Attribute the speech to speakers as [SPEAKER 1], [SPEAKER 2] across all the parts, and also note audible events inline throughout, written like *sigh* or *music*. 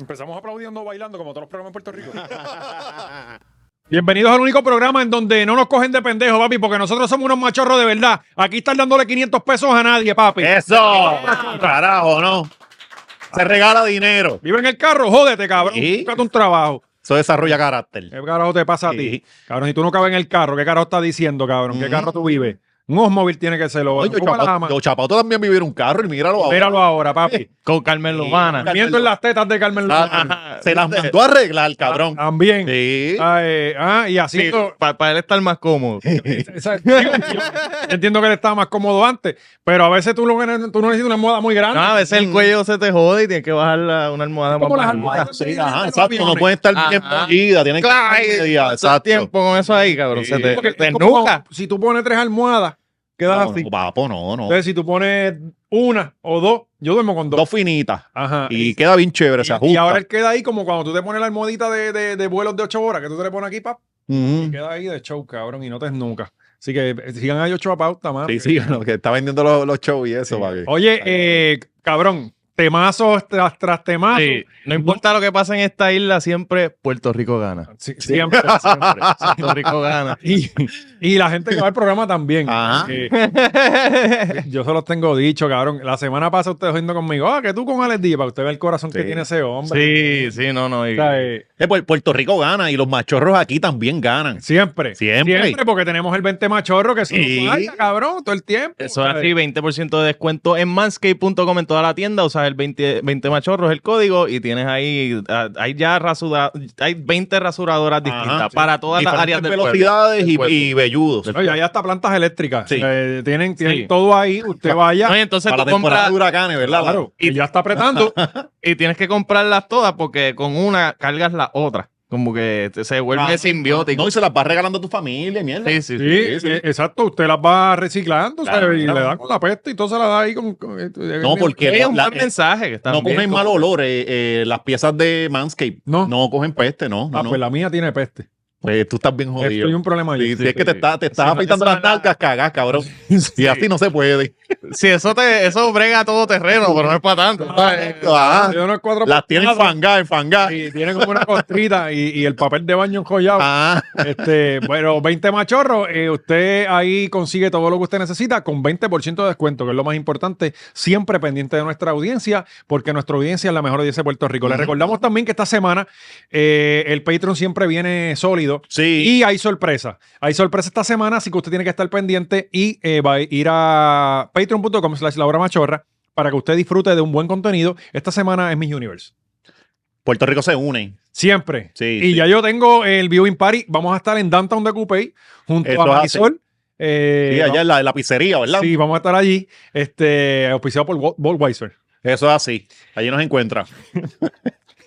[SPEAKER 1] Empezamos aplaudiendo, bailando, como todos los programas en Puerto Rico.
[SPEAKER 2] *laughs* Bienvenidos al único programa en donde no nos cogen de pendejo, papi, porque nosotros somos unos machorros de verdad. Aquí están dándole 500 pesos a nadie, papi.
[SPEAKER 1] Eh.
[SPEAKER 3] Eso, carajo, no. Se regala dinero.
[SPEAKER 2] Vive en el carro, jódete, cabrón.
[SPEAKER 3] Sí.
[SPEAKER 2] Búscate un trabajo.
[SPEAKER 3] Eso desarrolla carácter.
[SPEAKER 2] ¿Qué carajo te pasa a ti?
[SPEAKER 3] Sí.
[SPEAKER 2] Cabrón, si tú no cabes en el carro, ¿qué carajo estás diciendo, cabrón?
[SPEAKER 1] Mm.
[SPEAKER 2] ¿Qué
[SPEAKER 3] Ujú.
[SPEAKER 2] carro tú vives? Un Osmóvil tiene que serlo.
[SPEAKER 3] Oye, yo,
[SPEAKER 2] ¿Cómo la
[SPEAKER 3] chapao,
[SPEAKER 2] ama?
[SPEAKER 3] yo, Chapao, tú también vivir un carro y míralo ahora.
[SPEAKER 2] Míralo ahora,
[SPEAKER 1] *laughs*
[SPEAKER 2] papi.
[SPEAKER 4] Con Carmen Lubana.
[SPEAKER 3] Carmen
[SPEAKER 2] Miento en las tetas de Carmen
[SPEAKER 3] Ah,
[SPEAKER 2] Lozano.
[SPEAKER 3] ah, se las mandó a arreglar, cabrón.
[SPEAKER 2] También.
[SPEAKER 3] Sí.
[SPEAKER 2] Ah, eh, ah, y haciendo...
[SPEAKER 4] para él estar más cómodo.
[SPEAKER 2] Esa- digo, yo
[SPEAKER 3] *laughs*
[SPEAKER 2] entiendo que él estaba más cómodo antes, pero a veces tú, lo, tú no necesitas una moda muy grande.
[SPEAKER 4] No,
[SPEAKER 3] Ah,
[SPEAKER 4] a veces
[SPEAKER 3] Mm.
[SPEAKER 4] el cuello se te jode y tienes que bajar la- una almohada
[SPEAKER 2] Como
[SPEAKER 4] más
[SPEAKER 2] las
[SPEAKER 4] bajita.
[SPEAKER 2] almohadas.
[SPEAKER 3] Sí, ajá, exacto. No pueden estar bien
[SPEAKER 4] Ajá.
[SPEAKER 3] mollidas. Tienen que
[SPEAKER 4] Claro,
[SPEAKER 3] estar
[SPEAKER 4] y-
[SPEAKER 3] medias,
[SPEAKER 4] Todo
[SPEAKER 3] Exacto.
[SPEAKER 4] tiempo con eso ahí, cabrón.
[SPEAKER 3] Sí.
[SPEAKER 4] Se te,
[SPEAKER 2] Porque
[SPEAKER 4] te
[SPEAKER 2] es como
[SPEAKER 4] nuca.
[SPEAKER 2] cuando- Si tú pones tres almohadas, quedas
[SPEAKER 3] No,
[SPEAKER 2] así.
[SPEAKER 3] no, papo, no, no.
[SPEAKER 2] Entonces, si tú pones una o dos, yo duermo con dos.
[SPEAKER 3] Dos finitas.
[SPEAKER 2] Ajá.
[SPEAKER 3] Y queda bien chévere, se
[SPEAKER 2] y-
[SPEAKER 3] ajusta.
[SPEAKER 2] y ahora él queda ahí como cuando tú te pones la almohadita de, de, de vuelos de ocho horas, que tú te le pones aquí, pap,
[SPEAKER 3] Ujú.
[SPEAKER 2] queda ahí de show, cabrón, y no te nunca. Así que eh, sigan a Yocho a pauta, mano.
[SPEAKER 3] Sí, sí, lo que está vendiendo los, los shows y eso, papi.
[SPEAKER 2] Oye, eh, cabrón, temazos tras, tras temazos.
[SPEAKER 4] Sí. No importa lo que pase en esta isla, siempre Puerto
[SPEAKER 3] *laughs*
[SPEAKER 4] Rico gana.
[SPEAKER 2] Sí, siempre, siempre.
[SPEAKER 4] Puerto Rico gana.
[SPEAKER 2] *laughs* Y, y la gente que va al programa también.
[SPEAKER 3] Ajá.
[SPEAKER 2] Eh, Yo se los tengo dicho, cabrón. La semana pasada ustedes oyendo conmigo, ah, que tú con Alex Díaz, para usted ve el corazón que
[SPEAKER 3] Sí.
[SPEAKER 2] tiene ese hombre.
[SPEAKER 4] sí, sí, no, no.
[SPEAKER 2] O
[SPEAKER 4] y-
[SPEAKER 2] sea, eh,
[SPEAKER 3] Eh, Pu- Puerto Rico gana y los machorros aquí también ganan.
[SPEAKER 2] siempre,
[SPEAKER 3] Siempre.
[SPEAKER 2] porque tenemos el 20 machorro que se nos
[SPEAKER 3] Sí.
[SPEAKER 2] falta, cabrón, todo el tiempo.
[SPEAKER 4] Eso
[SPEAKER 2] O
[SPEAKER 4] es
[SPEAKER 2] sea, eh,
[SPEAKER 4] así, 20% de descuento en manscape.com en toda la tienda. Usas el 20, 20 machorros, el código, y tienes ahí, ah, hay ya rasura, hay 20 rasuradoras distintas
[SPEAKER 3] Ajá, sí.
[SPEAKER 4] para todas las
[SPEAKER 3] Diferentes
[SPEAKER 4] áreas del cuerpo.
[SPEAKER 3] velocidades
[SPEAKER 4] Del
[SPEAKER 3] y,
[SPEAKER 4] cuerpo.
[SPEAKER 3] y velludos.
[SPEAKER 2] Oye, hay hasta plantas eléctricas.
[SPEAKER 3] Sí.
[SPEAKER 2] O sea, eh, tienen tienen
[SPEAKER 4] Sí.
[SPEAKER 2] todo ahí. Usted vaya.
[SPEAKER 4] No, y entonces
[SPEAKER 3] Para la
[SPEAKER 4] tú
[SPEAKER 3] temporada
[SPEAKER 4] compras
[SPEAKER 3] de huracanes, ¿verdad?
[SPEAKER 2] Claro, y ya está apretando.
[SPEAKER 4] y tienes que comprarlas todas porque con una cargas la otra. Como que te- se vuelve
[SPEAKER 3] Ah,
[SPEAKER 4] simbiótico.
[SPEAKER 3] No, y se las vas regalando a tu familia, mierda.
[SPEAKER 4] Sí, sí, sí.
[SPEAKER 2] Sí,
[SPEAKER 3] sí, sí.
[SPEAKER 2] eh, exacto. Usted las va reciclando
[SPEAKER 3] Claro,
[SPEAKER 2] ¿sabe? y
[SPEAKER 3] claro.
[SPEAKER 2] le dan con la peste y todo se la da ahí con. con- eh,
[SPEAKER 3] No, porque
[SPEAKER 4] Es
[SPEAKER 3] no,
[SPEAKER 4] un
[SPEAKER 3] la- eh,
[SPEAKER 4] buen mensaje que está
[SPEAKER 3] no cogen mal olor eh, eh, las piezas de Manscape.
[SPEAKER 2] No.
[SPEAKER 3] No, cogen peste, no. no,
[SPEAKER 2] Ah,
[SPEAKER 3] no.
[SPEAKER 2] pues la mía tiene peste.
[SPEAKER 3] Pues tú estás bien jodido.
[SPEAKER 2] Estoy un problema
[SPEAKER 3] Sí,
[SPEAKER 2] ahí.
[SPEAKER 3] si es que te, está- te estás
[SPEAKER 4] Esa-
[SPEAKER 3] afeitando
[SPEAKER 4] esa
[SPEAKER 3] las nalgas, cagás,
[SPEAKER 2] *laughs*
[SPEAKER 3] cabrón. Y así no se puede.
[SPEAKER 4] Si eso te, eso brega todo terreno, pero no es para tanto. ¿sabes?
[SPEAKER 3] Ah,
[SPEAKER 2] Yo no es cuatro
[SPEAKER 3] las tienen
[SPEAKER 2] patas,
[SPEAKER 3] fangadas, enfangadas.
[SPEAKER 2] y tiene como una costrita y, y el papel de baño enjollado.
[SPEAKER 3] Ah,
[SPEAKER 2] Este, bueno, 20 machorros, eh, usted ahí consigue todo lo que usted necesita con 20% de descuento, que es lo más importante, siempre pendiente de nuestra audiencia, porque nuestra audiencia es la mejor audiencia de Puerto Rico. Le
[SPEAKER 3] Ujú.
[SPEAKER 2] recordamos también que esta semana eh, el Patreon siempre viene sólido.
[SPEAKER 3] sí.
[SPEAKER 2] Y hay sorpresa. Hay sorpresa esta semana, así que usted tiene que estar pendiente y eh, va a ir a patreon.com slash la hora machorra para que usted disfrute de un buen contenido. Esta semana es Miss Universe.
[SPEAKER 3] Puerto Rico se une.
[SPEAKER 2] Siempre.
[SPEAKER 3] Sí,
[SPEAKER 2] y
[SPEAKER 3] sí.
[SPEAKER 2] ya yo tengo el viewing party. Vamos a estar en Downtown de Coupey junto
[SPEAKER 3] Eso
[SPEAKER 2] a
[SPEAKER 3] hace.
[SPEAKER 2] Marisol. Eh,
[SPEAKER 3] Sí, allá en la, en la pizzería, ¿verdad?
[SPEAKER 2] sí, vamos a estar allí, este, auspiciado por Wol- Budweiser.
[SPEAKER 3] Eso es así. Allí
[SPEAKER 2] *laughs*
[SPEAKER 3] nos encuentra.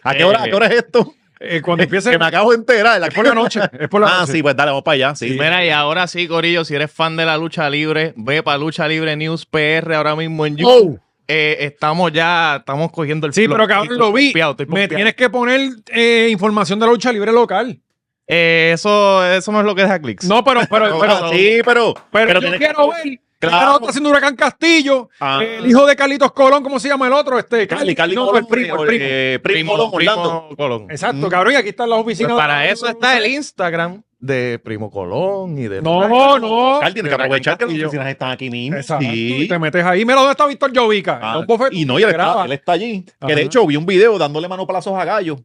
[SPEAKER 3] ¿A qué
[SPEAKER 4] Eh,
[SPEAKER 3] hora, a qué hora es esto? *laughs*
[SPEAKER 2] Eh, cuando empiece
[SPEAKER 3] Que me acabo de enterar.
[SPEAKER 2] es por la noche, es por la
[SPEAKER 3] *laughs* ah,
[SPEAKER 2] noche.
[SPEAKER 3] sí, pues dale, vamos para allá. Sí,
[SPEAKER 4] Mira, y ahora sí, Corillo, si eres fan de la lucha libre, ve para Lucha Libre News PR ahora mismo en YouTube.
[SPEAKER 3] Oh.
[SPEAKER 4] Eh, estamos ya, estamos cogiendo el
[SPEAKER 2] Sí,
[SPEAKER 4] flow.
[SPEAKER 2] pero cabrón,
[SPEAKER 4] Estoy
[SPEAKER 2] lo vi.
[SPEAKER 4] pompeado, estoy
[SPEAKER 2] Me
[SPEAKER 4] pompeado.
[SPEAKER 2] tienes que poner eh, información de la lucha libre local.
[SPEAKER 4] Eh, eso, eso no es lo que deja clics.
[SPEAKER 2] No, pero,
[SPEAKER 3] *laughs*
[SPEAKER 2] pero, pero,
[SPEAKER 3] Ah, sí, pero.
[SPEAKER 2] Pero,
[SPEAKER 3] pero
[SPEAKER 2] yo
[SPEAKER 3] tiene-
[SPEAKER 2] quiero ver.
[SPEAKER 3] Claro.
[SPEAKER 2] Claro. está haciendo Huracán Castillo.
[SPEAKER 3] Ah.
[SPEAKER 2] El hijo de Carlitos Colón, ¿cómo se llama el otro? Este,
[SPEAKER 3] Cali, Cali,
[SPEAKER 2] no,
[SPEAKER 3] Colón,
[SPEAKER 2] el primo, el primo.
[SPEAKER 3] eh, mm. primo,
[SPEAKER 4] primo,
[SPEAKER 3] Colón, Orlando.
[SPEAKER 4] Primo Colón.
[SPEAKER 2] Exacto, cabrón. Y aquí están las
[SPEAKER 4] Pues
[SPEAKER 2] oficinas.
[SPEAKER 4] para eso está el Instagram de Primo Colón y de.
[SPEAKER 2] No, no.
[SPEAKER 3] Cali, tiene que
[SPEAKER 4] Huracán
[SPEAKER 3] aprovechar que las
[SPEAKER 4] Castillo.
[SPEAKER 3] oficinas están aquí mismo.
[SPEAKER 2] Exacto.
[SPEAKER 3] Sí.
[SPEAKER 2] Y te metes ahí. Mira dónde está Víctor Jovica.
[SPEAKER 3] Ah,
[SPEAKER 2] Da un bofetón
[SPEAKER 3] y no, y él
[SPEAKER 2] graba.
[SPEAKER 3] está, él está allí. Que
[SPEAKER 2] Ajá.
[SPEAKER 3] de hecho vi un video dándole manoplazos a Gallo.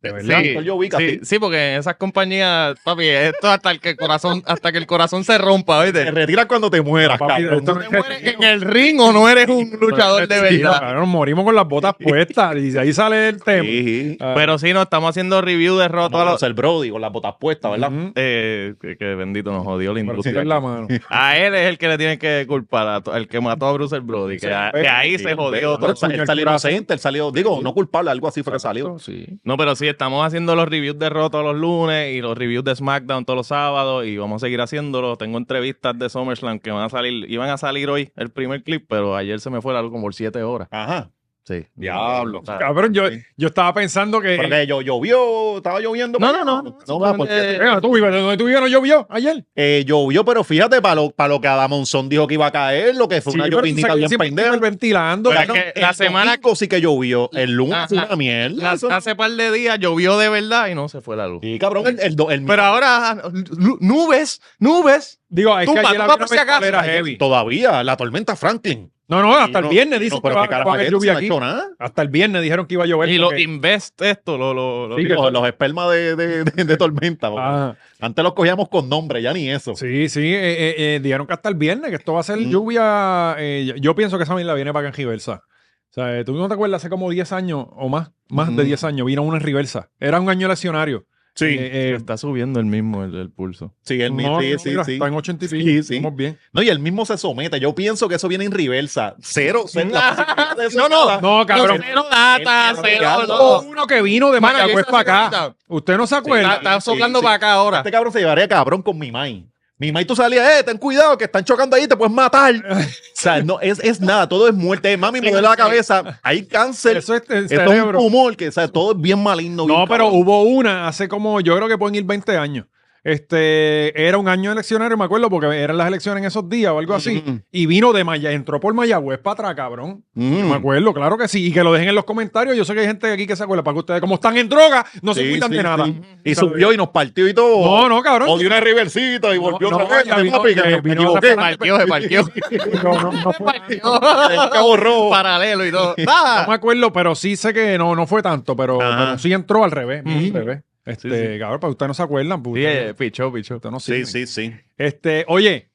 [SPEAKER 2] De verdad.
[SPEAKER 4] Sí,
[SPEAKER 3] Yo ubica,
[SPEAKER 4] sí,
[SPEAKER 3] sí.
[SPEAKER 4] sí, porque en esas compañías, papi, esto hasta el que el corazón, hasta que el corazón se rompa,
[SPEAKER 3] Te
[SPEAKER 4] ¿oíste?
[SPEAKER 3] retiras cuando te mueras,
[SPEAKER 2] Papi,
[SPEAKER 3] cabrón.
[SPEAKER 2] esto no
[SPEAKER 4] ¿Te
[SPEAKER 2] es-
[SPEAKER 4] *laughs* mueres en el ring o no eres un luchador de
[SPEAKER 2] Sí,
[SPEAKER 4] verdad?
[SPEAKER 2] cabrón, morimos con las botas puestas. Y de ahí sale el tema.
[SPEAKER 3] Sí.
[SPEAKER 2] Ah,
[SPEAKER 4] Pero sí, no, estamos haciendo review de
[SPEAKER 3] No,
[SPEAKER 4] roto a
[SPEAKER 3] pero
[SPEAKER 4] los...
[SPEAKER 3] es el Brody con las botas puestas, ¿verdad?
[SPEAKER 2] ujú,
[SPEAKER 4] Eh, que, que bendito nos jodió la
[SPEAKER 2] pero
[SPEAKER 4] industria.
[SPEAKER 2] sí, en la mano.
[SPEAKER 4] A él es el que le tienen que culpar, a to- el que mató a Bruce el Brody, que, a- que ahí se jodió
[SPEAKER 3] Pero
[SPEAKER 4] todo.
[SPEAKER 3] él sa- él salió inocente, él salió, digo, no culpable, algo así fue que salió.
[SPEAKER 4] No, pero sí, estamos haciendo los reviews de Roto los lunes y los reviews de SmackDown todos los sábados y vamos a seguir haciéndolo. Tengo entrevistas de SummerSlam que van a salir, iban a salir hoy el primer clip, pero ayer se me fue la luz como por 7 horas.
[SPEAKER 3] Ajá. Sí.
[SPEAKER 1] Diablo.
[SPEAKER 3] O sea,
[SPEAKER 2] Cabrón, yo, yo estaba pensando que. eh,
[SPEAKER 3] Porque yo- llovió, estaba lloviendo.
[SPEAKER 4] No,
[SPEAKER 3] pero-
[SPEAKER 4] no, no,
[SPEAKER 3] No, va, porque
[SPEAKER 4] simplemente-
[SPEAKER 2] Venga, tú vives, donde tú vives no llovió ayer.
[SPEAKER 3] eh, llovió, pero fíjate, para lo, para lo que Adamonzón dijo que iba a caer, lo que fue una
[SPEAKER 2] Sí, pero tú sabes
[SPEAKER 3] llovinita
[SPEAKER 2] que
[SPEAKER 3] bien
[SPEAKER 2] siempre
[SPEAKER 3] pendeja.
[SPEAKER 2] estoy ventilando.
[SPEAKER 4] Pero
[SPEAKER 3] Pero
[SPEAKER 4] es que la semana-
[SPEAKER 3] sí que llovió, el lunes
[SPEAKER 4] Ah,
[SPEAKER 3] fue
[SPEAKER 4] la-
[SPEAKER 3] una mierda.
[SPEAKER 4] Hace
[SPEAKER 3] Eso-
[SPEAKER 4] hace par de días llovió de verdad y no se fue la luz.
[SPEAKER 3] Sí, cabrón, el, el, do- el-
[SPEAKER 4] Pero ahora, lu- nubes, nubes.
[SPEAKER 2] Digo, es
[SPEAKER 4] Tú,
[SPEAKER 2] que
[SPEAKER 4] pa-
[SPEAKER 2] ayer
[SPEAKER 4] tú,
[SPEAKER 2] había
[SPEAKER 4] pa- por si
[SPEAKER 2] una
[SPEAKER 4] acaso.
[SPEAKER 2] ventolera heavy.
[SPEAKER 3] todavía la tormenta Franklin.
[SPEAKER 2] No, no, hasta
[SPEAKER 3] Y
[SPEAKER 2] el
[SPEAKER 3] no-
[SPEAKER 2] viernes
[SPEAKER 3] y
[SPEAKER 2] dicen
[SPEAKER 3] no, pero
[SPEAKER 2] que va-
[SPEAKER 3] qué carajo
[SPEAKER 2] va a haber
[SPEAKER 3] es,
[SPEAKER 2] lluvia
[SPEAKER 3] no ha
[SPEAKER 2] aquí.
[SPEAKER 3] hecho nada.
[SPEAKER 2] Hasta el viernes dijeron que iba a llover.
[SPEAKER 4] Y lo
[SPEAKER 2] Pues, porque-
[SPEAKER 4] invest esto, lo, lo, lo-
[SPEAKER 2] Sí, que-
[SPEAKER 3] Los, los espermas de, de- de- de tormenta. porque
[SPEAKER 2] Ah,
[SPEAKER 3] Antes los cogíamos con nombre, ya ni eso.
[SPEAKER 2] sí, sí, eh, eh, eh, dijeron que hasta el viernes, que esto va a
[SPEAKER 3] Mm.
[SPEAKER 2] ser lluvia. eh, yo- yo pienso que esa la viene para acá en Riversa. O sea, eh, tú no te acuerdas, hace como 10 años o más, más de
[SPEAKER 3] Mm.
[SPEAKER 2] 10 años, vino una en Riversa. Era un año eleccionario.
[SPEAKER 3] Sí,
[SPEAKER 2] Eh, eh,
[SPEAKER 4] está subiendo el mismo el, el pulso.
[SPEAKER 3] sí, el
[SPEAKER 2] no,
[SPEAKER 3] mismo. Sí,
[SPEAKER 2] no,
[SPEAKER 3] sí,
[SPEAKER 2] mira,
[SPEAKER 3] sí.
[SPEAKER 2] Está en 80 y pico,
[SPEAKER 3] Sí, sí.
[SPEAKER 2] estamos bien.
[SPEAKER 3] No, y el mismo se somete. Yo pienso que eso viene en reversa. Cero.
[SPEAKER 2] *laughs*
[SPEAKER 3] cero, la posibilidad de eso
[SPEAKER 4] No, no,
[SPEAKER 3] nada.
[SPEAKER 2] No, cabrón.
[SPEAKER 4] Cero data,
[SPEAKER 3] Él tiene
[SPEAKER 4] cero.
[SPEAKER 3] regalo.
[SPEAKER 2] Hubo
[SPEAKER 4] no.
[SPEAKER 2] uno que vino de
[SPEAKER 4] Mano,
[SPEAKER 2] Mayagüez
[SPEAKER 4] esa
[SPEAKER 2] para acá.
[SPEAKER 4] señorita-
[SPEAKER 2] Usted no se
[SPEAKER 4] Está,
[SPEAKER 2] acuerda.
[SPEAKER 4] está
[SPEAKER 3] Sí,
[SPEAKER 4] soplando
[SPEAKER 3] sí.
[SPEAKER 4] para acá ahora.
[SPEAKER 3] Este cabrón se llevaría cabrón con mi mai. Mi mai tú salías, eh, ten cuidado que están chocando ahí, te
[SPEAKER 2] *laughs*
[SPEAKER 3] puedes matar. o sea, no, es, es nada, todo es muerte. Mami, me duele la cabeza, hay cáncer.
[SPEAKER 2] Eso es el
[SPEAKER 3] Esto es un
[SPEAKER 2] cerebro.
[SPEAKER 3] tumor, que, o sea, todo es bien
[SPEAKER 2] No,
[SPEAKER 3] maligno. bien
[SPEAKER 2] pero
[SPEAKER 3] cabrón.
[SPEAKER 2] hubo una hace como, yo creo que pueden ir 20 años. Este, era un año eleccionario, me acuerdo, porque eran las elecciones en esos días o algo así.
[SPEAKER 3] Ujú.
[SPEAKER 2] Y vino de Maya, entró por Mayagüez para atrás, cabrón.
[SPEAKER 3] Mm.
[SPEAKER 2] Me acuerdo, claro que sí. Y que lo dejen en los comentarios. Yo sé que hay gente aquí que se acuerda para que ustedes, como están en droga, no se
[SPEAKER 3] Sí,
[SPEAKER 2] cuidan
[SPEAKER 3] sí,
[SPEAKER 2] de nada.
[SPEAKER 3] sí. Y subió y nos partió y todo.
[SPEAKER 2] No, no, cabrón.
[SPEAKER 3] O dio una reversita y volvió
[SPEAKER 2] no,
[SPEAKER 3] otra vez.
[SPEAKER 2] ya
[SPEAKER 3] Papi,
[SPEAKER 2] vino-
[SPEAKER 3] que
[SPEAKER 2] eh,
[SPEAKER 3] me- me
[SPEAKER 2] vino
[SPEAKER 3] equivoqué.
[SPEAKER 2] otra parte.
[SPEAKER 4] Partió, se
[SPEAKER 3] *laughs*
[SPEAKER 4] partió.
[SPEAKER 2] No, no, no fue-
[SPEAKER 3] Se borró.
[SPEAKER 4] Paralelo y todo.
[SPEAKER 2] no me acuerdo, pero sí sé que no, no fue tanto, pero,
[SPEAKER 3] Ajá.
[SPEAKER 2] pero sí entró al revés. vino
[SPEAKER 4] Ujú.
[SPEAKER 2] al revés. Este,
[SPEAKER 4] Sí,
[SPEAKER 2] cabrón, para ustedes no se acuerdan. pues,
[SPEAKER 4] Sí,
[SPEAKER 2] ustedes-
[SPEAKER 4] eh, pichó, pichó.
[SPEAKER 2] ustedes no
[SPEAKER 3] Sí,
[SPEAKER 2] sirven.
[SPEAKER 3] sí, sí.
[SPEAKER 2] Este, oye,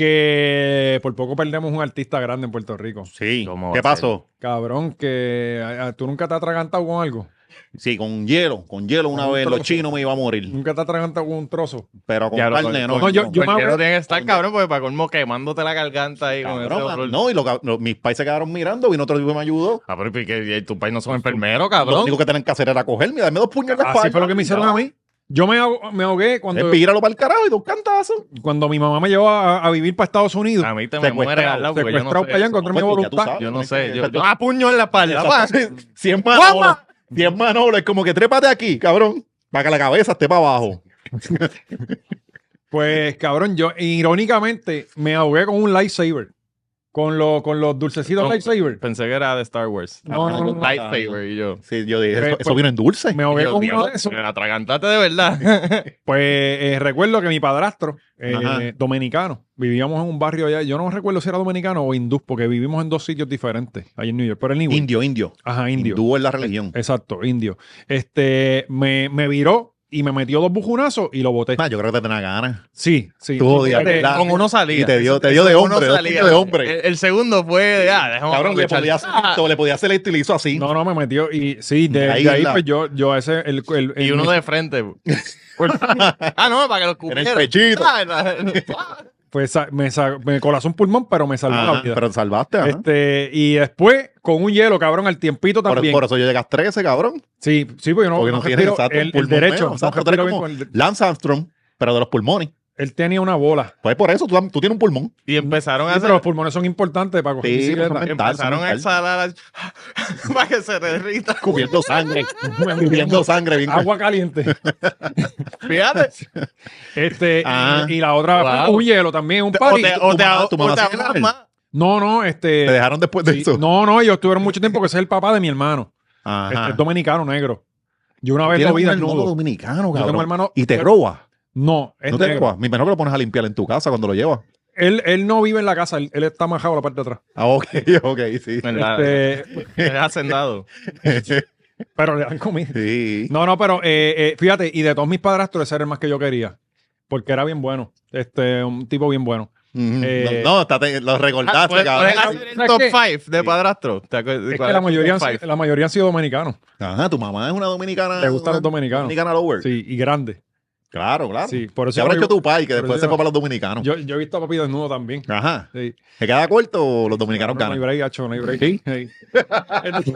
[SPEAKER 2] que por poco perdemos un artista grande en Puerto Rico.
[SPEAKER 3] Sí.
[SPEAKER 4] ¿Cómo va
[SPEAKER 3] ¿Qué
[SPEAKER 4] a ser?
[SPEAKER 3] pasó?
[SPEAKER 2] Cabrón, que ah, ah, tú nunca te has atragantado con algo.
[SPEAKER 3] Sí, con hielo. Con hielo una
[SPEAKER 2] Un
[SPEAKER 3] vez
[SPEAKER 2] trozo.
[SPEAKER 3] los chinos me iba a morir.
[SPEAKER 2] Nunca te has atragantado con un trozo.
[SPEAKER 3] Pero con
[SPEAKER 4] Ya lo-
[SPEAKER 3] carne, no.
[SPEAKER 2] no, yo- yo- me
[SPEAKER 4] Cualquiera
[SPEAKER 2] acuerdo-
[SPEAKER 4] tiene que estar cabrón, porque para colmo quemándote la garganta ahí con ese
[SPEAKER 3] Cabrón, ah,
[SPEAKER 4] horror.
[SPEAKER 3] no, y los cab- los- mis pais se quedaron mirando, vino otro tipo y me ayudó.
[SPEAKER 4] Ah, pero ¿y que- y tus pais no son enfermeros,
[SPEAKER 3] Lo
[SPEAKER 4] cabrón.
[SPEAKER 3] único que tienen que hacer era cogerme y darme dos puños en la espalda.
[SPEAKER 2] Así fue lo que me hicieron a mí. Yo me, ahog- me ahogué cuando,
[SPEAKER 3] Eh, Píralo para el carajo y dos cantazos.
[SPEAKER 2] cuando mi mamá me llevó a, a vivir para Estados Unidos.
[SPEAKER 4] A mí te me
[SPEAKER 3] Secuestrado,
[SPEAKER 4] muere al lado, porque yo no
[SPEAKER 2] Secuestrado
[SPEAKER 4] sé.
[SPEAKER 2] para allá, encontré mi
[SPEAKER 3] Pues, ya tú
[SPEAKER 2] voluntad.
[SPEAKER 3] sabes.
[SPEAKER 4] Yo no sé. Yo,
[SPEAKER 3] Exacto.
[SPEAKER 4] yo- ah, puño en la espalda. pa.
[SPEAKER 3] Exacto. *laughs* Si es Manolo,
[SPEAKER 4] ¡Guapa!
[SPEAKER 3] si es Manolo, es como que trépate aquí, cabrón, para que la cabeza esté para abajo.
[SPEAKER 2] Pues, cabrón, yo irónicamente me ahogué con un lightsaber. Con, lo- con los dulcecitos
[SPEAKER 4] Con-
[SPEAKER 2] lightsaber.
[SPEAKER 4] Pensé que era de Star Wars.
[SPEAKER 2] No, no, no, no.
[SPEAKER 4] Lightsaber y yo.
[SPEAKER 3] Sí, yo dije,
[SPEAKER 2] Eh,
[SPEAKER 3] eso,
[SPEAKER 2] pues,
[SPEAKER 3] eso vino en dulce.
[SPEAKER 2] Me ahogué
[SPEAKER 4] Yo,
[SPEAKER 2] con uno
[SPEAKER 4] diablo,
[SPEAKER 2] de esos.
[SPEAKER 4] me atragantaste
[SPEAKER 3] *laughs*
[SPEAKER 4] de verdad.
[SPEAKER 2] Pues eh, recuerdo que mi padrastro, eh,
[SPEAKER 3] Ajá.
[SPEAKER 2] dominicano, vivíamos en un barrio allá. Yo no recuerdo si era dominicano o hindú, porque vivimos en dos sitios diferentes, ahí en New York. Pero el anyway,
[SPEAKER 3] Indio, indio.
[SPEAKER 2] Ajá, indio.
[SPEAKER 3] Hindú es la religión.
[SPEAKER 2] Exacto, indio. Este, me, me viró y me metió dos bujunazos y lo boté.
[SPEAKER 3] Nah, Ah, yo creo que te tenía ganas.
[SPEAKER 2] Sí, sí. Este,
[SPEAKER 3] Tú odias,
[SPEAKER 2] Fíjate,
[SPEAKER 3] ¿verdad?
[SPEAKER 4] con uno salía.
[SPEAKER 3] Y te dio, te dio de
[SPEAKER 4] Uno
[SPEAKER 3] hombre, dos
[SPEAKER 4] salía.
[SPEAKER 3] puños de hombre.
[SPEAKER 4] El, el segundo fue de, ah, déjame
[SPEAKER 3] Cabrón, le
[SPEAKER 4] aprovechar. *laughs*
[SPEAKER 3] podía, hacer
[SPEAKER 4] Ah,
[SPEAKER 3] esto, le podía hacer esto y le hizo así.
[SPEAKER 2] No, no, me metió y sí, de de ahí,
[SPEAKER 3] Ahí, ¿verdad?
[SPEAKER 2] pues yo, yo ese, el, el-
[SPEAKER 4] y
[SPEAKER 2] el-
[SPEAKER 4] uno
[SPEAKER 3] *laughs*
[SPEAKER 4] de frente. *laughs* ah, no, para que lo
[SPEAKER 3] En
[SPEAKER 4] escupiera.
[SPEAKER 3] el pechito. *laughs*
[SPEAKER 4] Ah, la-
[SPEAKER 2] pues sa- me, sa- me colapsó un pulmón, pero me salvó la
[SPEAKER 3] Ajá,
[SPEAKER 2] vida.
[SPEAKER 3] Ah, pero salvaste, ajá.
[SPEAKER 2] este, y después, con un hielo, cabrón, al tiempito
[SPEAKER 3] Por,
[SPEAKER 2] también.
[SPEAKER 3] por eso ya llegas 13, cabrón.
[SPEAKER 2] Sí, sí, porque yo no,
[SPEAKER 3] Porque
[SPEAKER 2] no
[SPEAKER 3] no tienes
[SPEAKER 2] respiro
[SPEAKER 3] exacto,
[SPEAKER 2] el, el
[SPEAKER 3] pulmón
[SPEAKER 2] derecho.
[SPEAKER 3] menos,
[SPEAKER 2] no
[SPEAKER 3] exacto,
[SPEAKER 2] respiro
[SPEAKER 3] tú eres
[SPEAKER 2] bien
[SPEAKER 3] como
[SPEAKER 2] con el de-
[SPEAKER 3] Lance Armstrong, pero de los pulmones.
[SPEAKER 2] él tenía una bola.
[SPEAKER 3] Pues por eso tú, tam- tú tienes un pulmón.
[SPEAKER 4] y empezaron a
[SPEAKER 2] Sí,
[SPEAKER 4] hacer.
[SPEAKER 2] pero los pulmones son importantes para coger
[SPEAKER 3] Sí,
[SPEAKER 2] bicicleta.
[SPEAKER 3] verdad. mental,
[SPEAKER 4] empezaron a
[SPEAKER 3] mental.
[SPEAKER 4] exhalar *laughs* para que se derrita.
[SPEAKER 3] *laughs* Cubriendo sangre. cubriendo sangre. Bien
[SPEAKER 2] Agua caliente.
[SPEAKER 3] *laughs*
[SPEAKER 4] Fíjate.
[SPEAKER 2] Este, y-
[SPEAKER 3] Ah.
[SPEAKER 2] y, la otra, pues,
[SPEAKER 4] Wow.
[SPEAKER 2] un hielo también, un
[SPEAKER 4] O
[SPEAKER 2] party.
[SPEAKER 4] te,
[SPEAKER 3] tu
[SPEAKER 4] o te,
[SPEAKER 3] mamá-
[SPEAKER 4] ah-
[SPEAKER 3] tu
[SPEAKER 4] o
[SPEAKER 3] mamá
[SPEAKER 4] te
[SPEAKER 3] se llama él.
[SPEAKER 4] ahorma.
[SPEAKER 2] No, no,
[SPEAKER 3] Te
[SPEAKER 2] este.
[SPEAKER 3] dejaron después de
[SPEAKER 2] sí,
[SPEAKER 3] eso.
[SPEAKER 2] no, no, ellos estuvieron mucho tiempo que ese es el papá de mi hermano.
[SPEAKER 3] Ajá.
[SPEAKER 2] Este, es dominicano negro. Yo una vez
[SPEAKER 3] Tienes
[SPEAKER 2] lo
[SPEAKER 3] un
[SPEAKER 2] vi
[SPEAKER 3] hermano
[SPEAKER 2] desnudo.
[SPEAKER 3] dominicano,
[SPEAKER 2] Yo tengo un
[SPEAKER 3] cabrón.
[SPEAKER 2] hermano.
[SPEAKER 3] Y te roba.
[SPEAKER 2] No, es
[SPEAKER 3] No te
[SPEAKER 2] negro.
[SPEAKER 3] roba. Mi hermano que lo pones a limpiar en tu casa cuando lo llevas.
[SPEAKER 2] Él, él no vive en la casa, él, él está majado a la parte de atrás.
[SPEAKER 3] Ah, ok, *laughs* ok, sí.
[SPEAKER 4] Verdad,
[SPEAKER 2] Este,
[SPEAKER 4] Es hacendado.
[SPEAKER 2] pero le dan comida.
[SPEAKER 3] *laughs* sí.
[SPEAKER 2] No, no, pero eh, eh, fíjate, y de todos mis padrastros, ese era el más que yo quería. Porque era bien bueno. Este, un tipo bien bueno.
[SPEAKER 3] Ujú.
[SPEAKER 2] eh, pues,
[SPEAKER 3] no, no, está- te- lo
[SPEAKER 4] Ah,
[SPEAKER 3] recordaste,
[SPEAKER 4] ¿Puedes puedes
[SPEAKER 3] cabrón.
[SPEAKER 4] hacer el
[SPEAKER 2] ¿Sabes
[SPEAKER 4] top
[SPEAKER 2] qué?
[SPEAKER 4] 5 de padrastro? ¿Te acuerdas?
[SPEAKER 2] Es que
[SPEAKER 4] ¿Cuál
[SPEAKER 2] la
[SPEAKER 4] el
[SPEAKER 2] mayoría, han
[SPEAKER 4] top
[SPEAKER 2] sido-
[SPEAKER 4] five?
[SPEAKER 2] la mayoría han sido dominicanos.
[SPEAKER 3] Ajá, tu mamá es una dominicana.
[SPEAKER 2] Le gustan
[SPEAKER 3] una
[SPEAKER 2] los dominicanos.
[SPEAKER 3] Dominicana lover.
[SPEAKER 2] Sí, y grandes.
[SPEAKER 3] Claro, claro.
[SPEAKER 2] Sí, por eso
[SPEAKER 3] Se habrá
[SPEAKER 2] yo-
[SPEAKER 3] hecho tu pai, que
[SPEAKER 2] por
[SPEAKER 3] después
[SPEAKER 2] eso
[SPEAKER 3] se fue
[SPEAKER 2] yo-
[SPEAKER 3] para los dominicanos.
[SPEAKER 2] Yo, yo he visto a papi desnudo también.
[SPEAKER 3] Ajá.
[SPEAKER 2] Sí.
[SPEAKER 3] ¿Se queda corto o los dominicanos
[SPEAKER 2] No hay
[SPEAKER 3] ganan?
[SPEAKER 2] break, hacho, no hay break. *laughs*
[SPEAKER 3] Sí. *laughs*
[SPEAKER 2] Sí.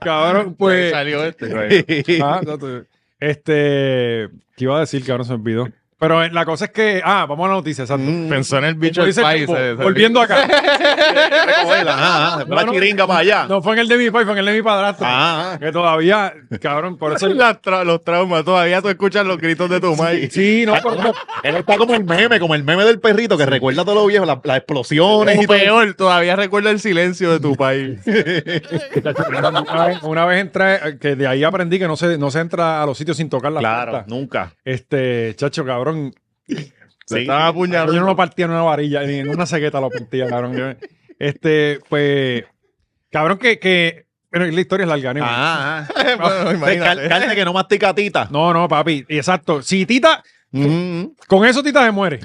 [SPEAKER 2] cabrón,
[SPEAKER 4] Ahí
[SPEAKER 2] pues.
[SPEAKER 4] salió este.
[SPEAKER 2] ah, no, tú- este. ¿Qué iba a decir, cabrón? Se me olvidó. Pero eh, la cosa es que. Ah, vamos a la noticia, exacto.
[SPEAKER 3] Mm.
[SPEAKER 4] Pensó en el bicho
[SPEAKER 2] Como
[SPEAKER 4] del
[SPEAKER 2] dice el
[SPEAKER 4] país.
[SPEAKER 2] tipo,
[SPEAKER 4] eh, *laughs*
[SPEAKER 2] volviendo acá.
[SPEAKER 3] Recógela, ah, ah, la
[SPEAKER 2] no.
[SPEAKER 3] chiringa para allá.
[SPEAKER 2] *laughs* No fue en el de mi país, fue en el de mi padrastro.
[SPEAKER 3] Ah, ah.
[SPEAKER 2] Que todavía, cabrón, por eso.
[SPEAKER 4] Las tra- los traumas, todavía tú escuchas los gritos de tu
[SPEAKER 2] *laughs*
[SPEAKER 4] madre.
[SPEAKER 2] Sí, no, *laughs* por-
[SPEAKER 3] ah. Él está como el meme, como el meme del perrito que recuerda a todos los viejos, la- las explosiones
[SPEAKER 4] O
[SPEAKER 3] y todo.
[SPEAKER 4] peor, todavía recuerda el silencio de tu país.
[SPEAKER 2] una, vez, una vez entré, que de ahí aprendí que no se, no se entra a los sitios sin tocar la
[SPEAKER 3] Claro,
[SPEAKER 2] puerta.
[SPEAKER 3] nunca.
[SPEAKER 2] Este, chacho, cabrón.
[SPEAKER 4] Se
[SPEAKER 3] Sí.
[SPEAKER 4] estaban
[SPEAKER 2] Ah,
[SPEAKER 4] apuñalando.
[SPEAKER 2] Yo no lo partía en una varilla, ni en una cegueta lo partía, cabrón. Yo- este, pues. Cabrón, que. que bueno, la historia es larga, ¿no?
[SPEAKER 3] Ah, ah. *laughs*
[SPEAKER 4] Bueno,
[SPEAKER 3] De car-
[SPEAKER 4] imagínate.
[SPEAKER 3] carne que no mastica tita.
[SPEAKER 2] No, no, papi, exacto. Si Tita,
[SPEAKER 3] Mm.
[SPEAKER 2] con eso Tita se muere.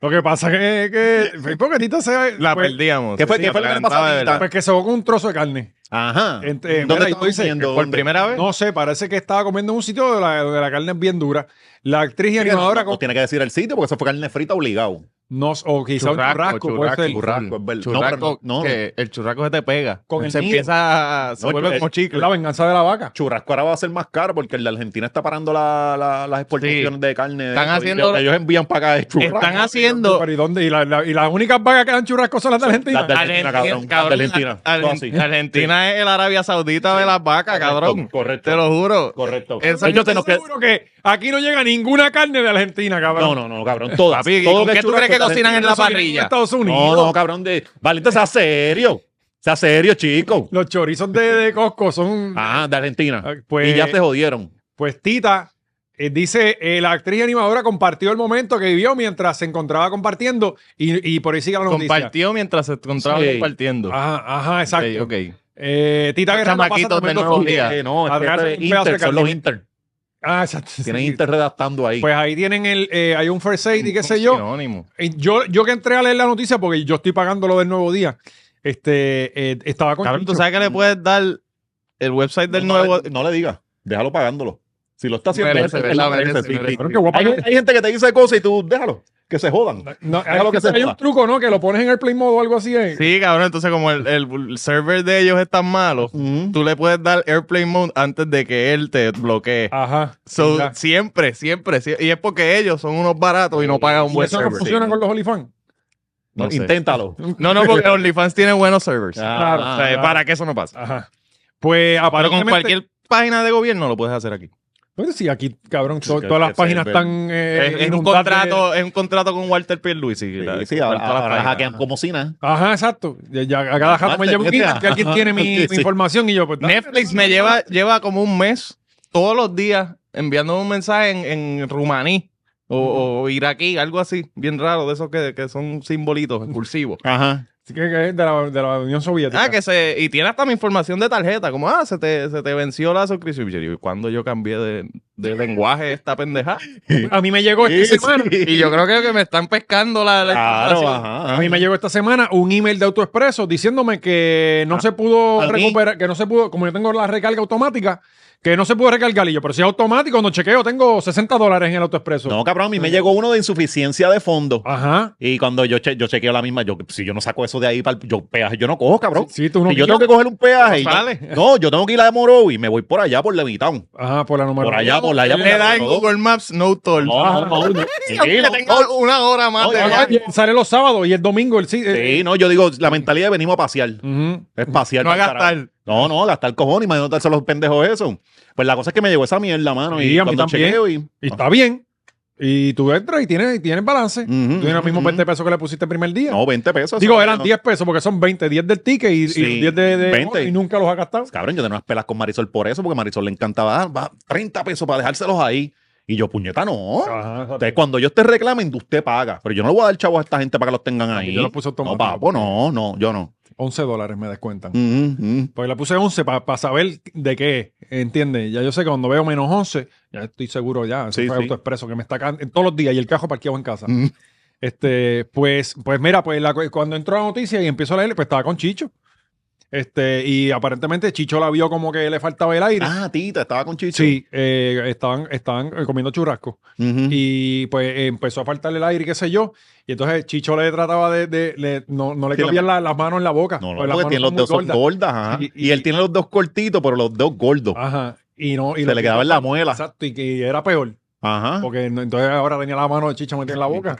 [SPEAKER 2] Lo que pasa que, que porque Tita se
[SPEAKER 4] La
[SPEAKER 2] pues,
[SPEAKER 4] perdíamos.
[SPEAKER 3] ¿Qué fue-
[SPEAKER 4] Sí,
[SPEAKER 3] qué fue lo que le
[SPEAKER 4] atragantaba
[SPEAKER 3] pasó a
[SPEAKER 4] de
[SPEAKER 3] Tita?
[SPEAKER 4] verdad.
[SPEAKER 2] pues que se ahogó un trozo de carne.
[SPEAKER 3] Ajá.
[SPEAKER 2] Ent- eh, mira,
[SPEAKER 3] ¿Dónde
[SPEAKER 2] y tú dices,
[SPEAKER 3] estás viendo?
[SPEAKER 4] ¿Por primera vez?
[SPEAKER 2] No sé, parece que estaba comiendo en un sitio donde la, donde la carne es bien dura. La actriz y animadora
[SPEAKER 3] No
[SPEAKER 2] con-
[SPEAKER 3] tiene que decir el sitio porque eso fue carne frita obligado.
[SPEAKER 2] nos, o quizá un churrasco, puede ser.
[SPEAKER 3] Churrasco, es verdad.
[SPEAKER 4] Churrasco,
[SPEAKER 3] No, pero no, no.
[SPEAKER 4] que el churrasco se te pega.
[SPEAKER 2] Con el eh,
[SPEAKER 4] se
[SPEAKER 2] nido.
[SPEAKER 4] empieza, a- se
[SPEAKER 3] No,
[SPEAKER 4] vuelve
[SPEAKER 3] el-
[SPEAKER 4] como chicle.
[SPEAKER 2] La venganza de la vaca.
[SPEAKER 3] Churrasco ahora va a ser más caro porque el de Argentina está parando la- la- las exportaciones de carne. de
[SPEAKER 4] Están
[SPEAKER 3] eso, y
[SPEAKER 4] haciendo-
[SPEAKER 3] lo que Ellos envían para acá de churrasco.
[SPEAKER 4] Están haciendo...
[SPEAKER 2] Pero ¿y dónde? ¿Y, la- la- y las únicas vacas que dan churrasco son las de Argentina.
[SPEAKER 3] Las de Argentina, cabrón. Las de Argentina.
[SPEAKER 4] Argen-
[SPEAKER 3] Todo así.
[SPEAKER 4] Argentina es el Arabia Saudita de las vacas, cabrón.
[SPEAKER 3] correcto.
[SPEAKER 4] Te lo juro.
[SPEAKER 3] Correcto.
[SPEAKER 4] Esa-
[SPEAKER 3] Ellos te nos
[SPEAKER 2] Estoy seguro que aquí no llega ninguna carne de Argentina, cabrón.
[SPEAKER 3] No, no, no, cabrón. Todas.
[SPEAKER 4] Papi, ¿y
[SPEAKER 3] Todo
[SPEAKER 4] con
[SPEAKER 3] que
[SPEAKER 4] qué
[SPEAKER 3] es
[SPEAKER 4] tú crees
[SPEAKER 3] churrasco
[SPEAKER 4] que
[SPEAKER 3] es
[SPEAKER 4] cocinan en la
[SPEAKER 2] Eso llega
[SPEAKER 4] parrilla?
[SPEAKER 2] a Estados Unidos.
[SPEAKER 3] No, no, cabrón. De... Valiente, sea serio. Sea serio, chico.
[SPEAKER 2] Los chorizos de, de Costco son...
[SPEAKER 3] Ah, de Argentina.
[SPEAKER 2] Ah, pues-
[SPEAKER 3] Y ya se jodieron.
[SPEAKER 2] Pues Tita eh, dice, eh, la actriz y animadora compartió el momento que vivió mientras se encontraba compartiendo y, y por ahí sigue la noticia.
[SPEAKER 4] Compartió mientras se encontraba
[SPEAKER 3] Sí.
[SPEAKER 4] compartiendo.
[SPEAKER 2] Ajá, ajá,
[SPEAKER 4] Ok,
[SPEAKER 2] Ah, exacto.
[SPEAKER 4] ok.
[SPEAKER 2] Eh, Tita
[SPEAKER 4] Los
[SPEAKER 2] Guerrero pasa
[SPEAKER 4] chamaquitos de
[SPEAKER 2] tremendo
[SPEAKER 4] nuevo
[SPEAKER 2] frío.
[SPEAKER 4] día.
[SPEAKER 3] Eh, no, es que
[SPEAKER 2] Atrás
[SPEAKER 3] esto
[SPEAKER 2] un
[SPEAKER 3] es
[SPEAKER 2] pedazo de
[SPEAKER 3] Inter, son
[SPEAKER 2] carne.
[SPEAKER 3] los Inter.
[SPEAKER 2] Ah, exacto.
[SPEAKER 3] Tienen
[SPEAKER 2] sí.
[SPEAKER 3] Inter redactando ahí.
[SPEAKER 2] Pues ahí tienen el, eh, hay un first aid y qué sé
[SPEAKER 4] Un
[SPEAKER 2] yo.
[SPEAKER 4] sinónimo.
[SPEAKER 2] Y Yo, yo que entré a leer la noticia porque yo estoy pagando lo del nuevo día. Este, eh, estaba con
[SPEAKER 4] Cabrón, tú
[SPEAKER 2] Chicho.
[SPEAKER 4] sabes que le puedes dar el website del
[SPEAKER 3] no,
[SPEAKER 4] nuevo.
[SPEAKER 2] eh,
[SPEAKER 3] le, no le digas. Déjalo pagándolo. Si lo está haciendo,
[SPEAKER 4] Merece,
[SPEAKER 3] él- él
[SPEAKER 4] ¿verdad?
[SPEAKER 3] lo merece,
[SPEAKER 4] Merece,
[SPEAKER 3] sí,
[SPEAKER 4] merece.
[SPEAKER 3] sí.
[SPEAKER 2] Cabrón, qué guapa
[SPEAKER 3] Hay,
[SPEAKER 2] que-
[SPEAKER 3] hay gente que te dice cosas y tú déjalo. Que se jodan.
[SPEAKER 2] No, hay,
[SPEAKER 3] Déjalo que se
[SPEAKER 2] hay un
[SPEAKER 3] joda.
[SPEAKER 2] truco, ¿no? Que lo pones en airplane mode o algo así. eh.
[SPEAKER 4] Sí, cabrón. Entonces, como el, el server de ellos es tan malo,
[SPEAKER 3] Mm.
[SPEAKER 4] tú le puedes dar airplane mode antes de que él te bloquee.
[SPEAKER 2] Ajá.
[SPEAKER 4] So,
[SPEAKER 2] ¿verdad?
[SPEAKER 4] siempre, siempre, sie- Y es porque ellos son unos baratos y no pagan un
[SPEAKER 2] ¿Y
[SPEAKER 4] buen
[SPEAKER 2] eso no
[SPEAKER 4] server.
[SPEAKER 2] funciona con los OnlyFans?
[SPEAKER 4] No sé.
[SPEAKER 3] Inténtalo.
[SPEAKER 4] No, no, porque OnlyFans tiene buenos servers.
[SPEAKER 2] Claro,
[SPEAKER 4] O
[SPEAKER 3] Ah,
[SPEAKER 4] sea,
[SPEAKER 2] ah.
[SPEAKER 4] para que eso no pasa.
[SPEAKER 2] Ajá. Pues
[SPEAKER 4] Pero con
[SPEAKER 2] aparentemente...
[SPEAKER 4] cualquier página de gobierno lo puedes hacer aquí.
[SPEAKER 2] Pero sí, aquí, cabrón, to-
[SPEAKER 3] que-
[SPEAKER 2] todas las
[SPEAKER 3] que
[SPEAKER 2] páginas
[SPEAKER 3] server.
[SPEAKER 2] están... eh,
[SPEAKER 4] es, es un
[SPEAKER 2] inundadas de-
[SPEAKER 4] contrato, es un contrato con Walter Pierluisi.
[SPEAKER 3] sí,
[SPEAKER 4] la-
[SPEAKER 3] sí,
[SPEAKER 4] con
[SPEAKER 3] ahora,
[SPEAKER 4] todas las
[SPEAKER 3] ahora
[SPEAKER 4] páginas.
[SPEAKER 3] hackean como si nada.
[SPEAKER 2] Ajá, exacto. Ya, ya a cada rato me
[SPEAKER 3] Marte,
[SPEAKER 2] llevo un
[SPEAKER 3] ¿qué
[SPEAKER 2] email
[SPEAKER 3] sea?
[SPEAKER 2] que alguien tiene mi,
[SPEAKER 3] Sí,
[SPEAKER 2] mi
[SPEAKER 3] sí.
[SPEAKER 2] información y yo... Pues, dame,
[SPEAKER 4] Netflix me lleva, lleva como un mes todos los días enviando un mensaje en, en rumaní o, o iraquí, algo así, bien raro, de esos que, que son *laughs* simbolitos cursivos.
[SPEAKER 3] Ajá.
[SPEAKER 2] Así que, que es de la, de la Unión Soviética.
[SPEAKER 4] Ah, que se. Y tiene hasta mi información de tarjeta, como, ah, se te, se te venció la suscripción. Y yo, cuando yo cambié de, de lenguaje esta pendeja.
[SPEAKER 2] A mí me llegó esta
[SPEAKER 3] Sí,
[SPEAKER 2] semana.
[SPEAKER 3] sí.
[SPEAKER 4] *laughs* Y yo creo que, que me están pescando la. la
[SPEAKER 3] Claro,
[SPEAKER 4] información.
[SPEAKER 3] ajá.
[SPEAKER 2] A mí me llegó esta semana un email de AutoExpreso diciéndome que no se pudo
[SPEAKER 3] ¿a mí?
[SPEAKER 2] recuperar, que no se pudo, como yo tengo la recarga automática, que no se pudo recargar. Y yo, pero si es automático, cuando chequeo, tengo 60 dólares en el AutoExpreso.
[SPEAKER 3] No, cabrón, a mí me llegó uno de insuficiencia de fondo.
[SPEAKER 2] Ajá.
[SPEAKER 3] Y cuando yo, che- yo chequeo la misma, yo, si yo no saco eso de ahí, para yo peaje, yo no cojo, cabrón.
[SPEAKER 2] Sí, tú no
[SPEAKER 3] si yo tengo que coger un peaje. y yo-
[SPEAKER 4] Sale.
[SPEAKER 3] no, yo tengo que ir a Morovis y me voy por allá, por Levitown.
[SPEAKER 2] Ajá, por la número.
[SPEAKER 3] Por allá, por allá. por
[SPEAKER 4] Le da en
[SPEAKER 3] Rodó.
[SPEAKER 4] Google Maps no toll.
[SPEAKER 3] No, no, no,
[SPEAKER 4] *laughs*
[SPEAKER 3] no. Sí,
[SPEAKER 4] Aunque
[SPEAKER 3] no,
[SPEAKER 4] tenga una hora más
[SPEAKER 3] No,
[SPEAKER 4] de
[SPEAKER 3] no,
[SPEAKER 4] viaje.
[SPEAKER 2] Y Sale los sábados y el domingo el sí. eh,
[SPEAKER 3] Sí, no, yo digo, la mentalidad de venimos a pasear.
[SPEAKER 2] ujú.
[SPEAKER 3] Es pasear.
[SPEAKER 4] No a
[SPEAKER 3] pa'l carajo.
[SPEAKER 4] gastar.
[SPEAKER 3] No, no, gastar cojones, imagínate darse a los pendejos eso. Pues la cosa es que me llegó esa mierda, mano.
[SPEAKER 2] Sí,
[SPEAKER 3] y
[SPEAKER 2] a mí
[SPEAKER 3] cuando
[SPEAKER 2] también.
[SPEAKER 3] chequeo y. Ah.
[SPEAKER 2] Y está bien. Y tú entras y tienes, y tienes balance.
[SPEAKER 3] Ujú,
[SPEAKER 2] tú tienes los mismos
[SPEAKER 3] ujú.
[SPEAKER 2] 20 pesos que le pusiste el primer día.
[SPEAKER 3] No, 20 pesos.
[SPEAKER 2] Digo,
[SPEAKER 3] eso,
[SPEAKER 2] eran
[SPEAKER 3] no.
[SPEAKER 2] 10 pesos porque son 20, 10 del ticket y, y
[SPEAKER 3] Sí,
[SPEAKER 2] 10 de, de-
[SPEAKER 3] 20.
[SPEAKER 2] y nunca los has gastado.
[SPEAKER 3] Cabrón, yo tenía unas pelas con Marisol por eso, porque a Marisol le encantaba ah, va, 30 pesos para dejárselos ahí. Y yo, puñeta, no.
[SPEAKER 2] Ajá,
[SPEAKER 3] Entonces, cuando ellos te reclamen, usted paga. Pero yo no le voy a dar chavos a esta gente para que los tengan ahí.
[SPEAKER 2] yo lo puse automático.
[SPEAKER 3] No, papo, no, no, yo no.
[SPEAKER 2] 11 dólares me descuentan.
[SPEAKER 3] Mm, mm.
[SPEAKER 2] Pues le puse 11 para saber de qué, ¿entiendes? Ya yo sé que cuando veo menos 11, ya estoy seguro ya. Eso
[SPEAKER 3] Sí,
[SPEAKER 2] fue
[SPEAKER 3] sí.
[SPEAKER 2] AutoExpreso que me está ca- todos los días y el cajo parqueado en casa.
[SPEAKER 3] Mm.
[SPEAKER 2] Este, pues, pues mira, pues la cu- cuando entró la noticia y empiezo a leer, pues estaba con Chicho. Este, y aparentemente Chicho la vio como que le faltaba el aire.
[SPEAKER 3] Ah, Tita, estaba con Chicho.
[SPEAKER 2] Sí, eh, estaban, estaban eh, comiendo churrasco.
[SPEAKER 3] Ujú.
[SPEAKER 2] Y pues eh, empezó a faltarle el aire, qué sé yo. Y entonces Chicho le trataba de. de- le- no, no le
[SPEAKER 3] Sí, la-
[SPEAKER 2] cabían la- las manos en la boca.
[SPEAKER 3] No, no,
[SPEAKER 2] pues las
[SPEAKER 3] porque tiene
[SPEAKER 2] manos
[SPEAKER 3] los dedos
[SPEAKER 2] son
[SPEAKER 3] son
[SPEAKER 2] muy gordas.
[SPEAKER 3] gordas. ajá.
[SPEAKER 2] Y-
[SPEAKER 3] Y,
[SPEAKER 2] y- Ah,
[SPEAKER 3] él tiene los dedos cortitos, pero los dedos gordos.
[SPEAKER 2] Ajá. Y no. Y
[SPEAKER 3] se
[SPEAKER 2] los
[SPEAKER 3] le quedaba en la muela.
[SPEAKER 2] Exacto, y que era peor.
[SPEAKER 3] Ajá.
[SPEAKER 2] Porque no- entonces ahora tenía la mano de chicha metida en la boca.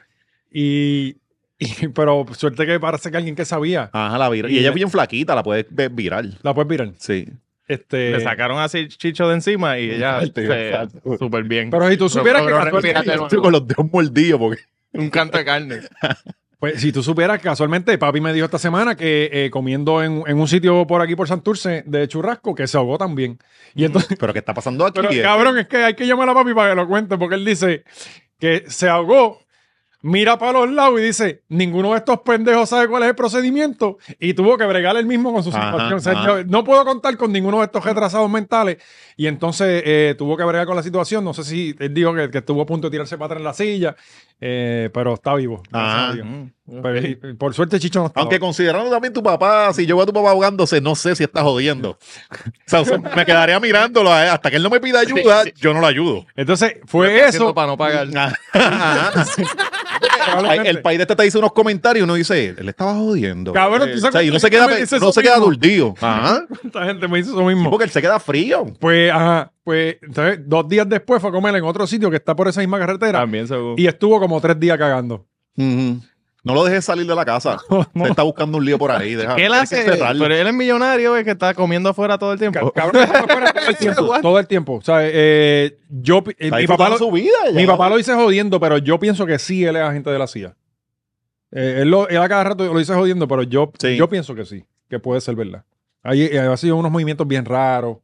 [SPEAKER 2] Y, y- pero suerte que parece que alguien que sabía
[SPEAKER 3] Ajá, la vira. Y ella es bien flaquita, la puedes ver viral.
[SPEAKER 2] la puede virar.
[SPEAKER 3] Sí.
[SPEAKER 2] Este,
[SPEAKER 4] Le sacaron así chicho de encima y ella
[SPEAKER 3] Exacto, exacto.
[SPEAKER 4] se- súper bien.
[SPEAKER 2] pero si tú supieras que
[SPEAKER 4] Logró
[SPEAKER 2] casualmente-
[SPEAKER 4] respirar de nuevo.
[SPEAKER 3] Yo con los dedos mordidos porque *laughs*
[SPEAKER 4] un canto de carne.
[SPEAKER 2] Pues si tú supieras, casualmente, papi me dijo esta semana que eh, comiendo en, en un sitio por aquí, por Santurce, de churrasco, que se ahogó también. Y entonces,
[SPEAKER 3] pero qué está pasando aquí?
[SPEAKER 2] pero
[SPEAKER 3] Eh,
[SPEAKER 2] cabrón, es que hay que llamar a papi para que lo cuente, porque él dice que se ahogó, mira para los lados y dice, ninguno de estos pendejos sabe cuál es el procedimiento, y tuvo que bregar él mismo con su
[SPEAKER 3] Ajá,
[SPEAKER 2] situación. O sea,
[SPEAKER 3] ajá.
[SPEAKER 2] yo no puedo contar con ninguno de estos retrasados mentales, y entonces eh, tuvo que bregar con la situación. No sé si él dijo que, que estuvo a punto de tirarse para atrás en la silla, eh, pero está vivo. gracias
[SPEAKER 3] Ajá.
[SPEAKER 2] a Dios. Pero, y- y por suerte Chicho no está.
[SPEAKER 3] Aunque considerando también tu papá, si yo veo a tu papá ahogándose, no sé si está jodiendo. O sea, o sea, me quedaría mirándolo a él. hasta que él no me pida ayuda, yo no lo ayudo.
[SPEAKER 2] Entonces, fue eso.
[SPEAKER 4] Eso para no pagar.
[SPEAKER 3] *laughs* Ajá.
[SPEAKER 2] probablemente.
[SPEAKER 3] el país de este te dice unos comentarios y uno dice, él estaba jodiendo.
[SPEAKER 2] Cabrón, tú
[SPEAKER 3] Eh, o
[SPEAKER 2] sabes
[SPEAKER 3] sea, y
[SPEAKER 2] que
[SPEAKER 3] no se
[SPEAKER 2] la gente
[SPEAKER 3] queda,
[SPEAKER 2] me dice
[SPEAKER 3] no
[SPEAKER 2] eso
[SPEAKER 3] se queda
[SPEAKER 2] mismo.
[SPEAKER 3] durdido. Ajá.
[SPEAKER 2] Esta gente me hizo eso mismo.
[SPEAKER 3] Porque él se queda frío.
[SPEAKER 2] Pues, ajá, pues, entonces, dos días después fue a comer en otro sitio que está por esa misma
[SPEAKER 3] Ah,
[SPEAKER 2] carretera
[SPEAKER 4] También según.
[SPEAKER 2] y estuvo como tres días cagando.
[SPEAKER 3] Ujú. No lo dejes salir de la casa.
[SPEAKER 2] *laughs*
[SPEAKER 3] Se está buscando un lío por ahí. Deja,
[SPEAKER 4] ¿Qué él
[SPEAKER 3] hay que
[SPEAKER 4] hace?
[SPEAKER 3] cerrarlo.
[SPEAKER 4] Pero él es millonario es que está comiendo afuera todo el
[SPEAKER 2] Ca-
[SPEAKER 4] tiempo.
[SPEAKER 2] Cabrón, fue fuera todo el tiempo. todo el tiempo. O sea, eh, yo, pi- eh,
[SPEAKER 3] Está
[SPEAKER 2] mi, papá lo,
[SPEAKER 3] disfrutando su vida. ya.
[SPEAKER 2] mi papá lo hice jodiendo, pero yo pienso que sí, él es agente de la CIA. Eh, él, lo- él a cada rato lo hice jodiendo, pero yo,
[SPEAKER 3] Sí.
[SPEAKER 2] yo pienso que sí, que puede ser verdad. Ahí eh, ha sido unos movimientos bien raros.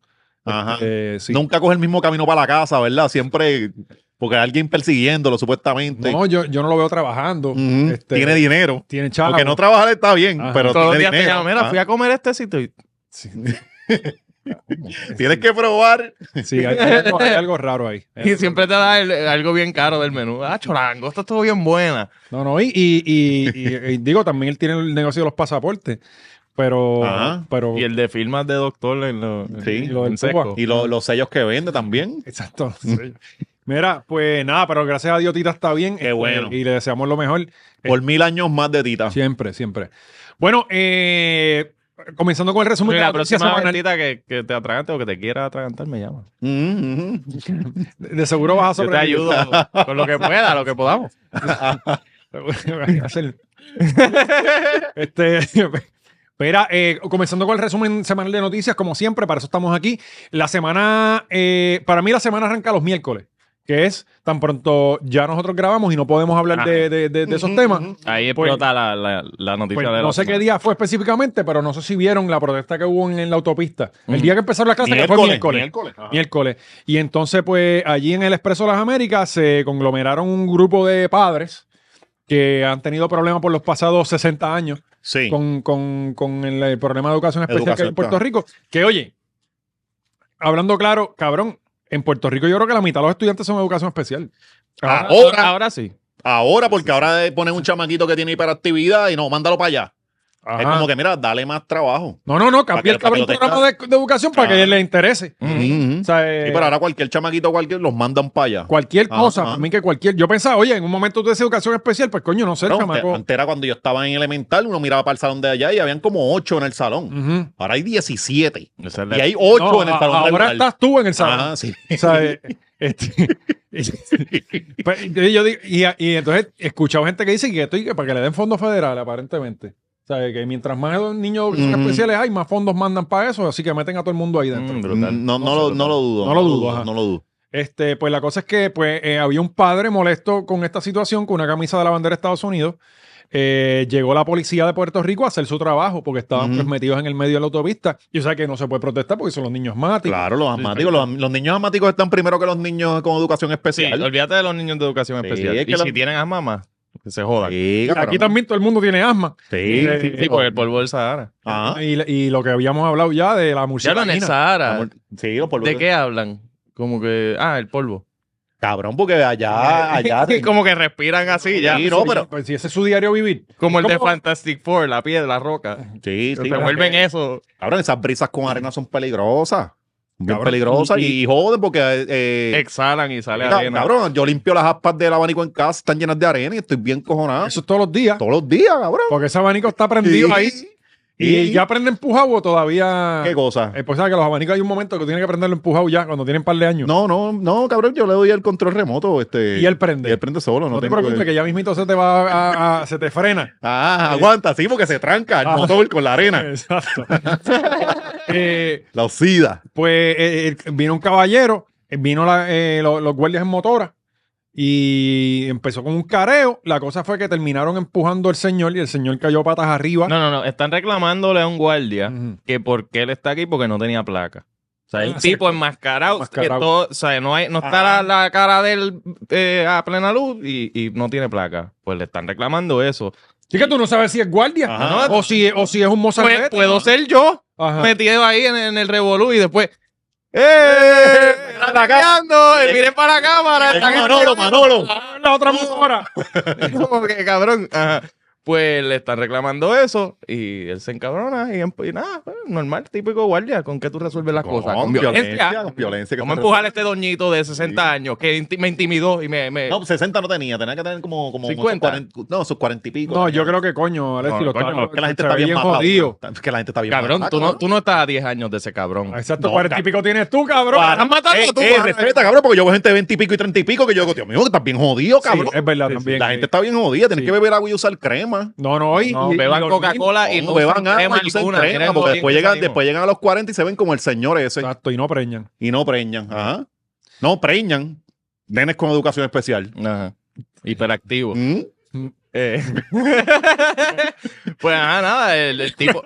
[SPEAKER 3] Ajá.
[SPEAKER 2] Eh, sí.
[SPEAKER 3] Nunca coge el mismo camino para la casa, ¿verdad? Siempre porque hay alguien persiguiéndolo, supuestamente.
[SPEAKER 2] No, yo, yo no lo veo trabajando.
[SPEAKER 3] Ujú.
[SPEAKER 2] Este,
[SPEAKER 3] tiene dinero.
[SPEAKER 2] tiene chavo.
[SPEAKER 3] Porque no trabajar está bien,
[SPEAKER 2] Ajá.
[SPEAKER 3] pero
[SPEAKER 4] Todos los
[SPEAKER 3] tiene
[SPEAKER 4] días te
[SPEAKER 3] dinero.
[SPEAKER 4] llaman, mira,
[SPEAKER 3] Ah,
[SPEAKER 4] fui a comer a este sitio y
[SPEAKER 2] Sí,
[SPEAKER 3] Tienes que probar.
[SPEAKER 2] sí, hay, hay algo, hay algo raro
[SPEAKER 3] *laughs*
[SPEAKER 2] ahí.
[SPEAKER 4] Y siempre te da el- algo bien caro del menú. Ah, chorango, esto estuvo bien buena.
[SPEAKER 2] No, no, y, y- y- y- y digo, también él tiene el negocio de los pasaportes, pero...
[SPEAKER 3] Ajá.
[SPEAKER 2] pero
[SPEAKER 4] Y el de firmas de doctor en lo, en-
[SPEAKER 3] Sí.
[SPEAKER 4] en
[SPEAKER 2] Lo del
[SPEAKER 4] seco.
[SPEAKER 2] Cuba.
[SPEAKER 3] Y lo- los sellos que vende también.
[SPEAKER 2] Exacto. Sí. Mira, pues nada, pero gracias a Dios Tita está bien. Este,
[SPEAKER 3] Qué bueno.
[SPEAKER 2] Y le deseamos lo mejor.
[SPEAKER 3] Por mil años más de
[SPEAKER 4] Ah.
[SPEAKER 3] Tita.
[SPEAKER 2] Siempre, siempre. Bueno, eh, comenzando con el resumen de
[SPEAKER 4] Mira, la
[SPEAKER 2] la noticia
[SPEAKER 4] próxima
[SPEAKER 2] semanal,
[SPEAKER 4] ventita que, que te atragante o que te quiera atragantar me llama.
[SPEAKER 3] Mm, mm.
[SPEAKER 2] de de seguro vas a
[SPEAKER 4] Yo te
[SPEAKER 2] sobrevivir.
[SPEAKER 4] ayudo con lo que pueda, lo que podamos.
[SPEAKER 3] *laughs*
[SPEAKER 2] Hacer- *laughs* este, espera, eh, comenzando con el resumen semanal de noticias, como siempre, para eso estamos aquí. La semana, eh, para mí la semana arranca los miércoles, que es tan pronto ya nosotros grabamos y no podemos
[SPEAKER 4] Ah.
[SPEAKER 2] hablar de, de- de- de esos temas.
[SPEAKER 4] Ahí
[SPEAKER 2] Pues-
[SPEAKER 4] explota la, la, la noticia
[SPEAKER 2] Pues,
[SPEAKER 4] de la
[SPEAKER 2] no sé
[SPEAKER 4] semana.
[SPEAKER 2] qué día fue específicamente, pero no sé si vieron la protesta que hubo en, en la autopista. El día que empezaron las clases, que fue miércoles.
[SPEAKER 3] miércoles, ajá.
[SPEAKER 2] Miércoles. Y entonces, pues, allí en el Expreso de las Américas se conglomeraron un grupo de padres que han tenido problemas por los pasados 60 años
[SPEAKER 3] Sí.
[SPEAKER 2] con, con- con el, eh, problema de educación especial que hay
[SPEAKER 3] Educación,
[SPEAKER 2] en Puerto
[SPEAKER 3] claro.
[SPEAKER 2] Rico. Que, oye, hablando claro, cabrón, en Puerto Rico yo creo que la mitad de los estudiantes son educación especial.
[SPEAKER 3] Ah,
[SPEAKER 4] Ahora,
[SPEAKER 3] Ahora.
[SPEAKER 4] ahora sí.
[SPEAKER 3] Ahora, porque ahora eh, ponen un chamaquito que tiene hiperactividad y no, mándalo para allá.
[SPEAKER 2] Ajá.
[SPEAKER 3] Es como que, mira, dale más trabajo.
[SPEAKER 2] No, no, no,
[SPEAKER 3] que-
[SPEAKER 2] cambié el
[SPEAKER 3] para que
[SPEAKER 2] cabrón
[SPEAKER 3] lo tenga-
[SPEAKER 2] programa de, de educación para
[SPEAKER 3] Claro.
[SPEAKER 2] que le interese.
[SPEAKER 3] Mm.
[SPEAKER 2] O sea, eh,
[SPEAKER 3] Sí, pero ahora cualquier chamaquito, cualquier, los mandan para allá.
[SPEAKER 2] Cualquier
[SPEAKER 3] Ajá,
[SPEAKER 2] cosa,
[SPEAKER 3] ajá.
[SPEAKER 2] a mí que cualquier. Yo pensaba, oye, en un momento tú haces educación especial, pues coño, no sé,
[SPEAKER 3] No,
[SPEAKER 2] chamaco.
[SPEAKER 3] antes, antes era cuando yo estaba en elemental, uno miraba para el salón de allá y habían como ocho en el salón.
[SPEAKER 2] Ujú.
[SPEAKER 3] Ahora hay 17.
[SPEAKER 4] Esa es
[SPEAKER 3] Y
[SPEAKER 4] la-
[SPEAKER 3] hay ocho
[SPEAKER 2] Mm. No,
[SPEAKER 3] en el
[SPEAKER 2] a-
[SPEAKER 3] salón
[SPEAKER 2] ahora
[SPEAKER 3] regular.
[SPEAKER 2] estás tú en el salón.
[SPEAKER 3] Ajá, sí.
[SPEAKER 2] O sea, eh, este,
[SPEAKER 3] *laughs*
[SPEAKER 2] pues, y yo digo- y, y entonces he escuchado gente que dice que estoy que para que le den fondos federales, aparentemente. O sea, que mientras más niños de educación
[SPEAKER 3] Ujú.
[SPEAKER 2] especiales hay, más fondos mandan para eso, así que meten a todo el mundo ahí dentro.
[SPEAKER 4] Mm, brutal.
[SPEAKER 3] No, no, lo, no lo dudo.
[SPEAKER 2] No lo dudo, ajá.
[SPEAKER 3] No lo dudo.
[SPEAKER 2] Este, pues la cosa es que pues, eh, había un padre molesto con esta situación, con una camisa de la bandera de Estados Unidos. Eh, llegó la policía de Puerto Rico a hacer su trabajo porque estaban
[SPEAKER 3] Ujú.
[SPEAKER 2] pues, metidos en el medio de la autopista. Y o sea que no se puede protestar porque son los niños matis.
[SPEAKER 3] Claro, los asmáticos. Los, los niños asmáticos están primero que los niños con educación
[SPEAKER 4] Sí,
[SPEAKER 3] especial.
[SPEAKER 4] olvídate de los niños de educación
[SPEAKER 3] Sí,
[SPEAKER 4] especial.
[SPEAKER 3] es que
[SPEAKER 4] y
[SPEAKER 3] la-
[SPEAKER 4] si tienen asma más, que se jodan. Sí,
[SPEAKER 3] Sí, cabrón.
[SPEAKER 2] Aquí también todo el mundo tiene asma.
[SPEAKER 3] Sí, Ah,
[SPEAKER 2] Sí,
[SPEAKER 3] sí,
[SPEAKER 2] sí,
[SPEAKER 3] sí.
[SPEAKER 4] por el polvo del Sahara.
[SPEAKER 3] Ajá.
[SPEAKER 2] Y, y lo que habíamos hablado ya de la
[SPEAKER 4] Ya hablan del
[SPEAKER 2] murciélaga.
[SPEAKER 4] Sahara.
[SPEAKER 3] Sí, los polvos.
[SPEAKER 4] ¿De qué hablan? Como que, ah, el polvo.
[SPEAKER 3] Cabrón, porque
[SPEAKER 2] *laughs*
[SPEAKER 3] allá, allá.
[SPEAKER 4] Como que respiran así ya.
[SPEAKER 3] Sí, no, pero. Ah.
[SPEAKER 2] Pues si ese es su diario vivir.
[SPEAKER 4] Como el de
[SPEAKER 2] ¿Cómo?
[SPEAKER 4] Fantastic Four, la piedra, la roca.
[SPEAKER 3] Sí, sí.
[SPEAKER 4] Se vuelven eso.
[SPEAKER 3] Cabrón, esas brisas con arena son peligrosas. Bien
[SPEAKER 2] Cabrón,
[SPEAKER 3] peligrosas.
[SPEAKER 2] y-
[SPEAKER 3] Y, joden porque. eh,
[SPEAKER 4] Exhalan y sale
[SPEAKER 3] ca-
[SPEAKER 4] arena.
[SPEAKER 3] Cabrón, yo limpio las aspas del abanico en casa, están llenas de arena y estoy bien cojonado.
[SPEAKER 2] Eso es todos los días.
[SPEAKER 3] Todos los días, cabrón.
[SPEAKER 2] Porque ese abanico está prendido
[SPEAKER 3] Sí.
[SPEAKER 2] ahí. ¿Y,
[SPEAKER 3] Y-
[SPEAKER 2] ya aprende empujado o todavía?
[SPEAKER 3] ¿Qué cosa?
[SPEAKER 2] Eh, pues sabes que los abanicos hay un momento que tienen que aprenderlo empujado ya, cuando tienen un par de años.
[SPEAKER 3] No, no, no, cabrón, yo le doy el control remoto. Este,
[SPEAKER 2] Y él prende.
[SPEAKER 3] Y él prende solo. No,
[SPEAKER 2] No te
[SPEAKER 3] tengo
[SPEAKER 2] preocupes que ya mismito se te va a- a- a- se te
[SPEAKER 3] *laughs*
[SPEAKER 2] frena.
[SPEAKER 3] Ah, aguanta, sí, porque se tranca el
[SPEAKER 2] Ah.
[SPEAKER 3] motor con
[SPEAKER 2] *laughs*
[SPEAKER 3] la arena.
[SPEAKER 2] Exacto. Eh,
[SPEAKER 3] La *laughs* oxida.
[SPEAKER 2] pues eh, eh, vino un caballero, eh, vino la- eh, lo- los guardias en motora y empezó con un careo. La cosa fue que terminaron empujando al señor y el señor cayó patas arriba.
[SPEAKER 4] No, no, no. Están reclamándole a un guardia
[SPEAKER 2] Ujú.
[SPEAKER 4] que por qué él está aquí porque no tenía placa. O sea, el
[SPEAKER 2] Ah,
[SPEAKER 4] tipo enmascarado, que
[SPEAKER 2] Enmascarado.
[SPEAKER 4] todo- o sea, no, hay, no está la, la cara de él eh, a plena luz y, y no tiene placa. Pues le están reclamando eso.
[SPEAKER 2] Sí que tú no sabes si es guardia
[SPEAKER 3] Ajá.
[SPEAKER 2] o, si, o si es un mozalbete.
[SPEAKER 4] Pues, puedo ser yo
[SPEAKER 2] Ajá.
[SPEAKER 4] metido ahí en, en el revolú y después... ¡Eh! ¡Atacando! eh, ¡Miren para la cámara! están
[SPEAKER 3] Manolo, Manolo.
[SPEAKER 2] La otra motora.
[SPEAKER 4] *laughs* Como que cabrón. Ajá. Pues le están reclamando eso y él se encabrona y, emp- y nada, pues, normal, típico guardia, ¿con qué tú resuelves las cosas?
[SPEAKER 3] Con violencia, con violencia. que
[SPEAKER 4] Vamos a
[SPEAKER 3] se
[SPEAKER 4] empujar a este doñito de 60
[SPEAKER 3] Sí.
[SPEAKER 4] años que inti- me intimidó y me... me-
[SPEAKER 3] No, 60 no tenía, tenía que tener como, como
[SPEAKER 4] 50.
[SPEAKER 3] sus 40, no, sus 40 y pico.
[SPEAKER 2] No, yo creo que coño, Alexi,
[SPEAKER 4] No,
[SPEAKER 2] lo
[SPEAKER 4] coño,
[SPEAKER 2] está-
[SPEAKER 3] que la gente
[SPEAKER 2] se
[SPEAKER 3] está
[SPEAKER 2] ve
[SPEAKER 3] bien mala,
[SPEAKER 2] jodido.
[SPEAKER 3] cabrón. Que la gente está bien
[SPEAKER 4] cabrón,
[SPEAKER 3] mala,
[SPEAKER 4] tú no, tú no estás a 10 años de ese cabrón.
[SPEAKER 2] Exacto,
[SPEAKER 3] No,
[SPEAKER 2] cuarenta y
[SPEAKER 3] cabrón.
[SPEAKER 2] pico tienes tú, cabrón.
[SPEAKER 3] Cuarenta.
[SPEAKER 4] Estás matando
[SPEAKER 3] Eh,
[SPEAKER 4] a tu
[SPEAKER 3] eh,
[SPEAKER 4] hermano.
[SPEAKER 3] respeta, cabrón, porque yo veo gente de 20 y pico y 30 y pico que yo digo, Dios mío, que estás bien jodido,
[SPEAKER 2] Sí,
[SPEAKER 3] cabrón.
[SPEAKER 2] es verdad
[SPEAKER 3] Sí, sí,
[SPEAKER 2] también.
[SPEAKER 3] la
[SPEAKER 2] sí.
[SPEAKER 3] gente está bien jodida, tienes
[SPEAKER 2] Sí.
[SPEAKER 3] que beber agua y usar crema.
[SPEAKER 2] No, no, y,
[SPEAKER 4] No,
[SPEAKER 2] y- y
[SPEAKER 4] beban
[SPEAKER 2] dormir.
[SPEAKER 4] Coca-cola Ah, y
[SPEAKER 3] No
[SPEAKER 4] no
[SPEAKER 3] beban
[SPEAKER 4] usen
[SPEAKER 3] agua
[SPEAKER 4] crema
[SPEAKER 3] y usen
[SPEAKER 4] ninguna,
[SPEAKER 3] crema,
[SPEAKER 4] miren
[SPEAKER 3] porque
[SPEAKER 4] cómo
[SPEAKER 3] después
[SPEAKER 4] bien
[SPEAKER 3] llegan,
[SPEAKER 4] salimos.
[SPEAKER 3] después llegan a los 40 y se ven como el señor ese
[SPEAKER 2] Exacto, y no preñan.
[SPEAKER 3] y no preñan. Ajá. No preñan. Nenes con educación especial.
[SPEAKER 4] Ajá. Hiperactivo.
[SPEAKER 3] ¿Mm?
[SPEAKER 4] Eh. *laughs* pues ajá, nada, el, el tipo,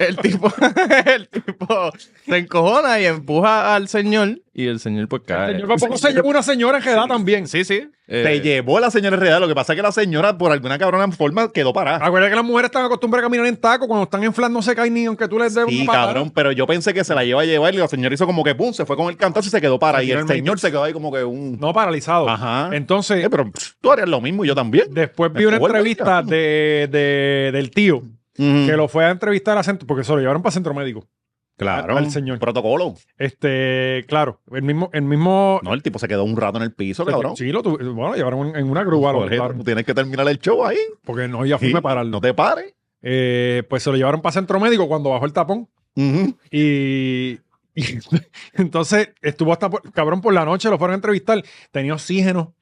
[SPEAKER 4] el *laughs* tipo, *laughs* el tipo se encojona y empuja al señor y el señor pues cae.
[SPEAKER 2] Señor, tampoco se lleva una señora que da también.
[SPEAKER 4] Sí, sí. eh,
[SPEAKER 3] Te llevó la señora Herrera. Lo que pasa es que la señora, por alguna cabrona forma, quedó parada.
[SPEAKER 2] Acuérdate que las mujeres están acostumbradas a caminar en taco. Cuando están en flan no se caen ni aunque tú les des
[SPEAKER 3] Sí,
[SPEAKER 2] una patada.
[SPEAKER 3] cabrón, pero yo pensé que se la iba a llevar y la señora hizo como que pum, se fue con el cantazo y se quedó para.
[SPEAKER 2] Se
[SPEAKER 3] Y
[SPEAKER 2] tiró
[SPEAKER 3] el
[SPEAKER 2] el
[SPEAKER 3] señor
[SPEAKER 2] maíz.
[SPEAKER 3] se quedó ahí como que un.
[SPEAKER 2] No, paralizado.
[SPEAKER 3] Ajá.
[SPEAKER 2] Entonces,
[SPEAKER 3] Eh, pero pff, tú harías lo mismo y yo también.
[SPEAKER 2] después vi
[SPEAKER 3] me
[SPEAKER 2] una
[SPEAKER 3] vuelve,
[SPEAKER 2] entrevista
[SPEAKER 3] cabrón.
[SPEAKER 2] de, de- del tío
[SPEAKER 3] Mm,
[SPEAKER 2] que lo fue a entrevistar a centro, porque se lo llevaron para centro médico.
[SPEAKER 3] claro,
[SPEAKER 2] al señor.
[SPEAKER 3] Protocolo.
[SPEAKER 2] Este, claro, el mismo, el mismo.
[SPEAKER 3] No, el tipo se quedó un rato en el piso, cabrón.
[SPEAKER 2] Sí, lo tuve- bueno, lo llevaron en, en una grúa, lo
[SPEAKER 3] Por eso,
[SPEAKER 2] botaron,
[SPEAKER 3] tú tienes que terminar el show ahí.
[SPEAKER 2] porque no había
[SPEAKER 3] Sí,
[SPEAKER 2] forma de pararlo.
[SPEAKER 3] No te pares.
[SPEAKER 2] Eh, pues se lo llevaron para centro médico cuando bajó el tapón.
[SPEAKER 3] Ujú.
[SPEAKER 2] Y, y *laughs* entonces estuvo hasta por- cabrón por la noche, lo fueron a entrevistar, tenía oxígeno.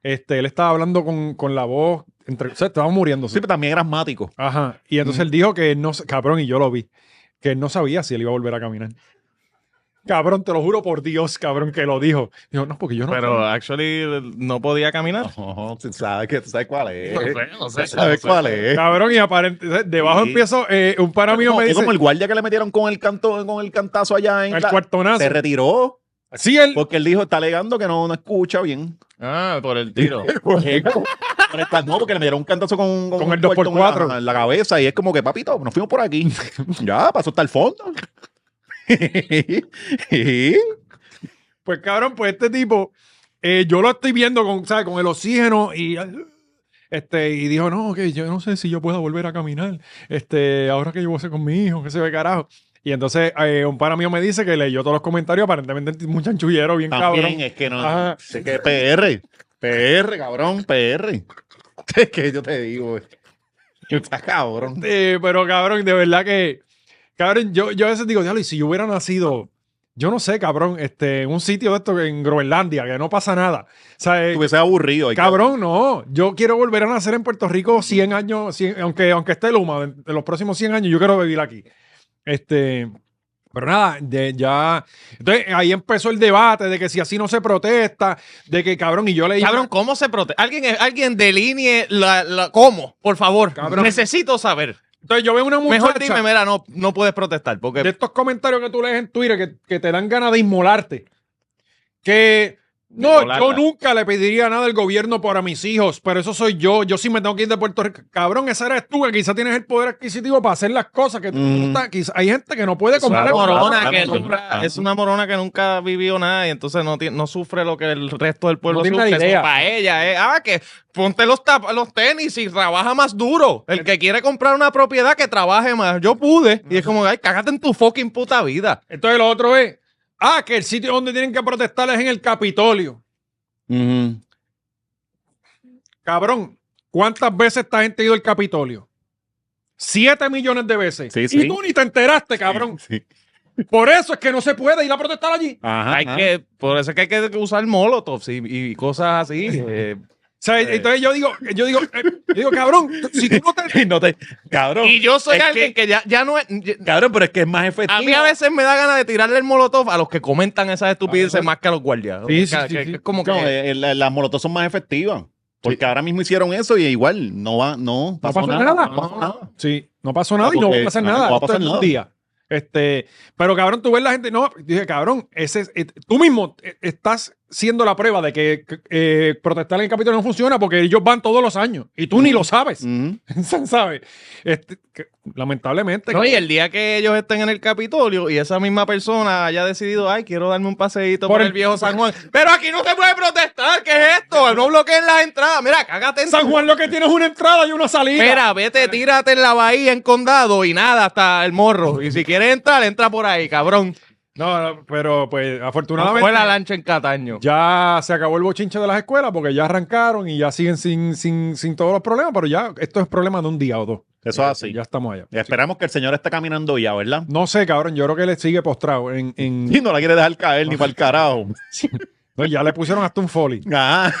[SPEAKER 2] Este, él estaba hablando con, con la voz, entre, o sea, estaba muriéndose.
[SPEAKER 3] Sí, pero Mm. también era asmático.
[SPEAKER 2] Ajá. Y entonces él dijo que no, cabrón, y yo lo vi, que él no sabía si él iba a volver a caminar. Cabrón, te lo juro por Dios, cabrón, que lo dijo. Dijo, no, porque yo no.
[SPEAKER 4] Pero actually no podía caminar.
[SPEAKER 3] No, tú sabes, que, tú sabes cuál es.
[SPEAKER 4] no sé.
[SPEAKER 3] Tú sabes cuál es.
[SPEAKER 2] Cabrón, y aparentemente, debajo
[SPEAKER 3] eh, Sí.
[SPEAKER 2] empiezo, eh, un pana mío
[SPEAKER 3] como,
[SPEAKER 2] me
[SPEAKER 3] es
[SPEAKER 2] dice,
[SPEAKER 3] como el guardia que le metieron con el canto, con el cantazo allá en
[SPEAKER 2] el
[SPEAKER 3] la-
[SPEAKER 2] cuartonazo.
[SPEAKER 3] se retiró
[SPEAKER 2] Sí, él,
[SPEAKER 3] porque él dijo está alegando que no, no escucha bien.
[SPEAKER 4] Ah, por el tiro.
[SPEAKER 3] Por ejemplo, por el can- no, porque le metieron un cantazo con,
[SPEAKER 2] Con
[SPEAKER 3] un
[SPEAKER 2] el dos por
[SPEAKER 3] cuarto en la-
[SPEAKER 2] cuatro.
[SPEAKER 3] en la cabeza y es como que papito, nos fuimos
[SPEAKER 2] *laughs*
[SPEAKER 3] por aquí. ya, pasó hasta el fondo.
[SPEAKER 2] Pues cabrón, pues este tipo, eh, yo lo estoy viendo con, ¿sabes? con el oxígeno y, este, y dijo, no, que yo no sé si yo pueda volver a caminar, este, ahora que yo voy a hacer con mi hijo, que se ve carajo. Y entonces eh, un pana mío me dice que leyó todos los comentarios, aparentemente un chanchullero bien
[SPEAKER 3] También
[SPEAKER 2] cabrón. Ah.
[SPEAKER 3] es que no.
[SPEAKER 2] Ajá.
[SPEAKER 3] Es que PR, PR, cabrón, PR. *laughs* Es que yo te digo, está cabrón.
[SPEAKER 2] Eh, pero cabrón, de verdad que, cabrón, yo, yo a veces digo, diablo, y si yo hubiera nacido, yo no sé, cabrón, este, en un sitio de esto en Groenlandia, que no pasa nada. O sea, eh,
[SPEAKER 3] Estuviese aburrido. ahí,
[SPEAKER 2] Cabrón, no. Yo quiero volver a nacer en Puerto Rico 100 años, 100 aunque, aunque esté Luma, en, en los próximos 100 años yo quiero vivir aquí. Este, pero nada, de- ya. Entonces ahí empezó el debate de que si así no se protesta, de que cabrón, y yo leí.
[SPEAKER 4] Cabrón, ¿cómo se protege? Alguien, alguien delinee la, la- cómo, por favor.
[SPEAKER 2] Cabrón.
[SPEAKER 4] Necesito saber.
[SPEAKER 2] Entonces yo veo una muchacha.
[SPEAKER 4] Mejor dime, mira, no, no puedes protestar porque
[SPEAKER 2] de estos comentarios que tú lees en Twitter que, que te dan ganas de inmolarte. Que no,
[SPEAKER 4] Inmolarla.
[SPEAKER 2] yo nunca le pediría nada al gobierno para mis hijos, pero eso soy yo. Yo sí me tengo que ir de Puerto Rico. Cabrón, esa eres tú que quizás tienes el poder adquisitivo para hacer las cosas que tú
[SPEAKER 3] Mm.
[SPEAKER 2] no estás. Quizá- hay gente que no puede
[SPEAKER 4] una
[SPEAKER 2] comprar.
[SPEAKER 3] Claro,
[SPEAKER 4] morona
[SPEAKER 3] claro,
[SPEAKER 4] que
[SPEAKER 3] claro.
[SPEAKER 4] nunca-
[SPEAKER 3] Ajá.
[SPEAKER 4] es una morona que nunca vivió nada y entonces no, tiene- no sufre lo que el resto del pueblo
[SPEAKER 2] No tiene
[SPEAKER 4] sufre.
[SPEAKER 2] la idea.
[SPEAKER 4] Para ella es, ah, que ponte los, tap- los tenis y trabaja más duro. El que quiere comprar una propiedad que trabaje más. Yo pude. Y es como, ay, cágate en tu fucking puta vida.
[SPEAKER 2] Entonces lo otro es, ah, que el sitio donde tienen que protestar es en el Capitolio.
[SPEAKER 3] Ujú.
[SPEAKER 2] Cabrón, ¿cuántas veces esta gente ha ido al Capitolio? 7 millones de veces.
[SPEAKER 3] Sí,
[SPEAKER 2] Y
[SPEAKER 3] sí.
[SPEAKER 2] tú ni te enteraste, cabrón.
[SPEAKER 3] Sí.
[SPEAKER 2] Por eso es que no se puede ir a protestar allí.
[SPEAKER 3] Ajá,
[SPEAKER 4] hay
[SPEAKER 3] ajá.
[SPEAKER 4] que, por eso es que hay que usar molotovs y, y cosas así. eh,
[SPEAKER 2] O sea, entonces yo digo, yo digo, eh, yo digo, cabrón, tú- si tú no te
[SPEAKER 3] Y *laughs* no te- Cabrón.
[SPEAKER 4] y yo soy
[SPEAKER 3] es
[SPEAKER 4] alguien que, ya, ya no es. ya-
[SPEAKER 3] Cabrón, pero es que es más efectivo.
[SPEAKER 4] a mí a veces me da ganas de tirarle el molotov a los que comentan esas estupideces más que a los guardias.
[SPEAKER 2] Sí,
[SPEAKER 4] Que-
[SPEAKER 2] sí, sí,
[SPEAKER 4] que-
[SPEAKER 2] sí.
[SPEAKER 4] que es como que.
[SPEAKER 3] No, eh, eh, la- las molotos son más efectivas. Porque ahora mismo hicieron eso y igual no va, no pasó,
[SPEAKER 2] pasó
[SPEAKER 3] nada.
[SPEAKER 2] nada.
[SPEAKER 3] no pasó nada.
[SPEAKER 2] Sí, no pasó nada y no va
[SPEAKER 3] Porque,
[SPEAKER 2] a pasar
[SPEAKER 3] ah,
[SPEAKER 2] nada.
[SPEAKER 3] no va a
[SPEAKER 2] Esto
[SPEAKER 3] pasar
[SPEAKER 2] es un
[SPEAKER 3] nada.
[SPEAKER 2] día. Este, pero cabrón, tú ves la gente, no, dije, cabrón, ese, es- eh, tú mismo eh, estás siendo la prueba de que eh, protestar en el Capitolio no funciona porque ellos van todos los años y tú ni lo sabes,
[SPEAKER 3] Ujú.
[SPEAKER 2] *laughs* ¿sabes? Este, que- lamentablemente.
[SPEAKER 4] No, y el día que ellos estén en el Capitolio y esa misma persona haya decidido, ay, quiero darme un paseíto por,
[SPEAKER 2] Por el-
[SPEAKER 4] el viejo San Juan. Pero aquí no se puede protestar, ¿qué es esto? No bloqueen las entradas. Mira, cágate en
[SPEAKER 2] San Juan lo que tiene es una entrada y una salida.
[SPEAKER 4] Mira, vete, tírate en la bahía en condado y nada, hasta el morro. Y si quieres entrar, entra por ahí, cabrón.
[SPEAKER 2] No, no, pero pues
[SPEAKER 4] No
[SPEAKER 2] afortunadamente.
[SPEAKER 4] fue la lancha en Cataño.
[SPEAKER 2] Ya se acabó el bochinche de las escuelas porque ya arrancaron y ya siguen sin, sin, sin todos los problemas, pero ya esto es problema de un día o dos.
[SPEAKER 3] Eso es así.
[SPEAKER 2] Ya estamos allá.
[SPEAKER 3] Esperamos que el señor esté caminando ya, ¿verdad?
[SPEAKER 2] No sé, cabrón. Yo creo que le sigue postrado. En, en-
[SPEAKER 3] Y no la quiere dejar caer ni para el carajo. *laughs*
[SPEAKER 2] no, ya le pusieron hasta un folly.
[SPEAKER 3] Ah,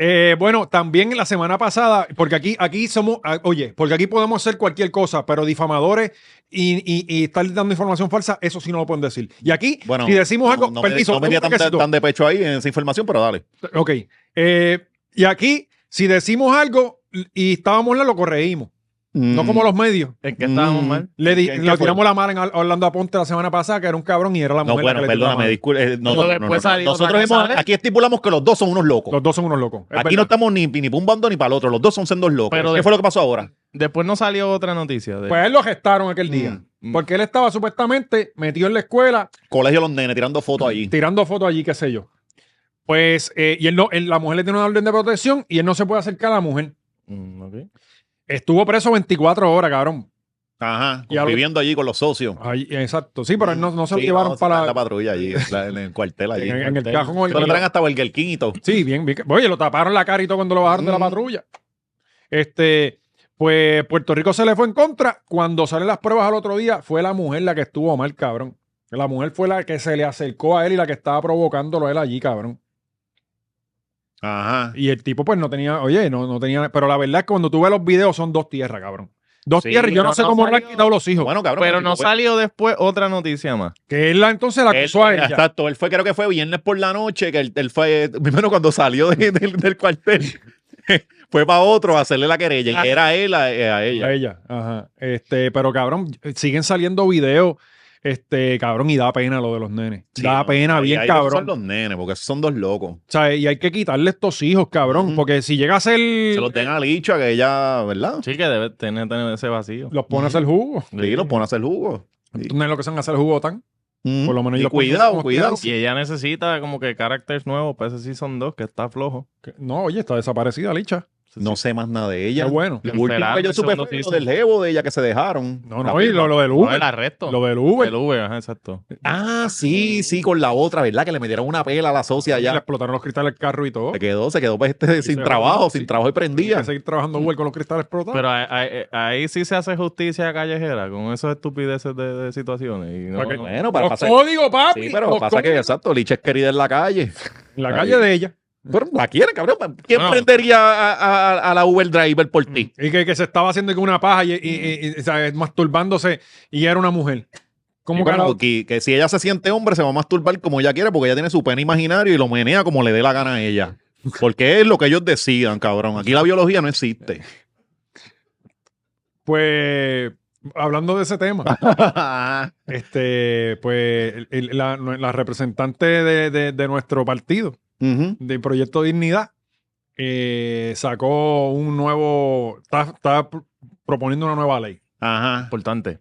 [SPEAKER 2] Eh, bueno, también la semana pasada, porque aquí, aquí somos, ah, oye, porque aquí podemos hacer cualquier cosa, pero difamadores y, y- y estar dando información falsa, eso sí no lo pueden decir. Y aquí,
[SPEAKER 3] bueno,
[SPEAKER 2] si decimos algo,
[SPEAKER 3] no, no me-
[SPEAKER 2] permiso,
[SPEAKER 3] no me di
[SPEAKER 2] un
[SPEAKER 3] tan,
[SPEAKER 2] toquecito.
[SPEAKER 3] tan de pecho ahí en esa información, pero dale.
[SPEAKER 2] Ok. Eh, y aquí, si decimos algo y estábamos mal, lo corregimos. No como los medios.
[SPEAKER 4] Es que estábamos
[SPEAKER 3] Mm.
[SPEAKER 4] mal.
[SPEAKER 2] Le, di-
[SPEAKER 3] ¿En qué
[SPEAKER 2] le
[SPEAKER 3] fue?
[SPEAKER 2] tiramos la mala en Al- Orlando Aponte la semana pasada, que era un cabrón y era la
[SPEAKER 3] No,
[SPEAKER 2] mujer. la
[SPEAKER 3] bueno,
[SPEAKER 2] que le tiró la
[SPEAKER 3] perdóname,
[SPEAKER 2] mano.
[SPEAKER 3] disculpe. eh, no, no, no,
[SPEAKER 4] después
[SPEAKER 3] no.
[SPEAKER 4] salió
[SPEAKER 3] Nosotros
[SPEAKER 4] otra cosa,
[SPEAKER 3] hemos,
[SPEAKER 4] ¿eh?
[SPEAKER 3] aquí estipulamos que los dos son unos locos.
[SPEAKER 2] Los dos son unos locos. Es
[SPEAKER 3] aquí
[SPEAKER 2] verdad.
[SPEAKER 3] no estamos ni, ni para un bando ni para el otro. Los dos son sendos locos.
[SPEAKER 4] Pero
[SPEAKER 3] ¿Qué
[SPEAKER 4] de-
[SPEAKER 3] fue lo que pasó ahora?
[SPEAKER 4] Después no salió otra noticia. De...
[SPEAKER 2] Pues él lo gestaron aquel día.
[SPEAKER 4] Mm, mm.
[SPEAKER 2] Porque él estaba supuestamente metido en la escuela,
[SPEAKER 3] Colegio Los Nenes tirando fotos allí.
[SPEAKER 2] tirando fotos allí, qué sé yo. Pues, eh, y él no, él- la mujer le tiene una orden de protección y él no se puede acercar a la mujer.
[SPEAKER 4] Mm, ok.
[SPEAKER 2] Estuvo preso 24 horas, cabrón.
[SPEAKER 3] Ajá,
[SPEAKER 2] Y ahora-
[SPEAKER 3] conviviendo allí con los socios.
[SPEAKER 2] Ay, exacto. Sí, pero él no, no se lo
[SPEAKER 3] Sí,
[SPEAKER 2] llevaron
[SPEAKER 3] no, sí,
[SPEAKER 2] para.
[SPEAKER 3] está en la patrulla allí, en la- en el cuartel allí.
[SPEAKER 2] En- en el
[SPEAKER 3] cuartel.
[SPEAKER 2] cajón o el-
[SPEAKER 3] Pero le traen hasta Burger King y todo.
[SPEAKER 2] Sí, bien, bien. Oye, lo taparon la cara y todo cuando lo bajaron de la
[SPEAKER 3] Mm.
[SPEAKER 2] patrulla. Este, pues Puerto Rico se le fue en contra. Cuando salen las pruebas al otro día, fue la mujer la que estuvo mal, cabrón. La mujer fue la que se le acercó a él y la que estaba provocándolo a él allí, cabrón.
[SPEAKER 3] Ajá.
[SPEAKER 2] Y el tipo, pues, no tenía, oye, no, no tenía. Pero la verdad es que cuando tú ves los videos son dos tierras, cabrón. Dos
[SPEAKER 3] Sí,
[SPEAKER 2] tierras. Yo no
[SPEAKER 4] pero
[SPEAKER 2] sé
[SPEAKER 4] no
[SPEAKER 2] cómo le han
[SPEAKER 4] salió-
[SPEAKER 2] quitado los hijos.
[SPEAKER 3] Bueno, cabrón.
[SPEAKER 4] Pero
[SPEAKER 3] el
[SPEAKER 4] no
[SPEAKER 3] tipo-
[SPEAKER 4] salió después otra noticia más.
[SPEAKER 2] que él la- entonces la
[SPEAKER 3] Él-
[SPEAKER 2] acusó a ella.
[SPEAKER 3] Exacto, él fue, creo que fue viernes por la noche, que él, él fue, primero cuando salió de- del, del cuartel, *laughs* fue para otro a hacerle la querella,
[SPEAKER 4] Ah.
[SPEAKER 3] y que era él a, eh, a
[SPEAKER 2] A
[SPEAKER 3] ella.
[SPEAKER 2] ella, ajá. Este, pero cabrón, siguen saliendo videos, este, cabrón, y da pena lo de los nenes.
[SPEAKER 3] Sí,
[SPEAKER 2] da
[SPEAKER 3] no,
[SPEAKER 2] pena,
[SPEAKER 3] ahí-
[SPEAKER 2] bien
[SPEAKER 3] ahí Son
[SPEAKER 2] cabrón.
[SPEAKER 3] los nenes, porque esos son dos locos.
[SPEAKER 2] O sea, y hay que quitarle estos hijos, cabrón,
[SPEAKER 3] Ujú.
[SPEAKER 2] porque si llega a ser,
[SPEAKER 3] Se los
[SPEAKER 2] los,
[SPEAKER 3] den a Licho, a que ella, ¿verdad?
[SPEAKER 4] Sí, que debe tener, tener ese vacío.
[SPEAKER 2] pone a hacer jugo.
[SPEAKER 3] Sí, los pone a hacer jugo.
[SPEAKER 2] Entonces, No es lo que se van a hacer jugo tan.
[SPEAKER 3] Mm.
[SPEAKER 2] Por lo menos
[SPEAKER 3] Y
[SPEAKER 2] ellos ponen
[SPEAKER 3] cuidado,
[SPEAKER 2] como
[SPEAKER 3] cuidado.
[SPEAKER 4] Y ella necesita como que caracteres nuevos pues para ese Season 2, que está flojo.
[SPEAKER 2] Que- No, oye, está desaparecida, Licha.
[SPEAKER 3] No sé más nada de
[SPEAKER 2] Qué
[SPEAKER 3] ella.
[SPEAKER 2] bueno.
[SPEAKER 3] Lo último que yo
[SPEAKER 4] Cancelaron,
[SPEAKER 3] supe
[SPEAKER 4] eso no
[SPEAKER 3] fue lo
[SPEAKER 4] dicen.
[SPEAKER 3] del jevo de ella que se dejaron.
[SPEAKER 2] No,
[SPEAKER 3] La
[SPEAKER 2] no, y
[SPEAKER 3] prima.
[SPEAKER 2] lo, lo del
[SPEAKER 4] No,
[SPEAKER 2] Uber.
[SPEAKER 4] el arresto.
[SPEAKER 2] lo del Uber.
[SPEAKER 4] El Uber, ajá, exacto.
[SPEAKER 3] Ah, sí, sí, con la otra, ¿verdad? Que le metieron una pela a la socia
[SPEAKER 2] Le
[SPEAKER 3] ya.
[SPEAKER 2] explotaron los cristales del carro y todo.
[SPEAKER 3] Se quedó, se quedó pues, este, sin
[SPEAKER 2] se
[SPEAKER 3] trabajo,
[SPEAKER 2] va, sí.
[SPEAKER 3] sin trabajo y prendía.
[SPEAKER 2] Hay que seguir trabajando Uber con los cristales explotados.
[SPEAKER 4] Pero ahí, ahí- ahí sí se hace justicia callejera con esas estupideces de, de situaciones. Y no-
[SPEAKER 2] Para que-
[SPEAKER 4] no-
[SPEAKER 3] Bueno, para
[SPEAKER 2] los
[SPEAKER 3] pasar.
[SPEAKER 2] códigos, papi.
[SPEAKER 3] Sí, pero
[SPEAKER 2] los
[SPEAKER 3] pasa que,
[SPEAKER 2] códigos.
[SPEAKER 3] exacto, Licha es querida en la calle.
[SPEAKER 2] En la calle de ella.
[SPEAKER 3] Pero la quieren, cabrón. ¿Quién
[SPEAKER 4] Bueno.
[SPEAKER 3] prendería a, a- a la Uber driver por ti?
[SPEAKER 2] Y que, que se estaba haciendo con una paja y, y- y- y, o sea, masturbándose y era una mujer. ¿Cómo
[SPEAKER 3] Sí,
[SPEAKER 2] que
[SPEAKER 3] bueno,
[SPEAKER 2] la-
[SPEAKER 3] que, que si ella se siente hombre, se va a masturbar como ella quiere, porque ella tiene su pene imaginario y lo menea como le dé la gana a ella. Porque es lo que ellos decidan, cabrón. Aquí la biología
[SPEAKER 2] *laughs*
[SPEAKER 3] no existe.
[SPEAKER 2] Pues, hablando de ese
[SPEAKER 3] *laughs*
[SPEAKER 2] tema, este, pues, el- el- la, la representante de, de- de nuestro partido,
[SPEAKER 3] Ujú.
[SPEAKER 2] de Proyecto Dignidad, eh, sacó un nuevo, está, está pr- proponiendo una nueva ley.
[SPEAKER 3] Ajá.
[SPEAKER 4] Importante.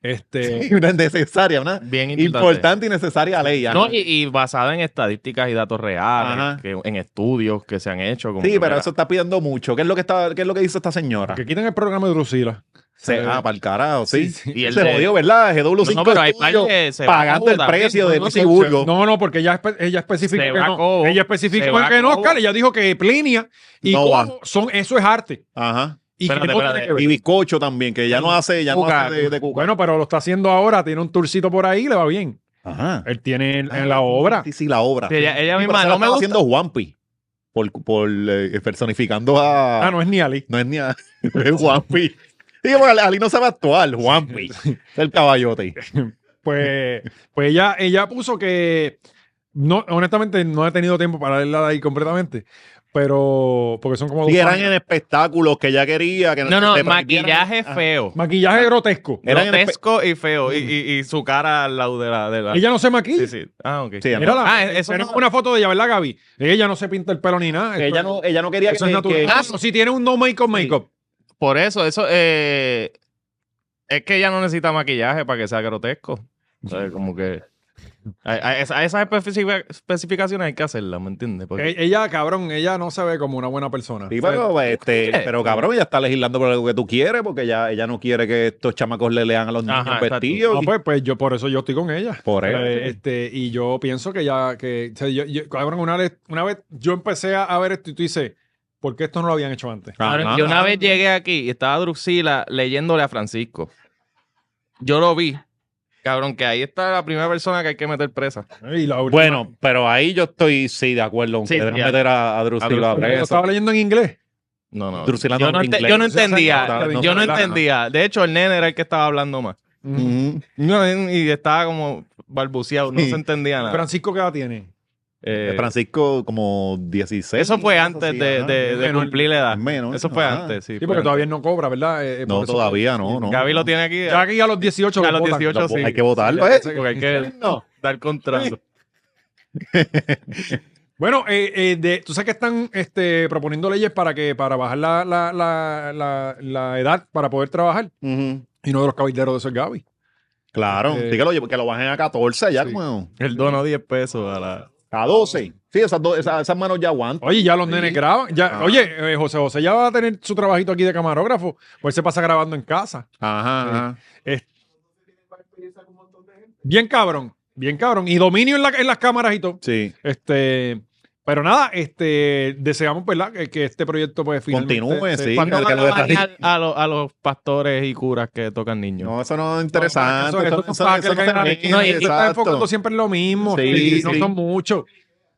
[SPEAKER 2] Este,
[SPEAKER 3] *laughs* Sí, Una necesaria, una
[SPEAKER 4] Bien importante.
[SPEAKER 3] importante y necesaria ley. ajá.
[SPEAKER 4] No, y, y basada en estadísticas y datos
[SPEAKER 3] Ajá.
[SPEAKER 4] reales, que, en estudios que se han hecho. como
[SPEAKER 3] Sí,
[SPEAKER 4] que,
[SPEAKER 3] pero
[SPEAKER 4] mira,
[SPEAKER 3] eso está pidiendo mucho. ¿Qué es lo que está, qué es lo que dice esta señora?
[SPEAKER 2] que quiten el programa de Drusila.
[SPEAKER 3] Se,
[SPEAKER 2] Eh,
[SPEAKER 3] ah, para el carajo, sí.
[SPEAKER 2] sí, sí.
[SPEAKER 4] Y el
[SPEAKER 3] se
[SPEAKER 4] de-
[SPEAKER 3] jodió, ¿verdad? GW5
[SPEAKER 4] No, no, pero hay
[SPEAKER 3] estudio
[SPEAKER 4] par que se van a
[SPEAKER 3] pagando el
[SPEAKER 4] votar,
[SPEAKER 3] precio
[SPEAKER 4] ¿no?
[SPEAKER 3] de
[SPEAKER 4] No,
[SPEAKER 3] Lucy
[SPEAKER 4] se-
[SPEAKER 3] Burgo.
[SPEAKER 2] No, no, porque ella, espe- ella especificó
[SPEAKER 4] Se
[SPEAKER 2] que
[SPEAKER 4] va a
[SPEAKER 2] no.
[SPEAKER 4] Cobo.
[SPEAKER 2] Ella especificó
[SPEAKER 4] Se va a
[SPEAKER 2] que no,
[SPEAKER 4] Cobo.
[SPEAKER 2] Oscar. Ella dijo que Plinia y
[SPEAKER 3] No va.
[SPEAKER 2] Cobo son, eso es arte.
[SPEAKER 3] Ajá.
[SPEAKER 2] ¿Y
[SPEAKER 3] Espérate,
[SPEAKER 2] qué no tiene
[SPEAKER 3] espérate.
[SPEAKER 2] que ver?
[SPEAKER 3] Y bizcocho también, que ya no hace, ya no
[SPEAKER 4] Cuca.
[SPEAKER 3] hace de, de cuca.
[SPEAKER 2] Bueno, pero lo está haciendo ahora, tiene un tourcito por ahí, le va bien.
[SPEAKER 3] Ajá.
[SPEAKER 2] Él tiene en, en la obra.
[SPEAKER 3] Sí, sí, la obra.
[SPEAKER 4] Sí, ella- ella
[SPEAKER 3] Sí,
[SPEAKER 4] misma,
[SPEAKER 3] pero se la
[SPEAKER 4] no me
[SPEAKER 3] estaba
[SPEAKER 4] gusta.
[SPEAKER 3] haciendo Juanpi por, por eh, personificando a.
[SPEAKER 2] Ah, no es ni Ali.
[SPEAKER 3] No es ni a *laughs* es Juanpi. Digo, porque Ali no sabe actuar, Juanpi. Es el caballote. *laughs*
[SPEAKER 2] Pues, pues ella, ella puso que. No, honestamente, no he tenido tiempo para leerla ahí completamente. Pero. Porque son como dos
[SPEAKER 3] Y eran
[SPEAKER 2] páginas.
[SPEAKER 3] en espectáculos que ella quería. Que
[SPEAKER 4] No, no,
[SPEAKER 3] te prendieran.
[SPEAKER 4] maquillaje
[SPEAKER 3] Ajá.
[SPEAKER 4] feo.
[SPEAKER 2] Maquillaje grotesco.
[SPEAKER 3] Eran en
[SPEAKER 4] Grotesco y feo. Y, y- y su cara al lado de la. De la...
[SPEAKER 2] Ella no se maquilla.
[SPEAKER 4] Sí, sí. Ah, ok.
[SPEAKER 3] Ah. Sí,
[SPEAKER 2] Mira la-
[SPEAKER 4] Ah, eso
[SPEAKER 2] pero
[SPEAKER 4] no-
[SPEAKER 2] es una foto de ella, ¿verdad, Gaby? Ella no se pinta el pelo ni nada.
[SPEAKER 3] Que
[SPEAKER 2] Esto-
[SPEAKER 3] Ella no, ella no quería
[SPEAKER 2] eso es
[SPEAKER 3] que,
[SPEAKER 2] natural.
[SPEAKER 3] que-
[SPEAKER 2] Ah, si tiene un no make-up, make-up.
[SPEAKER 4] Por eso, eso. eh, es que ella no necesita maquillaje para que sea grotesco. O sea, como que. A, a esa- a esas especifica- especificaciones hay que hacerlas, ¿me entiendes? Porque-
[SPEAKER 2] E- Ella, cabrón, ella no se ve como una buena persona.
[SPEAKER 3] Sí,
[SPEAKER 2] O sea,
[SPEAKER 3] pero, este,
[SPEAKER 4] ¿Qué?
[SPEAKER 3] pero cabrón, ella está legislando por lo que tú quieres, porque ella, ella no quiere que estos chamacos le lean a los niños
[SPEAKER 4] Ajá,
[SPEAKER 3] el
[SPEAKER 4] exacto.
[SPEAKER 3] vestido.
[SPEAKER 2] No,
[SPEAKER 3] y-
[SPEAKER 2] pues, pues yo por eso yo estoy con ella.
[SPEAKER 3] Por eso.
[SPEAKER 2] Eh, este, y yo pienso que ya, que, o sea, yo- yo- cabrón, una vez, una vez yo empecé a, a ver esto y tú dices, ¿por qué esto no lo habían hecho antes?
[SPEAKER 4] Ahora,
[SPEAKER 3] Ajá.
[SPEAKER 4] yo una vez llegué aquí y estaba Druxila leyéndole a Francisco. Yo lo vi. Cabrón, que ahí está la primera persona que hay que meter presa.
[SPEAKER 2] Y la última-
[SPEAKER 3] Bueno, pero ahí yo estoy, sí, de acuerdo.
[SPEAKER 4] Sí,
[SPEAKER 3] Sí,
[SPEAKER 4] ya.
[SPEAKER 3] meter a, a Drusila
[SPEAKER 4] A
[SPEAKER 3] a
[SPEAKER 2] porque lo
[SPEAKER 3] preso.
[SPEAKER 2] estaba leyendo en inglés.
[SPEAKER 4] No, no.
[SPEAKER 3] Drusila
[SPEAKER 4] yo,
[SPEAKER 3] no
[SPEAKER 4] no
[SPEAKER 3] habla
[SPEAKER 4] ente-
[SPEAKER 3] inglés.
[SPEAKER 4] yo no
[SPEAKER 2] Esa señora
[SPEAKER 4] entendía.
[SPEAKER 2] no
[SPEAKER 4] yo no
[SPEAKER 2] sabe nada.
[SPEAKER 4] entendía. De hecho, el nene era el que estaba hablando más.
[SPEAKER 3] Ujú.
[SPEAKER 4] No, y estaba como balbuceado. No
[SPEAKER 3] Sí.
[SPEAKER 4] se entendía nada.
[SPEAKER 2] Mm. Francisco, ¿qué edad tiene?
[SPEAKER 4] Eh,
[SPEAKER 3] Eh, Francisco, como 16.
[SPEAKER 4] eso fue
[SPEAKER 3] una cosa
[SPEAKER 4] antes
[SPEAKER 3] así,
[SPEAKER 4] de,
[SPEAKER 3] ajá.
[SPEAKER 4] de- de
[SPEAKER 2] Menos.
[SPEAKER 4] cumplir la edad.
[SPEAKER 3] Menos,
[SPEAKER 4] eso fue
[SPEAKER 3] ajá.
[SPEAKER 4] antes, sí.
[SPEAKER 2] Sí,
[SPEAKER 4] fue
[SPEAKER 2] porque
[SPEAKER 4] antes.
[SPEAKER 2] todavía no cobra, ¿verdad? Eh, eh,
[SPEAKER 3] pues. No,
[SPEAKER 2] por eso-
[SPEAKER 3] todavía no, no.
[SPEAKER 4] Gaby lo tiene aquí.
[SPEAKER 2] Ya que ya a los 18
[SPEAKER 4] a
[SPEAKER 2] lo
[SPEAKER 4] los
[SPEAKER 2] votan.
[SPEAKER 4] 18
[SPEAKER 3] Lo-
[SPEAKER 4] sí.
[SPEAKER 3] Hay que votarlo, ¿eh?
[SPEAKER 4] Sí, porque hay que
[SPEAKER 3] No.
[SPEAKER 4] dar contrato.
[SPEAKER 2] Bueno, eh, eh, de- tú sabes que están este, proponiendo leyes para que para bajar la, la, la, la, la edad para poder trabajar.
[SPEAKER 4] Eh,
[SPEAKER 3] Ujú.
[SPEAKER 2] Y uno de los caballeros de eso es Gaby.
[SPEAKER 3] Claro,
[SPEAKER 2] Eh,
[SPEAKER 3] sí que lo, llevo- que lo bajen a 14 ya,
[SPEAKER 2] sí.
[SPEAKER 3] como
[SPEAKER 4] El dono 10 pesos a la.
[SPEAKER 3] a 12. Sí, esas, do- esas, esas manos ya aguantan.
[SPEAKER 2] Oye, ya los
[SPEAKER 3] Sí.
[SPEAKER 2] nenes graban. Ya,
[SPEAKER 3] Ah.
[SPEAKER 2] Oye, eh, José José ya va a tener su trabajito aquí de camarógrafo. Pues se pasa grabando en casa.
[SPEAKER 3] Ajá. ajá.
[SPEAKER 2] Bien cabrón, bien cabrón. Y dominio en, la- en las cámaras y todo.
[SPEAKER 3] Sí.
[SPEAKER 2] Este, pero nada, este, deseamos, ¿verdad? Que, que este proyecto pues finalmente
[SPEAKER 3] Continúe,
[SPEAKER 2] se-
[SPEAKER 3] sí.
[SPEAKER 2] se-
[SPEAKER 4] ¿Cuándo
[SPEAKER 3] el que
[SPEAKER 4] van
[SPEAKER 3] lo
[SPEAKER 4] a
[SPEAKER 3] está-
[SPEAKER 4] bañar a, los- a los pastores y curas que tocan niños?
[SPEAKER 3] No, eso no es interesante.
[SPEAKER 2] Eso- eso-
[SPEAKER 3] eso-
[SPEAKER 2] eso
[SPEAKER 3] eso-
[SPEAKER 2] para que
[SPEAKER 3] eso no
[SPEAKER 2] caigan
[SPEAKER 3] se
[SPEAKER 2] a la
[SPEAKER 3] mide,
[SPEAKER 2] esquina. Y tú estás
[SPEAKER 3] exacto.
[SPEAKER 2] enfocando siempre en lo mismo.
[SPEAKER 3] Sí,
[SPEAKER 2] y no
[SPEAKER 3] sí.
[SPEAKER 2] son muchos.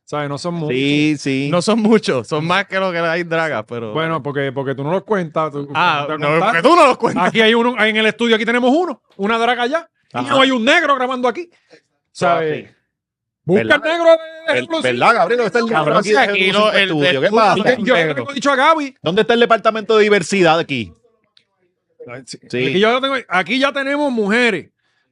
[SPEAKER 2] ¿Sabes? No son muchos.
[SPEAKER 3] Sí, sí.
[SPEAKER 4] No son muchos, son más que lo que hay en dragas, pero.
[SPEAKER 2] Bueno, porque, porque tú no los cuentas. tú-
[SPEAKER 4] ah,
[SPEAKER 2] te
[SPEAKER 4] no,
[SPEAKER 2] contaste.
[SPEAKER 4] porque tú no los cuentas.
[SPEAKER 2] Aquí hay uno, en el estudio aquí tenemos uno, una draga allá. Y
[SPEAKER 3] Ajá. Ah,
[SPEAKER 2] no hay un negro grabando aquí. ¿Sabes? Busca el
[SPEAKER 3] ¿Verdad?
[SPEAKER 2] negro de- de
[SPEAKER 3] El-
[SPEAKER 2] Explosivo.
[SPEAKER 3] ¿Verdad, Gabriel? ¿Dónde está el
[SPEAKER 4] Cabrón,
[SPEAKER 3] aquí de
[SPEAKER 4] si aquí
[SPEAKER 3] Ejecución
[SPEAKER 4] lo- el-
[SPEAKER 3] Estudio?
[SPEAKER 4] el-
[SPEAKER 3] ¿Qué pasa?
[SPEAKER 2] Yo- Yo le tengo dicho a Gaby.
[SPEAKER 3] ¿Dónde está el departamento de diversidad aquí? Sí.
[SPEAKER 2] Aquí, yo lo tengo- aquí ya tenemos mujeres,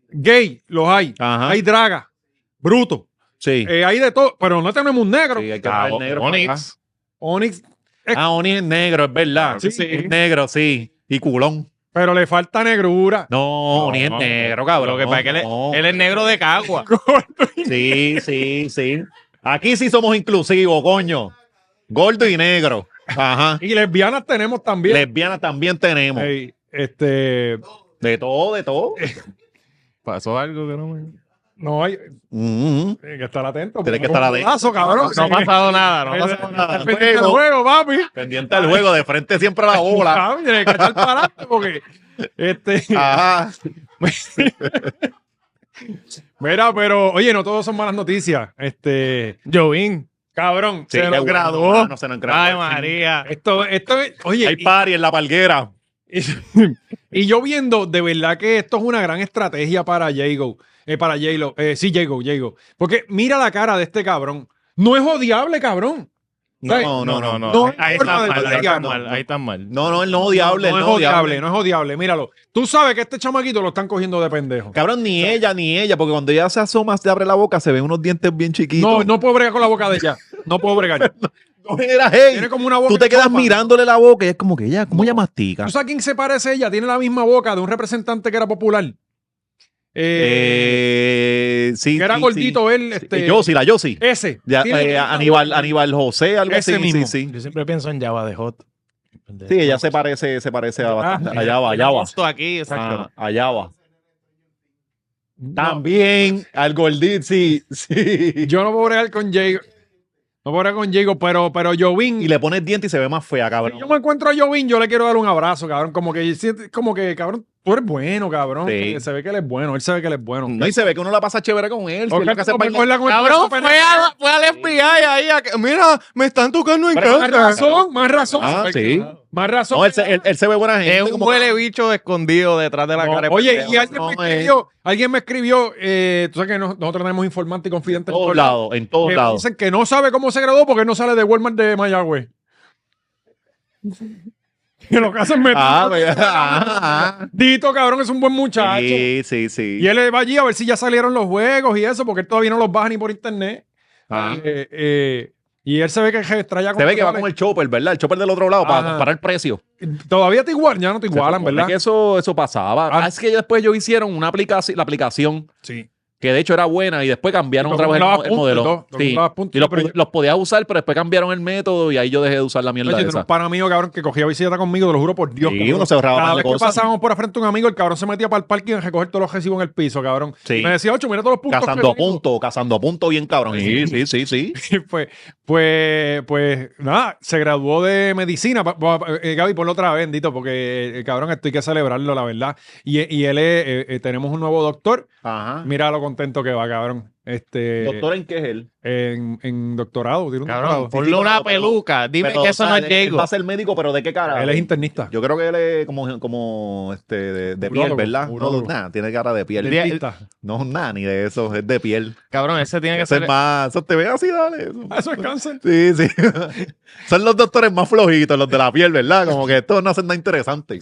[SPEAKER 2] gay, los hay.
[SPEAKER 3] Ajá.
[SPEAKER 2] Hay draga, bruto.
[SPEAKER 3] Sí.
[SPEAKER 2] eh, hay de todo, pero no tenemos un negro.
[SPEAKER 3] Sí, hay que
[SPEAKER 4] Ah,
[SPEAKER 3] traer negro para acá.
[SPEAKER 4] Onyx.
[SPEAKER 2] Onyx,
[SPEAKER 3] Ah, Oni es negro, es verdad.
[SPEAKER 2] Sí, sí.
[SPEAKER 3] Es negro, sí. Y culón.
[SPEAKER 2] pero le falta negrura.
[SPEAKER 3] No, Oni es
[SPEAKER 4] no,
[SPEAKER 3] negro, cabrón.
[SPEAKER 4] Lo que pasa es que él, es-
[SPEAKER 3] No.
[SPEAKER 4] él es negro de
[SPEAKER 3] *laughs*
[SPEAKER 4] cagua.
[SPEAKER 3] Sí, sí, sí. Aquí sí somos inclusivos, coño. Gordo y negro. Ajá.
[SPEAKER 2] Y lesbianas tenemos también.
[SPEAKER 3] Lesbianas también tenemos.
[SPEAKER 2] Ey, Eh. este,
[SPEAKER 3] De todo, de todo.
[SPEAKER 4] Pasó algo que no me.
[SPEAKER 2] no hay,
[SPEAKER 3] Mm.
[SPEAKER 2] hay que estar atento.
[SPEAKER 3] Tienes que estar atento.
[SPEAKER 2] Paso, cabrón.
[SPEAKER 4] No ha pasado nada, no ha pasado nada.
[SPEAKER 2] nada. El juego, papi.
[SPEAKER 3] Pendiente al juego, de frente siempre a la bola.
[SPEAKER 2] Ah, Tienes que estar para adelante porque este,
[SPEAKER 3] Ajá.
[SPEAKER 2] mira, pero oye, no todos son malas noticias. Este,
[SPEAKER 4] Jovín.
[SPEAKER 2] cabrón, se
[SPEAKER 3] Sí, qué
[SPEAKER 2] nos
[SPEAKER 3] bueno,
[SPEAKER 2] graduó.
[SPEAKER 3] mano, se nos graduó.
[SPEAKER 4] Ay, María.
[SPEAKER 2] Esto, esto, es- oye,
[SPEAKER 3] Hay
[SPEAKER 2] y-
[SPEAKER 3] party en la palguera.
[SPEAKER 2] Y, y yo viendo, de verdad que esto es una gran estrategia para Jago. Eh, para J-Lo. Eh, sí, Jago, Jago. Porque mira la cara de este cabrón. No es odiable, cabrón. ¿Sabes?
[SPEAKER 3] No, no, no, no.
[SPEAKER 2] No hay
[SPEAKER 4] Ahí
[SPEAKER 2] forma
[SPEAKER 4] está
[SPEAKER 2] de
[SPEAKER 4] mal, ahí está
[SPEAKER 2] odiarlo.
[SPEAKER 4] mal, ahí está mal.
[SPEAKER 3] No, no, él no es odiable,
[SPEAKER 2] no
[SPEAKER 3] él
[SPEAKER 2] es
[SPEAKER 3] no es odiable.
[SPEAKER 2] odiable, no es odiable. Míralo. Tú sabes que este chamaquito lo están cogiendo de pendejo.
[SPEAKER 3] Cabrón, ni ella, ni ella, porque cuando ella se asoma, se abre la boca, se ven unos dientes bien chiquitos.
[SPEAKER 2] No, no puedo bregar con la boca de ella. No puedo
[SPEAKER 3] *laughs*
[SPEAKER 2] bregar.
[SPEAKER 3] No generas hate.
[SPEAKER 2] Tiene como una boca
[SPEAKER 3] Tú te
[SPEAKER 2] de
[SPEAKER 3] quedas
[SPEAKER 2] sopa.
[SPEAKER 3] mirándole la boca y es como que ella, ¿cómo ella mastica?
[SPEAKER 2] ¿Tú sabes quién se parece a ella? Tiene la misma boca de un representante que era popular. Eh,
[SPEAKER 3] Eh, sí,
[SPEAKER 2] que era
[SPEAKER 3] sí,
[SPEAKER 2] gordito él.
[SPEAKER 3] sí.
[SPEAKER 2] Este,
[SPEAKER 3] Yossi, la Yossi.
[SPEAKER 2] Ese.
[SPEAKER 3] Ya,
[SPEAKER 2] Tiene la
[SPEAKER 3] eh,
[SPEAKER 2] misma
[SPEAKER 3] Aníbal,
[SPEAKER 2] boca.
[SPEAKER 3] Aníbal José, algo
[SPEAKER 2] Ese
[SPEAKER 3] así.
[SPEAKER 2] mismo.
[SPEAKER 3] Sí, sí.
[SPEAKER 4] siempre pienso en Java de Hot.
[SPEAKER 3] Sí, ella se parece, se parece a, bastante- a Java, a Java.
[SPEAKER 4] Justo aquí, exacto.
[SPEAKER 3] Ah, a Java.
[SPEAKER 2] Ah, No.
[SPEAKER 3] También al gordito, sí, sí.
[SPEAKER 2] Yo no puedo bregar con Jago. No No podrá con Jacob, pero, pero Jovin.
[SPEAKER 3] Y le pones diente y se ve más fea,
[SPEAKER 2] Si
[SPEAKER 3] cabrón.
[SPEAKER 2] yo me encuentro a Jovin, yo le quiero dar un abrazo, cabrón. Como que, siente- como que cabrón, tú eres bueno, cabrón.
[SPEAKER 3] Sí.
[SPEAKER 2] Se ve que él es bueno, él se ve que él es bueno.
[SPEAKER 3] No, y se ve que uno la pasa chévere con él. si
[SPEAKER 2] Oscar,
[SPEAKER 3] es lo que hace
[SPEAKER 2] Oscar,
[SPEAKER 3] bailar.
[SPEAKER 2] la con el brazo
[SPEAKER 4] Cabrón,
[SPEAKER 2] para-
[SPEAKER 4] fue, a- fue al FBI ahí. a que- mira, me están tocando en
[SPEAKER 3] Pero-
[SPEAKER 2] Más
[SPEAKER 4] casa.
[SPEAKER 2] razón, más razón.
[SPEAKER 3] Ah, sí.
[SPEAKER 2] Más razón.
[SPEAKER 3] No, él se, él- él se ve buena gente.
[SPEAKER 4] Es un
[SPEAKER 3] como-
[SPEAKER 4] huele bicho escondido detrás de la
[SPEAKER 2] No,
[SPEAKER 4] cara. de
[SPEAKER 2] Oye,
[SPEAKER 4] pendejo.
[SPEAKER 2] y alguien
[SPEAKER 3] no,
[SPEAKER 2] me
[SPEAKER 3] es-
[SPEAKER 2] escribió, alguien me escribió, eh, tú sabes que nos- nosotros tenemos informante y confidente
[SPEAKER 3] En todos lados, en todos
[SPEAKER 2] que
[SPEAKER 3] lados.
[SPEAKER 2] dicen que no sabe cómo se graduó porque no sale de Walmart de Mayagüez. *laughs* que lo que hacen es
[SPEAKER 3] Ah, mira, ah, ah.
[SPEAKER 2] Dito, cabrón, es un buen muchacho.
[SPEAKER 3] Sí, sí, sí.
[SPEAKER 2] Y él va allí a ver si ya salieron los juegos y eso, porque él todavía no los baja ni por internet.
[SPEAKER 3] Ah.
[SPEAKER 2] Eh, eh, y él se ve que se extraña
[SPEAKER 3] Se ve que va con el chopper, ¿verdad? El chopper del otro lado para
[SPEAKER 2] Ajá.
[SPEAKER 3] comparar el precio.
[SPEAKER 2] Todavía te igualan, ya no te igualan,
[SPEAKER 3] Se supone
[SPEAKER 2] Ah. ¿verdad?
[SPEAKER 3] Que eso, eso pasaba.
[SPEAKER 2] Ah.
[SPEAKER 3] Ah, es que después ellos hicieron una aplicación, la aplicación
[SPEAKER 2] Sí.
[SPEAKER 3] que de hecho era buena y después cambiaron
[SPEAKER 2] Y
[SPEAKER 3] otra vez el,
[SPEAKER 2] acumulaba
[SPEAKER 3] mo- el
[SPEAKER 2] puntos y
[SPEAKER 3] modelo.
[SPEAKER 2] todo, y
[SPEAKER 3] Sí.
[SPEAKER 2] acumulaba puntos,
[SPEAKER 3] Y los,
[SPEAKER 2] pero
[SPEAKER 3] pu-
[SPEAKER 2] yo-
[SPEAKER 3] los podías usar, pero después cambiaron el método y ahí yo dejé de usar la mierda
[SPEAKER 2] Oye, tenía
[SPEAKER 3] esa.
[SPEAKER 2] un pana mío, cabrón, que cogía bicicleta conmigo, te lo juro por Dios.
[SPEAKER 3] Sí,
[SPEAKER 2] cabrón.
[SPEAKER 3] uno se ahorraba
[SPEAKER 2] Cada
[SPEAKER 3] más
[SPEAKER 2] vez que
[SPEAKER 3] cosas.
[SPEAKER 2] pasábamos por al frente a un amigo, el cabrón se metía para el parking a recoger todos los recibos en el piso, cabrón.
[SPEAKER 3] Sí.
[SPEAKER 2] Y me decía, ocho, mira todos los puntos. que
[SPEAKER 3] Cazando a
[SPEAKER 2] tengo".
[SPEAKER 3] punto, cazando a punto bien cabrón. Sí, sí, sí, sí.
[SPEAKER 2] *laughs* Y pues, pues, pues, nada, se graduó de medicina. Pa- pa- eh, Gaby, ponlo otra vez, bendito, porque, eh, cabrón, esto hay que celebrarlo, la verdad. Y, y él es, eh, eh, tenemos un nuevo doctor.
[SPEAKER 3] Ajá.
[SPEAKER 2] Mira lo contento que va, cabrón. Este,
[SPEAKER 3] Doctor, ¿en qué es él?
[SPEAKER 2] en, en doctorado, tiene un
[SPEAKER 4] Cabrón,
[SPEAKER 2] doctorado.
[SPEAKER 4] ponle
[SPEAKER 3] sí,
[SPEAKER 4] una
[SPEAKER 3] pero- pero-
[SPEAKER 4] peluca. Dime
[SPEAKER 3] Pero,
[SPEAKER 4] que
[SPEAKER 3] o
[SPEAKER 4] eso
[SPEAKER 3] sea,
[SPEAKER 4] no
[SPEAKER 3] él-
[SPEAKER 4] es
[SPEAKER 3] él
[SPEAKER 4] Jacob.
[SPEAKER 3] Va a ser médico, pero ¿de qué cara?
[SPEAKER 2] Él es internista.
[SPEAKER 3] Yo creo que él es como, como este, de, de piel,
[SPEAKER 2] Urólogo,
[SPEAKER 3] ¿verdad? No,
[SPEAKER 2] urólogo.
[SPEAKER 3] nada, tiene cara de piel.
[SPEAKER 4] Diría-
[SPEAKER 2] Dentista. *laughs*
[SPEAKER 3] No, nada, ni de eso, es de piel.
[SPEAKER 4] Cabrón, ese tiene que
[SPEAKER 3] Eso
[SPEAKER 4] ser.
[SPEAKER 3] es más, eso te ve así, dale.
[SPEAKER 2] Ah, Eso es cáncer.
[SPEAKER 3] Sí, *laughs* sí. Son los doctores más flojitos, los de la piel, ¿verdad? Como que estos no hacen nada interesante.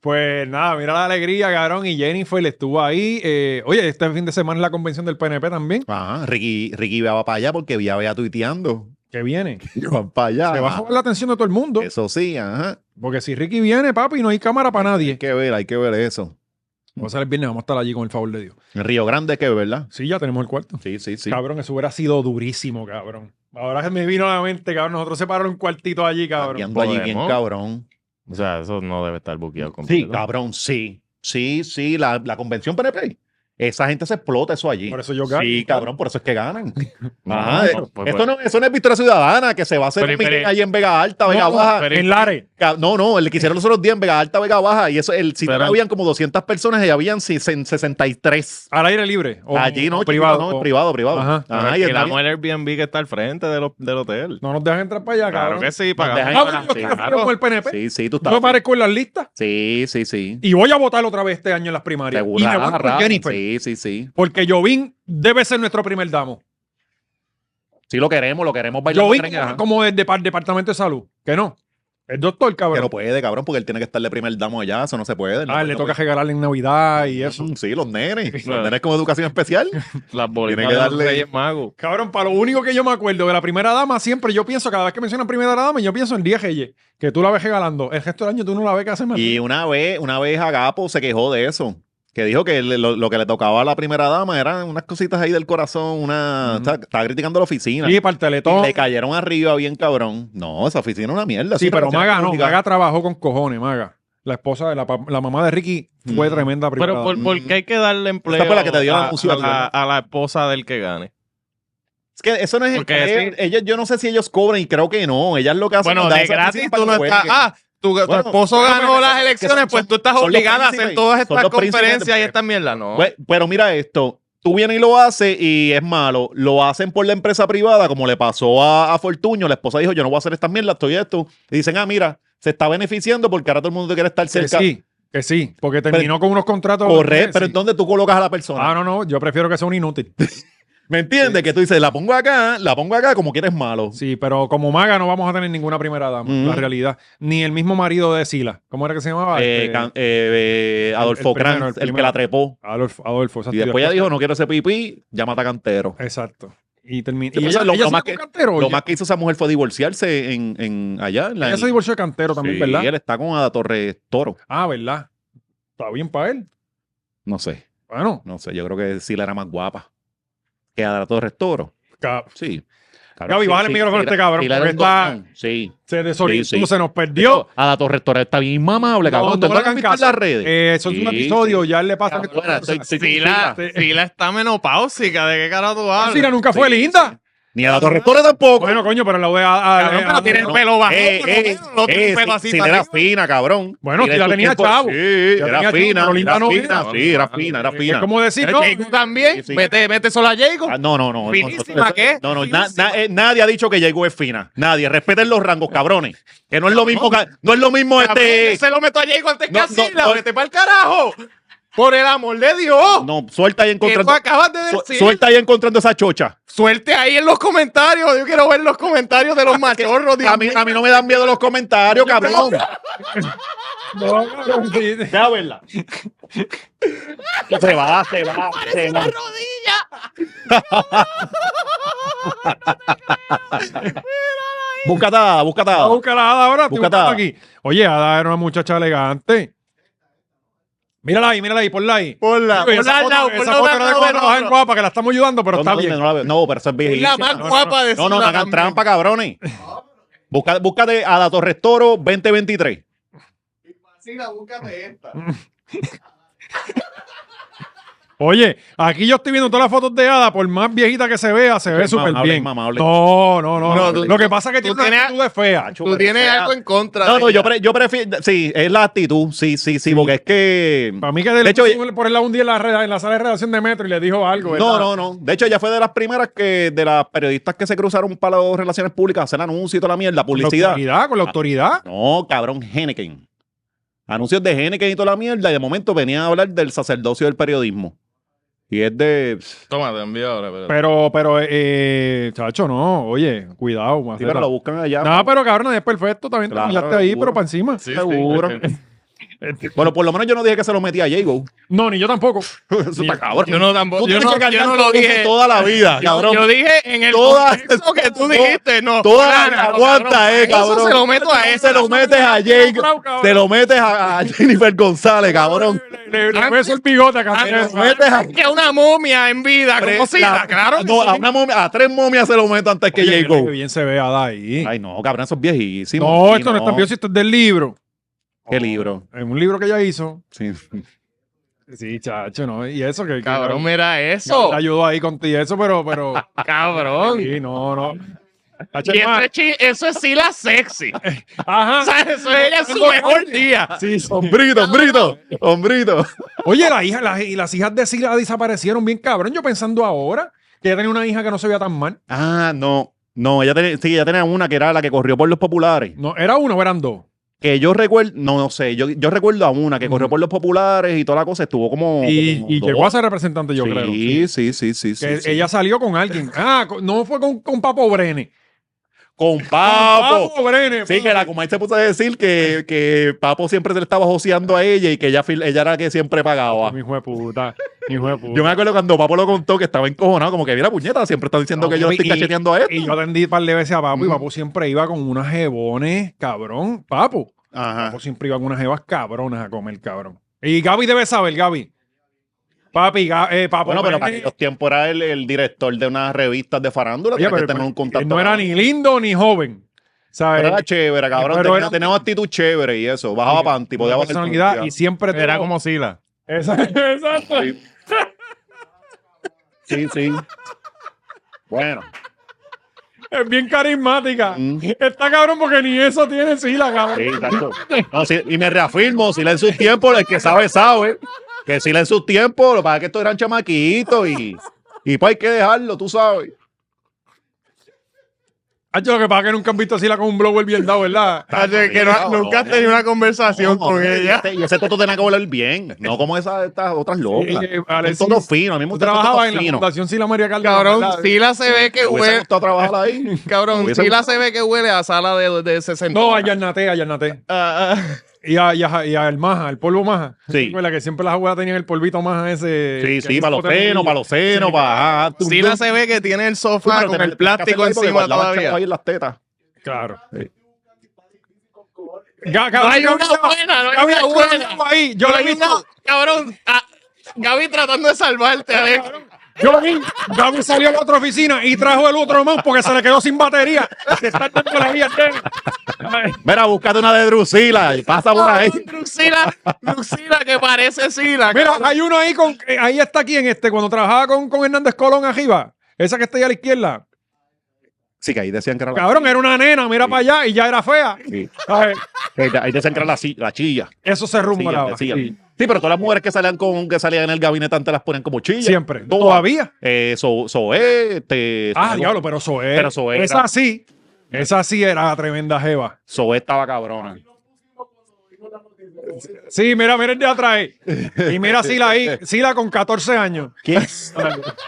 [SPEAKER 2] Pues nada, mira la alegría, cabrón. Y Jennifer estuvo ahí. eh, oye, este fin de semana es la convención del PNP también,
[SPEAKER 3] Ajá, Ricky, Ricky va para allá porque ya vea tuiteando. *laughs*
[SPEAKER 2] que viene.
[SPEAKER 3] Y van para allá.
[SPEAKER 2] Se va a jugar la atención de todo el mundo.
[SPEAKER 3] Eso sí, ajá.
[SPEAKER 2] Porque si Ricky viene, papi, no hay cámara para nadie.
[SPEAKER 3] Hay que ver, hay que ver eso.
[SPEAKER 2] Vamos a salir el viernes, vamos a estar allí con el favor de Dios.
[SPEAKER 3] En Río Grande que, ¿verdad?
[SPEAKER 2] Sí, ya tenemos el cuarto.
[SPEAKER 3] Sí, sí, sí.
[SPEAKER 2] Cabrón, eso hubiera sido durísimo, cabrón. Ahora se me vino a la mente, cabrón. Nosotros separaron un cuartito allí, cabrón.
[SPEAKER 3] Ando allí bien
[SPEAKER 4] Podemos.
[SPEAKER 3] cabrón.
[SPEAKER 4] O sea, eso no debe estar buqueado
[SPEAKER 3] Sí,
[SPEAKER 4] completo.
[SPEAKER 3] cabrón, sí. Sí, sí, la, la convención PNP. Esa gente se explota eso allí.
[SPEAKER 2] Por eso yo gano.
[SPEAKER 3] Sí, cabrón, por eso es que ganan.
[SPEAKER 4] No,
[SPEAKER 3] Ajá,
[SPEAKER 4] no,
[SPEAKER 3] eh,
[SPEAKER 4] pues,
[SPEAKER 3] esto
[SPEAKER 4] pues,
[SPEAKER 3] no, eso no es Victoria Ciudadana, que se va a hacer
[SPEAKER 4] Pero,
[SPEAKER 3] un
[SPEAKER 4] pero-
[SPEAKER 3] meeting allí en Vega Alta, Vega
[SPEAKER 2] No,
[SPEAKER 3] Baja.
[SPEAKER 4] pero-
[SPEAKER 2] En Lares.
[SPEAKER 3] Ca- No, no, el que hicieron los otros días en Vega Alta, Vega Baja, y eso, el sitio
[SPEAKER 4] Pero-
[SPEAKER 3] habían como 200 personas y habían si- sen- 63.
[SPEAKER 2] Al aire libre. o-
[SPEAKER 3] Allí,
[SPEAKER 2] o
[SPEAKER 3] no,
[SPEAKER 2] privado.
[SPEAKER 3] chiquito, no,
[SPEAKER 2] o-
[SPEAKER 3] privado, privado.
[SPEAKER 2] Ajá.
[SPEAKER 4] pero
[SPEAKER 3] Ajá, y el
[SPEAKER 4] alquilamos pues, el Airbnb que está al frente del, ho- del hotel.
[SPEAKER 2] No nos dejan entrar para
[SPEAKER 3] Ah,
[SPEAKER 2] allá,
[SPEAKER 4] claro
[SPEAKER 2] cabrón.
[SPEAKER 4] que sí, pagamos.
[SPEAKER 3] dejan-
[SPEAKER 2] Ah, bueno, yo
[SPEAKER 3] Sí,
[SPEAKER 2] estoy
[SPEAKER 4] claro.
[SPEAKER 2] con el PNP.
[SPEAKER 3] Sí, sí, tú estás.
[SPEAKER 2] pues. Yo parezco en las listas.
[SPEAKER 3] Sí, sí, sí.
[SPEAKER 2] Y voy a votar otra vez este año en las primarias.
[SPEAKER 3] Seguro,
[SPEAKER 2] y me voy
[SPEAKER 3] ah,
[SPEAKER 2] por
[SPEAKER 3] raro,
[SPEAKER 2] Jennifer.
[SPEAKER 3] Sí, sí, sí.
[SPEAKER 2] Porque Jovín debe ser nuestro primer damo.
[SPEAKER 3] Sí, lo queremos, Pues lo queremos bailar.
[SPEAKER 2] Jovín como, como del depar- departamento de salud. Que no. El doctor,
[SPEAKER 3] Que
[SPEAKER 2] cabrón.
[SPEAKER 3] no puede, cabrón, porque él tiene que estar de primer damo allá, eso no se puede. no-
[SPEAKER 2] ah, le
[SPEAKER 3] no
[SPEAKER 2] toca
[SPEAKER 3] puede.
[SPEAKER 2] regalarle en Navidad y eso.
[SPEAKER 3] Mm, Sí, los nenes. Los
[SPEAKER 4] Claro.
[SPEAKER 3] nenes como educación especial.
[SPEAKER 4] Las bolitas
[SPEAKER 3] que
[SPEAKER 4] de los
[SPEAKER 3] darle-
[SPEAKER 4] Reyes Magos.
[SPEAKER 2] Cabrón, para lo único que yo me acuerdo de la primera dama, siempre yo pienso, cada vez que mencionan primera dama, yo pienso en 10 Reyes, que tú la ves regalando. El gesto del año tú no la ves que hace más.
[SPEAKER 3] Y una vez, una vez Agapo se quejó de eso. Que dijo que le- lo, lo que le tocaba a la primera dama eran unas cositas ahí del corazón, una.
[SPEAKER 2] Mm.
[SPEAKER 3] está- Estaba criticando la oficina.
[SPEAKER 2] Sí, para el teletón.
[SPEAKER 3] Le cayeron arriba bien cabrón. No, esa oficina es una mierda.
[SPEAKER 2] Sí,
[SPEAKER 3] Esa
[SPEAKER 2] pero
[SPEAKER 3] oficina
[SPEAKER 2] Maga no.
[SPEAKER 3] pública.
[SPEAKER 2] Maga trabajó con cojones, Maga. La esposa de la, pa- la mamá de Ricky fue
[SPEAKER 3] Mm.
[SPEAKER 2] tremenda primera
[SPEAKER 4] Pero ¿por,
[SPEAKER 2] dama.
[SPEAKER 4] por qué hay que darle empleo
[SPEAKER 3] Esta fue la que te dio el
[SPEAKER 4] a,
[SPEAKER 3] anuncio,
[SPEAKER 4] a la, a la esposa del que gane?
[SPEAKER 3] Es que eso no es.
[SPEAKER 4] Porque
[SPEAKER 3] ellos-
[SPEAKER 4] sí.
[SPEAKER 3] ellos- yo no sé si ellos cobran y creo que no. Ellas lo que hacen
[SPEAKER 4] Bueno,
[SPEAKER 3] es dar
[SPEAKER 4] de
[SPEAKER 3] esa
[SPEAKER 4] gratis
[SPEAKER 3] oficina para
[SPEAKER 4] tú no
[SPEAKER 3] que
[SPEAKER 4] estás...
[SPEAKER 3] jueguen.
[SPEAKER 4] Ah, tu, tu
[SPEAKER 3] Bueno,
[SPEAKER 4] esposo
[SPEAKER 3] bueno,
[SPEAKER 4] ganó
[SPEAKER 3] pero-
[SPEAKER 4] las
[SPEAKER 3] que
[SPEAKER 4] elecciones,
[SPEAKER 3] son-
[SPEAKER 4] pues tú estás
[SPEAKER 3] son los
[SPEAKER 4] obligada a hacer
[SPEAKER 3] príncipes,
[SPEAKER 4] todas
[SPEAKER 3] son
[SPEAKER 4] estas
[SPEAKER 3] los príncipes
[SPEAKER 4] conferencias y
[SPEAKER 3] de-
[SPEAKER 4] esta mierda, ¿no?
[SPEAKER 3] Pues- pero mira esto. Tú vienes y lo haces y es malo. Lo hacen por la empresa privada, como le pasó a, a Fortuño. La esposa dijo: Yo no voy a hacer estas mierdas, estoy esto. Y dicen: Ah, mira, se está beneficiando porque ahora todo el mundo quiere estar
[SPEAKER 2] Que
[SPEAKER 3] cerca.
[SPEAKER 2] sí, que sí, porque terminó con unos contratos.
[SPEAKER 3] Correcto, pero
[SPEAKER 2] Sí.
[SPEAKER 3] entonces tú colocas a la persona.
[SPEAKER 2] Ah, no, no, yo prefiero que sea un
[SPEAKER 3] *laughs*
[SPEAKER 2] inútil.
[SPEAKER 3] ¿Me entiendes? Que tú dices: La pongo acá, la pongo acá, como quieres malo. Eh,
[SPEAKER 2] Sí, pero como maga no vamos a tener ninguna primera dama,
[SPEAKER 3] Ujú.
[SPEAKER 2] la realidad. Ni el mismo marido de Sila. ¿Cómo era que se llamaba?
[SPEAKER 3] Eh,
[SPEAKER 2] Este,
[SPEAKER 3] can- eh, eh, Adolfo
[SPEAKER 2] el primero,
[SPEAKER 3] Kranz,
[SPEAKER 2] el
[SPEAKER 3] el, que
[SPEAKER 2] primero.
[SPEAKER 3] la trepó.
[SPEAKER 2] Adolfo. Adolfo exacto.
[SPEAKER 3] Y después ella dijo, no quiero ese pipí, llámate a Cantero.
[SPEAKER 2] Exacto. Y terminó.
[SPEAKER 3] Sí,
[SPEAKER 2] y ella,
[SPEAKER 3] pero eso es lo-
[SPEAKER 2] ella
[SPEAKER 3] lo
[SPEAKER 2] se
[SPEAKER 3] más
[SPEAKER 2] fue
[SPEAKER 3] que-
[SPEAKER 2] con cantero.
[SPEAKER 3] Lo
[SPEAKER 2] ella,
[SPEAKER 3] más que hizo esa mujer fue divorciarse en, en- allá. En la,
[SPEAKER 2] ella se divorció de cantero también,
[SPEAKER 3] Sí,
[SPEAKER 2] ¿verdad?
[SPEAKER 3] él está con Ada Torres Toro.
[SPEAKER 2] Ah, ¿verdad? Está bien para él.
[SPEAKER 3] No sé,
[SPEAKER 2] Bueno,
[SPEAKER 3] no sé. Yo creo que sí la era más guapa que Ada Torres Toro.
[SPEAKER 2] ca-
[SPEAKER 3] Sí. Claro,
[SPEAKER 2] Gaby,
[SPEAKER 3] sí,
[SPEAKER 2] bájale el
[SPEAKER 3] sí,
[SPEAKER 2] micrófono a
[SPEAKER 3] sí,
[SPEAKER 2] este cabrón,
[SPEAKER 3] sí, la
[SPEAKER 2] porque
[SPEAKER 3] era un
[SPEAKER 2] está-
[SPEAKER 3] don- Sí.
[SPEAKER 2] se desorientó,
[SPEAKER 3] Sí, sí.
[SPEAKER 2] se nos perdió.
[SPEAKER 3] Ada Torres Toro está bien mamable,
[SPEAKER 2] No,
[SPEAKER 3] cabrón.
[SPEAKER 2] no
[SPEAKER 3] ¿Tú
[SPEAKER 2] le
[SPEAKER 3] no la
[SPEAKER 2] hagan
[SPEAKER 3] has visto en
[SPEAKER 2] caso.
[SPEAKER 3] las redes?
[SPEAKER 2] Eh, eso es un
[SPEAKER 3] Sí,
[SPEAKER 2] episodio, ya le pasa
[SPEAKER 3] Está buena, estoy- estoy-
[SPEAKER 4] Sila,
[SPEAKER 2] sí, sí.
[SPEAKER 4] Sila está menopáusica, ¿de qué carajo tú hablas?
[SPEAKER 2] Sila nunca fue
[SPEAKER 3] Sí,
[SPEAKER 2] linda.
[SPEAKER 3] Ni a la Torre Torre tampoco.
[SPEAKER 2] Bueno, coño, pero la voy a. a-
[SPEAKER 4] Cabrón, pero
[SPEAKER 2] a-
[SPEAKER 4] tiene el
[SPEAKER 3] no.
[SPEAKER 4] pelo bajo.
[SPEAKER 3] Eh,
[SPEAKER 4] por lo
[SPEAKER 3] eh,
[SPEAKER 4] menos, no tiene
[SPEAKER 3] eh,
[SPEAKER 4] el pelo
[SPEAKER 3] si-
[SPEAKER 4] así.
[SPEAKER 3] si
[SPEAKER 4] para
[SPEAKER 3] era
[SPEAKER 4] arriba.
[SPEAKER 3] fina, cabrón.
[SPEAKER 2] Bueno,
[SPEAKER 3] Tiene
[SPEAKER 2] si la
[SPEAKER 3] su
[SPEAKER 2] tenía
[SPEAKER 3] tiempo-
[SPEAKER 2] chavo.
[SPEAKER 3] Sí,
[SPEAKER 2] Ya
[SPEAKER 3] era
[SPEAKER 2] tenía chavo,
[SPEAKER 3] fina.
[SPEAKER 2] pero linda
[SPEAKER 3] Era
[SPEAKER 2] no
[SPEAKER 3] fina,
[SPEAKER 2] era.
[SPEAKER 3] sí, era fina, era
[SPEAKER 2] Es
[SPEAKER 3] fina.
[SPEAKER 2] como decir,
[SPEAKER 4] Pero
[SPEAKER 2] no,
[SPEAKER 4] Jacob también.
[SPEAKER 3] Sí, sí.
[SPEAKER 4] Vete, vete solo a Jacob.
[SPEAKER 3] Ah, no, no, no. no,
[SPEAKER 4] Finísima,
[SPEAKER 3] no,
[SPEAKER 4] ¿qué?
[SPEAKER 3] No, no, na- na- eh, nadie ha dicho que llegó es fina. Nadie. Respeten los rangos, cabrones. Que no es lo mismo, ca- no es lo mismo
[SPEAKER 4] Cabrón,
[SPEAKER 3] este.
[SPEAKER 4] yo Se lo meto a Jacob antes que
[SPEAKER 3] No,
[SPEAKER 4] a
[SPEAKER 3] no,
[SPEAKER 4] Sila.
[SPEAKER 3] no.
[SPEAKER 4] Vete para el carajo. Por el amor de Dios.
[SPEAKER 3] No, suelta ahí
[SPEAKER 4] ¿Qué tú
[SPEAKER 3] encontrando.
[SPEAKER 4] acabas de
[SPEAKER 3] su-
[SPEAKER 4] decir?
[SPEAKER 3] Suelta ahí encontrando esa chocha.
[SPEAKER 4] Suelte ahí en los comentarios. Yo quiero ver los comentarios de los machorros. Dios
[SPEAKER 3] A mí,
[SPEAKER 4] mío.
[SPEAKER 3] a mí no me dan miedo los comentarios, cabrón.
[SPEAKER 2] no, no, sí, sí.
[SPEAKER 3] Deja verla. Se va, se va, se va. Búscate, a- búscate. a-
[SPEAKER 2] Búscala, Ada, ahora. estoy
[SPEAKER 3] Búscate
[SPEAKER 2] buscando
[SPEAKER 3] a-
[SPEAKER 2] aquí. Oye, Ada era una muchacha elegante. Mírala ahí, mírala ahí, ponla ahí.
[SPEAKER 4] Ponla,
[SPEAKER 2] Oye,
[SPEAKER 4] ponla
[SPEAKER 2] esa
[SPEAKER 4] al lado,
[SPEAKER 2] foto, esa foto
[SPEAKER 4] ponla al
[SPEAKER 2] no
[SPEAKER 4] lado
[SPEAKER 2] es
[SPEAKER 4] del
[SPEAKER 2] guapa, es
[SPEAKER 4] otro.
[SPEAKER 2] guapa, que la estamos ayudando, pero está
[SPEAKER 3] ¿Dónde-
[SPEAKER 2] bien.
[SPEAKER 3] dónde no la veo? No, pero esa es
[SPEAKER 4] Es
[SPEAKER 3] viejísima.
[SPEAKER 4] la más
[SPEAKER 3] No,
[SPEAKER 4] guapa de
[SPEAKER 3] No, no, no
[SPEAKER 4] Sila
[SPEAKER 3] hagan
[SPEAKER 4] también.
[SPEAKER 3] trampa, cabrones. Busca- Búscate a la Torres Toro 2023.
[SPEAKER 4] Sila, búscate esta.
[SPEAKER 2] Oye, aquí yo estoy viendo todas las fotos de Ada, por más viejita que se vea, se ve
[SPEAKER 3] Ay,
[SPEAKER 2] súper
[SPEAKER 3] mamá, hable,
[SPEAKER 2] bien.
[SPEAKER 3] mamá, hable.
[SPEAKER 2] No, no, no.
[SPEAKER 4] No,
[SPEAKER 2] no.
[SPEAKER 4] tú-
[SPEAKER 2] Lo que pasa es que tiene
[SPEAKER 4] tú
[SPEAKER 2] una
[SPEAKER 4] tienes-
[SPEAKER 2] actitud de fea.
[SPEAKER 4] Tú tienes algo en contra.
[SPEAKER 3] No,
[SPEAKER 4] de
[SPEAKER 3] no, yo,
[SPEAKER 4] ella.
[SPEAKER 3] pre- yo prefiero. Sí, es la actitud. Sí, sí, sí, porque es que.
[SPEAKER 2] Para mí que de,
[SPEAKER 3] De hecho,
[SPEAKER 2] por el lado un día en la, reda- en la sala de redacción de Metro y le dijo algo.
[SPEAKER 3] No,
[SPEAKER 2] ¿verdad?
[SPEAKER 3] no, no. De hecho, ella fue de las primeras que, de las periodistas que se cruzaron para las relaciones públicas, hacer anuncios y toda la mierda,
[SPEAKER 2] Con la
[SPEAKER 3] publicidad. Ah.
[SPEAKER 2] autoridad, con la autoridad.
[SPEAKER 3] No, cabrón, Henneken. Anuncios de Henneken y toda la mierda. Y de momento venía a hablar del sacerdocio del periodismo. Y es de. Sí,
[SPEAKER 4] Toma, te envío ahora. espérate.
[SPEAKER 2] Pero, pero, eh, chacho, no. Oye, cuidado. Maceta.
[SPEAKER 3] pero lo buscan allá.
[SPEAKER 2] no, pero cabrón, nadie es perfecto. También te
[SPEAKER 3] Claro,
[SPEAKER 2] pillaste ahí,
[SPEAKER 3] seguro.
[SPEAKER 2] pero para encima.
[SPEAKER 4] Sí, Este, sí, *laughs*
[SPEAKER 3] seguro. Bueno, por lo menos yo no dije que se lo metía a Jago.
[SPEAKER 2] No, ni yo tampoco.
[SPEAKER 3] *laughs* Eso está cabrón.
[SPEAKER 4] Yo no tampoco.
[SPEAKER 3] Tú
[SPEAKER 4] Yo
[SPEAKER 3] tienes
[SPEAKER 4] no,
[SPEAKER 3] que cargar
[SPEAKER 4] yo no
[SPEAKER 3] con
[SPEAKER 4] lo
[SPEAKER 3] eso
[SPEAKER 4] dije.
[SPEAKER 3] toda la vida,
[SPEAKER 4] Yo-
[SPEAKER 3] cabrón.
[SPEAKER 4] Yo dije en el
[SPEAKER 3] Toda-
[SPEAKER 4] contexto que tú
[SPEAKER 3] to-
[SPEAKER 4] dijiste, no.
[SPEAKER 3] toda la
[SPEAKER 4] fulana, no,
[SPEAKER 3] aguanta, eh,
[SPEAKER 4] Eso
[SPEAKER 3] cabrón.
[SPEAKER 4] se lo meto a
[SPEAKER 3] se
[SPEAKER 4] esa.
[SPEAKER 3] lo metes a Jago. Se lo metes a, a Jennifer González, cabrón.
[SPEAKER 2] Le, le beso el bigote a
[SPEAKER 4] Ah,
[SPEAKER 2] Cancela.
[SPEAKER 3] Se lo metes a.
[SPEAKER 4] Que una momia en vida, como si
[SPEAKER 3] la-
[SPEAKER 4] claro.
[SPEAKER 3] no, a, una momia- a tres momias se lo meto antes que
[SPEAKER 2] Oye, mira
[SPEAKER 3] Jago.
[SPEAKER 2] que bien se ve Ada ahí.
[SPEAKER 3] Ay, no, cabrón, esos viejísimos.
[SPEAKER 2] no,
[SPEAKER 3] Sí,
[SPEAKER 2] esto no, es tan viejo, si esto es del libro.
[SPEAKER 3] Qué libro.
[SPEAKER 2] Es un libro que ella hizo.
[SPEAKER 3] Sí.
[SPEAKER 2] Sí, chacho, ¿no? Y eso que... que-
[SPEAKER 4] Cabrón, mira eso.
[SPEAKER 2] Te ayudó ahí contigo, eso, pero...
[SPEAKER 3] *laughs*
[SPEAKER 2] pero
[SPEAKER 4] Cabrón.
[SPEAKER 2] sí, no, no. Chacho,
[SPEAKER 4] Y
[SPEAKER 2] es
[SPEAKER 4] eso
[SPEAKER 2] más-
[SPEAKER 4] es, chi- eso es sí la *laughs* sexy. O
[SPEAKER 2] Ajá.
[SPEAKER 4] sea, eso es ella en su mejor día.
[SPEAKER 2] Sí, sí.
[SPEAKER 3] Hombrito, hombrito, hombrito.
[SPEAKER 2] Oye, la hija, las- y las hijas de Sila desaparecieron bien cabrón. Yo pensando ahora que ella tenía una hija que no se veía tan mal.
[SPEAKER 3] Ah, no. No, ella tenía, sí, ella tenía una que era la que corrió por los populares.
[SPEAKER 2] No, ¿Era uno o eran dos?
[SPEAKER 3] Que yo recuerdo, no, no sé, yo, yo recuerdo a una que corrió por los populares y toda la cosa, estuvo como.
[SPEAKER 2] Y,
[SPEAKER 3] como
[SPEAKER 2] y
[SPEAKER 3] dos.
[SPEAKER 2] llegó a ser representante, yo
[SPEAKER 3] sí,
[SPEAKER 2] creo.
[SPEAKER 3] Sí, sí, sí, sí.
[SPEAKER 2] Que
[SPEAKER 3] sí.
[SPEAKER 2] ella salió con alguien. Ah, con- no fue con, con Papo Brene.
[SPEAKER 3] *laughs* Con
[SPEAKER 2] Con
[SPEAKER 3] Papo.
[SPEAKER 2] Papo Brene.
[SPEAKER 3] Sí, que la Comay se puso a decir que, que Papo siempre se le estaba joseando a ella y que ella, fil- ella era la que siempre pagaba.
[SPEAKER 2] Mi hijo de puta. Mi hijo de puta.
[SPEAKER 3] Yo me acuerdo cuando Papo lo contó que estaba encojonado, como que mira puñeta, siempre está diciendo
[SPEAKER 2] No,
[SPEAKER 3] que yo lo
[SPEAKER 2] y-
[SPEAKER 3] estoy cacheteando a esto.
[SPEAKER 2] Y yo atendí un par de veces a Papo y
[SPEAKER 3] Mm.
[SPEAKER 2] Papo siempre iba con unas jebones, cabrón. Papo.
[SPEAKER 3] Ajá.
[SPEAKER 2] Papo siempre iba con unas jevas cabronas a comer, cabrón. Y Gaby debe saber, Gaby. Papi, Ga- eh, Papo.
[SPEAKER 3] Bueno, pero para
[SPEAKER 2] Brene-
[SPEAKER 3] aquellos tiempos era el, el director de unas revistas de farándula,
[SPEAKER 2] Oye,
[SPEAKER 3] tenía que
[SPEAKER 2] pero-
[SPEAKER 3] tener un contacto.
[SPEAKER 2] él no era ni lindo ni joven. ¿Sabes?
[SPEAKER 3] Pero era chévere, cabrón.
[SPEAKER 2] Pero
[SPEAKER 3] tenía,
[SPEAKER 2] era-
[SPEAKER 3] tenía una actitud chévere y eso. Bajaba panty, podía
[SPEAKER 2] Una
[SPEAKER 3] bajar
[SPEAKER 2] personalidad
[SPEAKER 3] panty.
[SPEAKER 2] y siempre tuvo-
[SPEAKER 4] Sila.
[SPEAKER 2] *laughs* Esa- Exacto.
[SPEAKER 3] Sí,
[SPEAKER 2] *laughs*
[SPEAKER 3] sí. Bueno.
[SPEAKER 2] Es bien carismática.
[SPEAKER 3] Mm.
[SPEAKER 2] Está cabrón porque ni eso tiene Sila,
[SPEAKER 3] Sí,
[SPEAKER 2] cabrón.
[SPEAKER 3] exacto. No, sí, y me reafirmo, si le en sus tiempos, el que sabe, sabe. Que si le en sus tiempos, lo que pasa es que estos eran chamaquitos y, y pues hay que dejarlo, tú sabes.
[SPEAKER 2] Hacho, lo que pasa es que nunca han visto a Sila con un blower bien dado, ¿verdad?
[SPEAKER 4] que no- nunca has tenido una conversación
[SPEAKER 3] No,
[SPEAKER 4] con
[SPEAKER 3] hombre, este y
[SPEAKER 4] ella.
[SPEAKER 3] ese- Y ese toto tenía que volar bien, no como esas estas otras locas.
[SPEAKER 2] Eh, eh,
[SPEAKER 3] Un
[SPEAKER 2] Alexis,
[SPEAKER 3] toto fino, a mí me
[SPEAKER 2] Tú
[SPEAKER 3] gusta el toto
[SPEAKER 2] trabajabas en la
[SPEAKER 3] fino.
[SPEAKER 2] fundación Sila María Cárdenas.
[SPEAKER 4] Cabrón,
[SPEAKER 2] ¿verdad?
[SPEAKER 4] Sila se ve que
[SPEAKER 3] Me hubiese
[SPEAKER 4] huele.
[SPEAKER 3] gustado
[SPEAKER 2] *laughs*
[SPEAKER 3] trabajar ahí.
[SPEAKER 4] Cabrón,
[SPEAKER 3] hubiese
[SPEAKER 4] Sila se ve que huele a sala de, de 60.
[SPEAKER 2] No, a Yarnate, a Yarnate.
[SPEAKER 4] Ah, ah.
[SPEAKER 2] Y a, y a- y a el Maja, el polvo Maja.
[SPEAKER 3] Sí.
[SPEAKER 2] Recuerda que siempre las abuelas tenían el polvito Maja ese.
[SPEAKER 3] Sí,
[SPEAKER 2] que
[SPEAKER 3] sí,
[SPEAKER 2] es
[SPEAKER 3] para los
[SPEAKER 2] potente.
[SPEAKER 3] senos, para los senos,
[SPEAKER 2] Sí.
[SPEAKER 3] para. ajá, tú-
[SPEAKER 4] Sila se ve que tiene el
[SPEAKER 3] tú-
[SPEAKER 4] sofá
[SPEAKER 3] pero
[SPEAKER 4] con
[SPEAKER 3] tenés-
[SPEAKER 4] el plástico
[SPEAKER 3] tenés que hacerlo ahí porque
[SPEAKER 4] encima
[SPEAKER 3] guardaban chavo
[SPEAKER 4] todavía.
[SPEAKER 3] ahí en las tetas.
[SPEAKER 2] Claro.
[SPEAKER 3] Sí.
[SPEAKER 2] Ga-
[SPEAKER 4] No
[SPEAKER 2] cabrón,
[SPEAKER 4] hay
[SPEAKER 2] Gaby
[SPEAKER 4] una
[SPEAKER 2] estaba-
[SPEAKER 4] buena, no hay
[SPEAKER 2] Gaby
[SPEAKER 4] una
[SPEAKER 2] estaba
[SPEAKER 4] buena.
[SPEAKER 2] Ahí. Yo
[SPEAKER 4] No
[SPEAKER 2] la he
[SPEAKER 4] hay
[SPEAKER 2] visto.
[SPEAKER 4] una- Cabrón, ah, Gaby tratando de salvarte, ¿eh? Alex.
[SPEAKER 2] Yo vi, Gaby salió a la otra oficina y trajo el otro mouse porque se le quedó sin batería. Se está dando la guía entera.
[SPEAKER 3] Mira, búscate una de Drusila y pasa por ahí.
[SPEAKER 4] Cabrón, Drusila, Drusila que parece Sila.
[SPEAKER 2] Mira,
[SPEAKER 4] cabrón.
[SPEAKER 2] hay uno ahí con, eh, ahí está aquí en este, cuando trabajaba con, con Hernández Colón arriba. Esa que está ahí a la izquierda.
[SPEAKER 3] Pues, Sí, que ahí decían que era la,
[SPEAKER 2] Cabrón, era una nena, mira para allá y ya era fea.
[SPEAKER 3] sí.
[SPEAKER 2] ¿Sabes?
[SPEAKER 3] Que ahí decían que era la, chi- la chilla.
[SPEAKER 2] Eso se rumoraba.
[SPEAKER 3] Chilla, chilla.
[SPEAKER 2] Sí.
[SPEAKER 3] Sí. pero todas las mujeres que salían con que salían en el gabinete antes las ponían como chillas.
[SPEAKER 2] Siempre.
[SPEAKER 3] Todas.
[SPEAKER 2] Todavía.
[SPEAKER 3] Eh, so, Soe, este,
[SPEAKER 2] Ah,
[SPEAKER 3] Soe-
[SPEAKER 2] diablo, pero Zoé.
[SPEAKER 3] Pero Zoé era-
[SPEAKER 2] Esa sí. Esa sí era tremenda jeva.
[SPEAKER 3] Soe estaba cabrona.
[SPEAKER 2] Sí, mira, mira el de atrás. ahí. Y mira Sila ahí. Sila con 14 años.
[SPEAKER 3] ¿Quién? *laughs*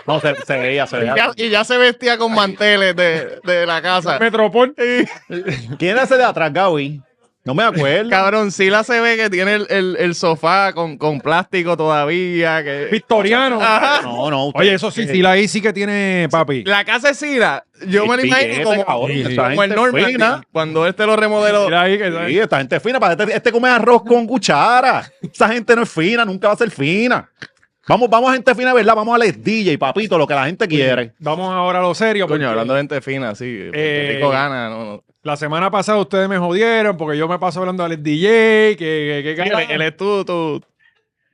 [SPEAKER 3] no, se, se veía, se
[SPEAKER 4] Y
[SPEAKER 3] veía.
[SPEAKER 4] ya, y ya se vestía con manteles de, de la casa.
[SPEAKER 2] Metropol.
[SPEAKER 3] ¿Quién era ese de atrás, Gaby? No me acuerdo.
[SPEAKER 4] Cabrón, Sila se ve que tiene el, el- el sofá con, con plástico todavía. Que...
[SPEAKER 2] Victoriano.
[SPEAKER 4] Ajá.
[SPEAKER 3] No, no. usted-
[SPEAKER 2] Oye, eso sí, Sila ahí sí que tiene papi.
[SPEAKER 4] La casa de Sila, yo me la
[SPEAKER 3] Sí,
[SPEAKER 4] imagino
[SPEAKER 3] ese,
[SPEAKER 4] como,
[SPEAKER 3] cabrón,
[SPEAKER 2] sí,
[SPEAKER 3] esta
[SPEAKER 4] como el
[SPEAKER 3] gente
[SPEAKER 4] Normandy,
[SPEAKER 3] fina.
[SPEAKER 4] cuando este lo remodeló.
[SPEAKER 2] Mira ahí que-
[SPEAKER 3] Sí, esta gente es fina. Para este, este come arroz con cuchara. Esa gente no es fina, nunca va a ser fina. Vamos, vamos a gente fina, ¿verdad? Vamos a les DJ, papito, lo que la gente quiere.
[SPEAKER 2] Vamos ahora a lo serio. porque
[SPEAKER 4] Coño, hablando de gente fina, sí. Puerto
[SPEAKER 2] Eh,
[SPEAKER 4] Rico gana, no, no.
[SPEAKER 2] La semana pasada ustedes me jodieron porque yo me paso hablando al DJ. Que, que, que-
[SPEAKER 4] Él, él es tú, tú.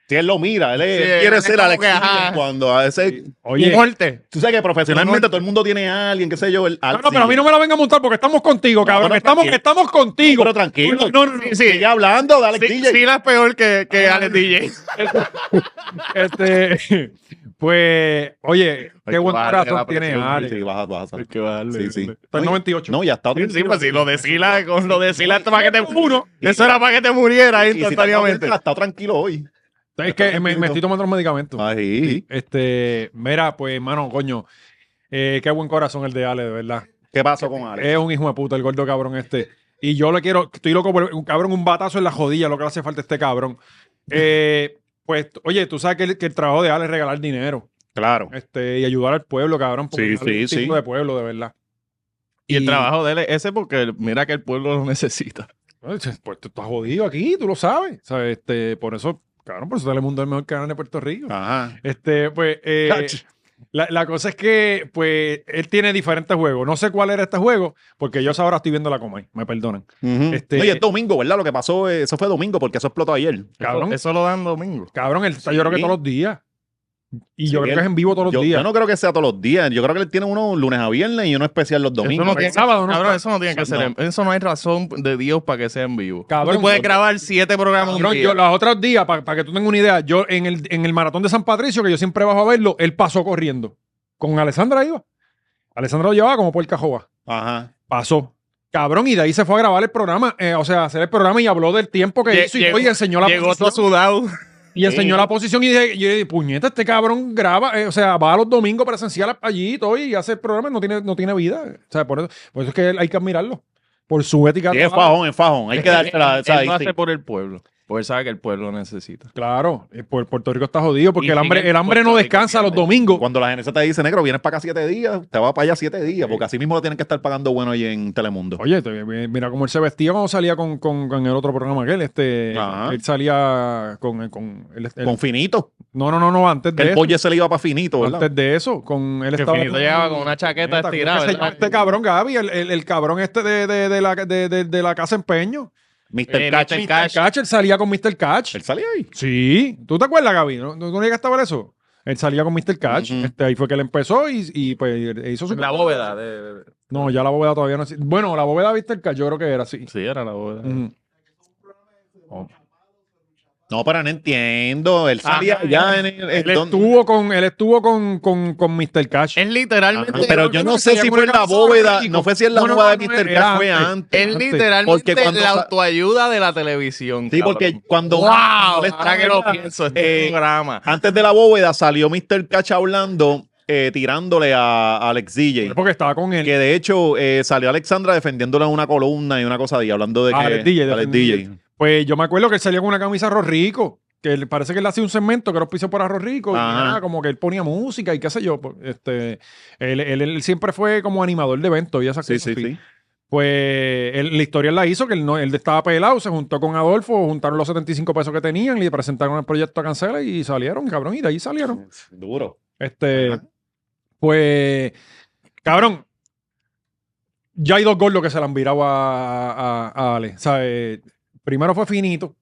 [SPEAKER 3] Si él lo mira, él, es-
[SPEAKER 4] Sí,
[SPEAKER 3] él quiere
[SPEAKER 4] él es
[SPEAKER 3] ser
[SPEAKER 4] como
[SPEAKER 3] Alex
[SPEAKER 4] que, ajá.
[SPEAKER 3] Díaz cuando a veces.
[SPEAKER 2] Oye.
[SPEAKER 4] Muerte.
[SPEAKER 3] Tú sabes que profesionalmente todo el mundo tiene a alguien, qué sé yo. El,
[SPEAKER 2] Ah, No, no, pero a mí no me la venga a montar porque estamos contigo, cabrón.
[SPEAKER 3] no,
[SPEAKER 2] estamos,
[SPEAKER 3] tranquilo.
[SPEAKER 2] estamos contigo.
[SPEAKER 3] Pero tranquilo.
[SPEAKER 2] No, no, no.
[SPEAKER 4] Sí,
[SPEAKER 3] Sigue hablando de Alex
[SPEAKER 4] Sí,
[SPEAKER 3] DJ.
[SPEAKER 4] Sila es peor que, que Alex DJ.
[SPEAKER 2] Este, pues, oye,
[SPEAKER 4] Hay
[SPEAKER 2] qué
[SPEAKER 4] que
[SPEAKER 2] buen
[SPEAKER 4] bajarle la
[SPEAKER 2] corazón tiene
[SPEAKER 4] presión,
[SPEAKER 2] Alex.
[SPEAKER 3] Ah, Sí, vas a- vas a-
[SPEAKER 4] que vale.
[SPEAKER 3] Sí, sí.
[SPEAKER 2] Está en 98.
[SPEAKER 3] No, ya está.
[SPEAKER 4] Sí, sí, pues sí, lo de Sila, con lo de Sila, esto para que te
[SPEAKER 2] Uno.
[SPEAKER 4] Eso era para que te muriera
[SPEAKER 3] Y si está
[SPEAKER 4] instantáneamente.
[SPEAKER 3] tranquilo, Está tranquilo hoy.
[SPEAKER 2] Es que me, me estoy tomando los medicamentos.
[SPEAKER 3] Ah. Ahí.
[SPEAKER 2] Este, mira, pues, mano, coño. eh, qué buen corazón el de Ale, de verdad.
[SPEAKER 3] ¿Qué pasó con Alex?
[SPEAKER 2] Es un hijo de puta, el gordo cabrón este. Y yo le quiero, estoy loco por un cabrón, un batazo en la jodilla, lo que le hace falta a este cabrón. Eh, pues, oye, tú sabes que el, que el trabajo de Ale es regalar dinero
[SPEAKER 3] Claro.
[SPEAKER 2] este, y ayudar al pueblo, cabrón. porque
[SPEAKER 3] Sí,
[SPEAKER 2] Ale es
[SPEAKER 3] sí,
[SPEAKER 2] un
[SPEAKER 3] sí.
[SPEAKER 2] tipo de pueblo, de verdad.
[SPEAKER 4] Y el trabajo de él es ese porque mira que el pueblo lo necesita.
[SPEAKER 2] Pues tú estás jodido aquí, tú lo sabes. ¿sabes? Este, por eso, cabrón, por eso Telemundo es el mejor canal de Puerto Rico.
[SPEAKER 3] Ajá.
[SPEAKER 2] Este, pues, eh,
[SPEAKER 3] Cach.
[SPEAKER 2] la, la cosa es que, pues, él tiene diferentes juegos. No sé cuál era este juego, porque yo ahora estoy viendo la Comay, me perdonan.
[SPEAKER 3] Ujú.
[SPEAKER 2] este-
[SPEAKER 3] Oye, es domingo, ¿verdad? Lo que pasó, eh, eso fue domingo porque eso explotó ayer.
[SPEAKER 2] Cabrón.
[SPEAKER 4] Eso, eso lo dan domingo.
[SPEAKER 2] Cabrón, él está yo creo que
[SPEAKER 3] Sí.
[SPEAKER 2] todos los días. Y yo creo
[SPEAKER 3] Sí, él-
[SPEAKER 2] que es en vivo todos
[SPEAKER 3] Yo,
[SPEAKER 2] los
[SPEAKER 3] yo
[SPEAKER 2] días.
[SPEAKER 3] no creo que sea todos los días. Yo creo que él tiene uno lunes a viernes y uno especial los domingos.
[SPEAKER 4] eso no
[SPEAKER 2] porque
[SPEAKER 4] tiene,
[SPEAKER 2] el sábado no
[SPEAKER 4] cabrón,
[SPEAKER 2] está.
[SPEAKER 4] eso no tiene que ser. en- Eso no hay razón de Dios para que sea en vivo.
[SPEAKER 2] Cabrón,
[SPEAKER 4] Tú puedes
[SPEAKER 2] yo-
[SPEAKER 4] grabar siete programas
[SPEAKER 2] Cabrón,
[SPEAKER 4] un día.
[SPEAKER 2] yo los otros días, para que tú tengas una idea, yo en el, en el maratón de San Patricio, que yo siempre bajo a verlo, él pasó corriendo. Con Alessandra iba. Alessandra lo llevaba como puerca jova.
[SPEAKER 3] Ajá.
[SPEAKER 2] Pasó. Cabrón, y de ahí se fue a grabar el programa, eh, o sea, hacer el programa y habló del tiempo que
[SPEAKER 4] Lle-
[SPEAKER 2] hizo y,
[SPEAKER 4] llegó-
[SPEAKER 2] todo, y enseñó la
[SPEAKER 4] Llegó todo
[SPEAKER 2] posición.
[SPEAKER 4] sudado.
[SPEAKER 2] Y enseñó la posición y dije, y yo dije, puñeta, este cabrón graba, eh, o sea, va a los domingos presencial allí y todo y hace el programa, no tiene, no tiene vida. O sea, por eso, por eso es que él- hay que admirarlo. Por su ética.
[SPEAKER 3] Sí, es
[SPEAKER 2] trabajo.
[SPEAKER 3] fajón, es fajón. Hay que
[SPEAKER 4] Él-
[SPEAKER 3] dársela.
[SPEAKER 4] él
[SPEAKER 3] esa-
[SPEAKER 4] lo
[SPEAKER 3] sí.
[SPEAKER 4] hace por el pueblo. Porque él sabe que el pueblo necesita.
[SPEAKER 2] Claro, eh, por Puerto Rico está jodido porque
[SPEAKER 4] Y
[SPEAKER 2] el hambre,
[SPEAKER 4] sigue
[SPEAKER 2] el hambre no
[SPEAKER 4] Puerto Rico,
[SPEAKER 2] descansa los
[SPEAKER 4] obviamente.
[SPEAKER 2] domingos.
[SPEAKER 3] Cuando la genesia te dice, negro, vienes para acá siete días, te vas para allá siete días, porque así mismo lo tienen que estar pagando bueno ahí en Telemundo.
[SPEAKER 2] Oye, te- eh, mira cómo él se vestía cuando salía con, con- con el otro programa que él, este,
[SPEAKER 3] Ajá.
[SPEAKER 2] él salía con, eh, con él- él-
[SPEAKER 3] con Finito.
[SPEAKER 2] no, no, no, no, antes
[SPEAKER 3] Que
[SPEAKER 2] de
[SPEAKER 3] el
[SPEAKER 2] eso,
[SPEAKER 3] pollo se le iba para Finito, ¿verdad?
[SPEAKER 2] antes de eso, con él
[SPEAKER 4] Que
[SPEAKER 2] estaba
[SPEAKER 4] Finito llegaba con una
[SPEAKER 2] Mierda,
[SPEAKER 4] chaqueta
[SPEAKER 2] ¿cómo
[SPEAKER 4] estirada.
[SPEAKER 2] que se llama
[SPEAKER 4] ¿verdad?
[SPEAKER 2] este cabrón, Gaby, el, el- el cabrón este de, de- de la, de, de- de la casa empeño.
[SPEAKER 3] Mr.
[SPEAKER 4] Eh,
[SPEAKER 3] Cacho.
[SPEAKER 4] Mr.
[SPEAKER 2] Mr.
[SPEAKER 4] Cash.
[SPEAKER 2] Catch. él salía con Mr. Catch.
[SPEAKER 3] Él salía ahí.
[SPEAKER 2] Sí. ¿Tú te acuerdas, Gaby? ¿No, no, no llegaste a ver eso? Él salía con Mr. Catch.
[SPEAKER 3] Ujú.
[SPEAKER 2] este, ahí fue que él empezó y, y, pues hizo su...
[SPEAKER 4] La bóveda. de-
[SPEAKER 2] No, ya la bóveda todavía no existe. Bueno, la bóveda de Mr. Catch yo creo que era así.
[SPEAKER 4] Sí, era la bóveda.
[SPEAKER 2] Ujú.
[SPEAKER 3] No, pero no entiendo. Él salía
[SPEAKER 4] Ah,
[SPEAKER 3] allá en el. en
[SPEAKER 2] Él
[SPEAKER 3] donde-
[SPEAKER 2] estuvo con, él estuvo con, con, con Mr. Catch.
[SPEAKER 4] Es literalmente.
[SPEAKER 3] Ah, pero yo no sé si fue en la bóveda, no fue si en la
[SPEAKER 2] No, no,
[SPEAKER 3] bóveda de
[SPEAKER 2] no,
[SPEAKER 3] Mr.
[SPEAKER 2] era
[SPEAKER 3] Cash fue
[SPEAKER 2] antes.
[SPEAKER 3] antes.
[SPEAKER 4] Es
[SPEAKER 2] Antes,
[SPEAKER 4] literalmente
[SPEAKER 3] porque cuando
[SPEAKER 4] la
[SPEAKER 3] sa-
[SPEAKER 4] autoayuda de la televisión.
[SPEAKER 3] Sí,
[SPEAKER 4] cabrón.
[SPEAKER 3] porque cuando.
[SPEAKER 4] ¡Wow!
[SPEAKER 3] cuando él
[SPEAKER 4] Ahora que lo
[SPEAKER 3] estaba-
[SPEAKER 4] pienso, este
[SPEAKER 3] eh,
[SPEAKER 4] programa.
[SPEAKER 3] Antes de la bóveda salió Mr. Cash hablando, eh, tirándole a a Alex DJ.
[SPEAKER 2] Porque estaba con él.
[SPEAKER 3] *laughs* Que de hecho eh, salió Alexandra defendiéndole una columna y una cosa ahí, hablando de que.
[SPEAKER 2] A Ah, Alex DJ,
[SPEAKER 3] Alex
[SPEAKER 2] defendiendo.
[SPEAKER 3] DJ.
[SPEAKER 2] Pues yo me acuerdo que él salió con una camisa Arroz Rico. Que él- parece que él hacía un segmento que era auspicio por Arroz Rico. Y
[SPEAKER 3] Ajá.
[SPEAKER 2] era como que él ponía música y qué sé yo. pues, Este, él, él- él siempre fue como animador de eventos y esas
[SPEAKER 3] Sí,
[SPEAKER 2] cosas.
[SPEAKER 3] sí,
[SPEAKER 2] así.
[SPEAKER 3] sí.
[SPEAKER 2] Pues él- la historia él la hizo, que él, no, él estaba pelado, se juntó con Adolfo, juntaron los 75 pesos que tenían, le presentaron el proyecto a Cancela y salieron, cabrón, y de ahí salieron.
[SPEAKER 3] Duro.
[SPEAKER 2] Este,
[SPEAKER 3] Ajá.
[SPEAKER 2] pues, cabrón, ya hay dos gordos que se le han virado a, a- a Ale. ¿sabe? Primero fue Finito,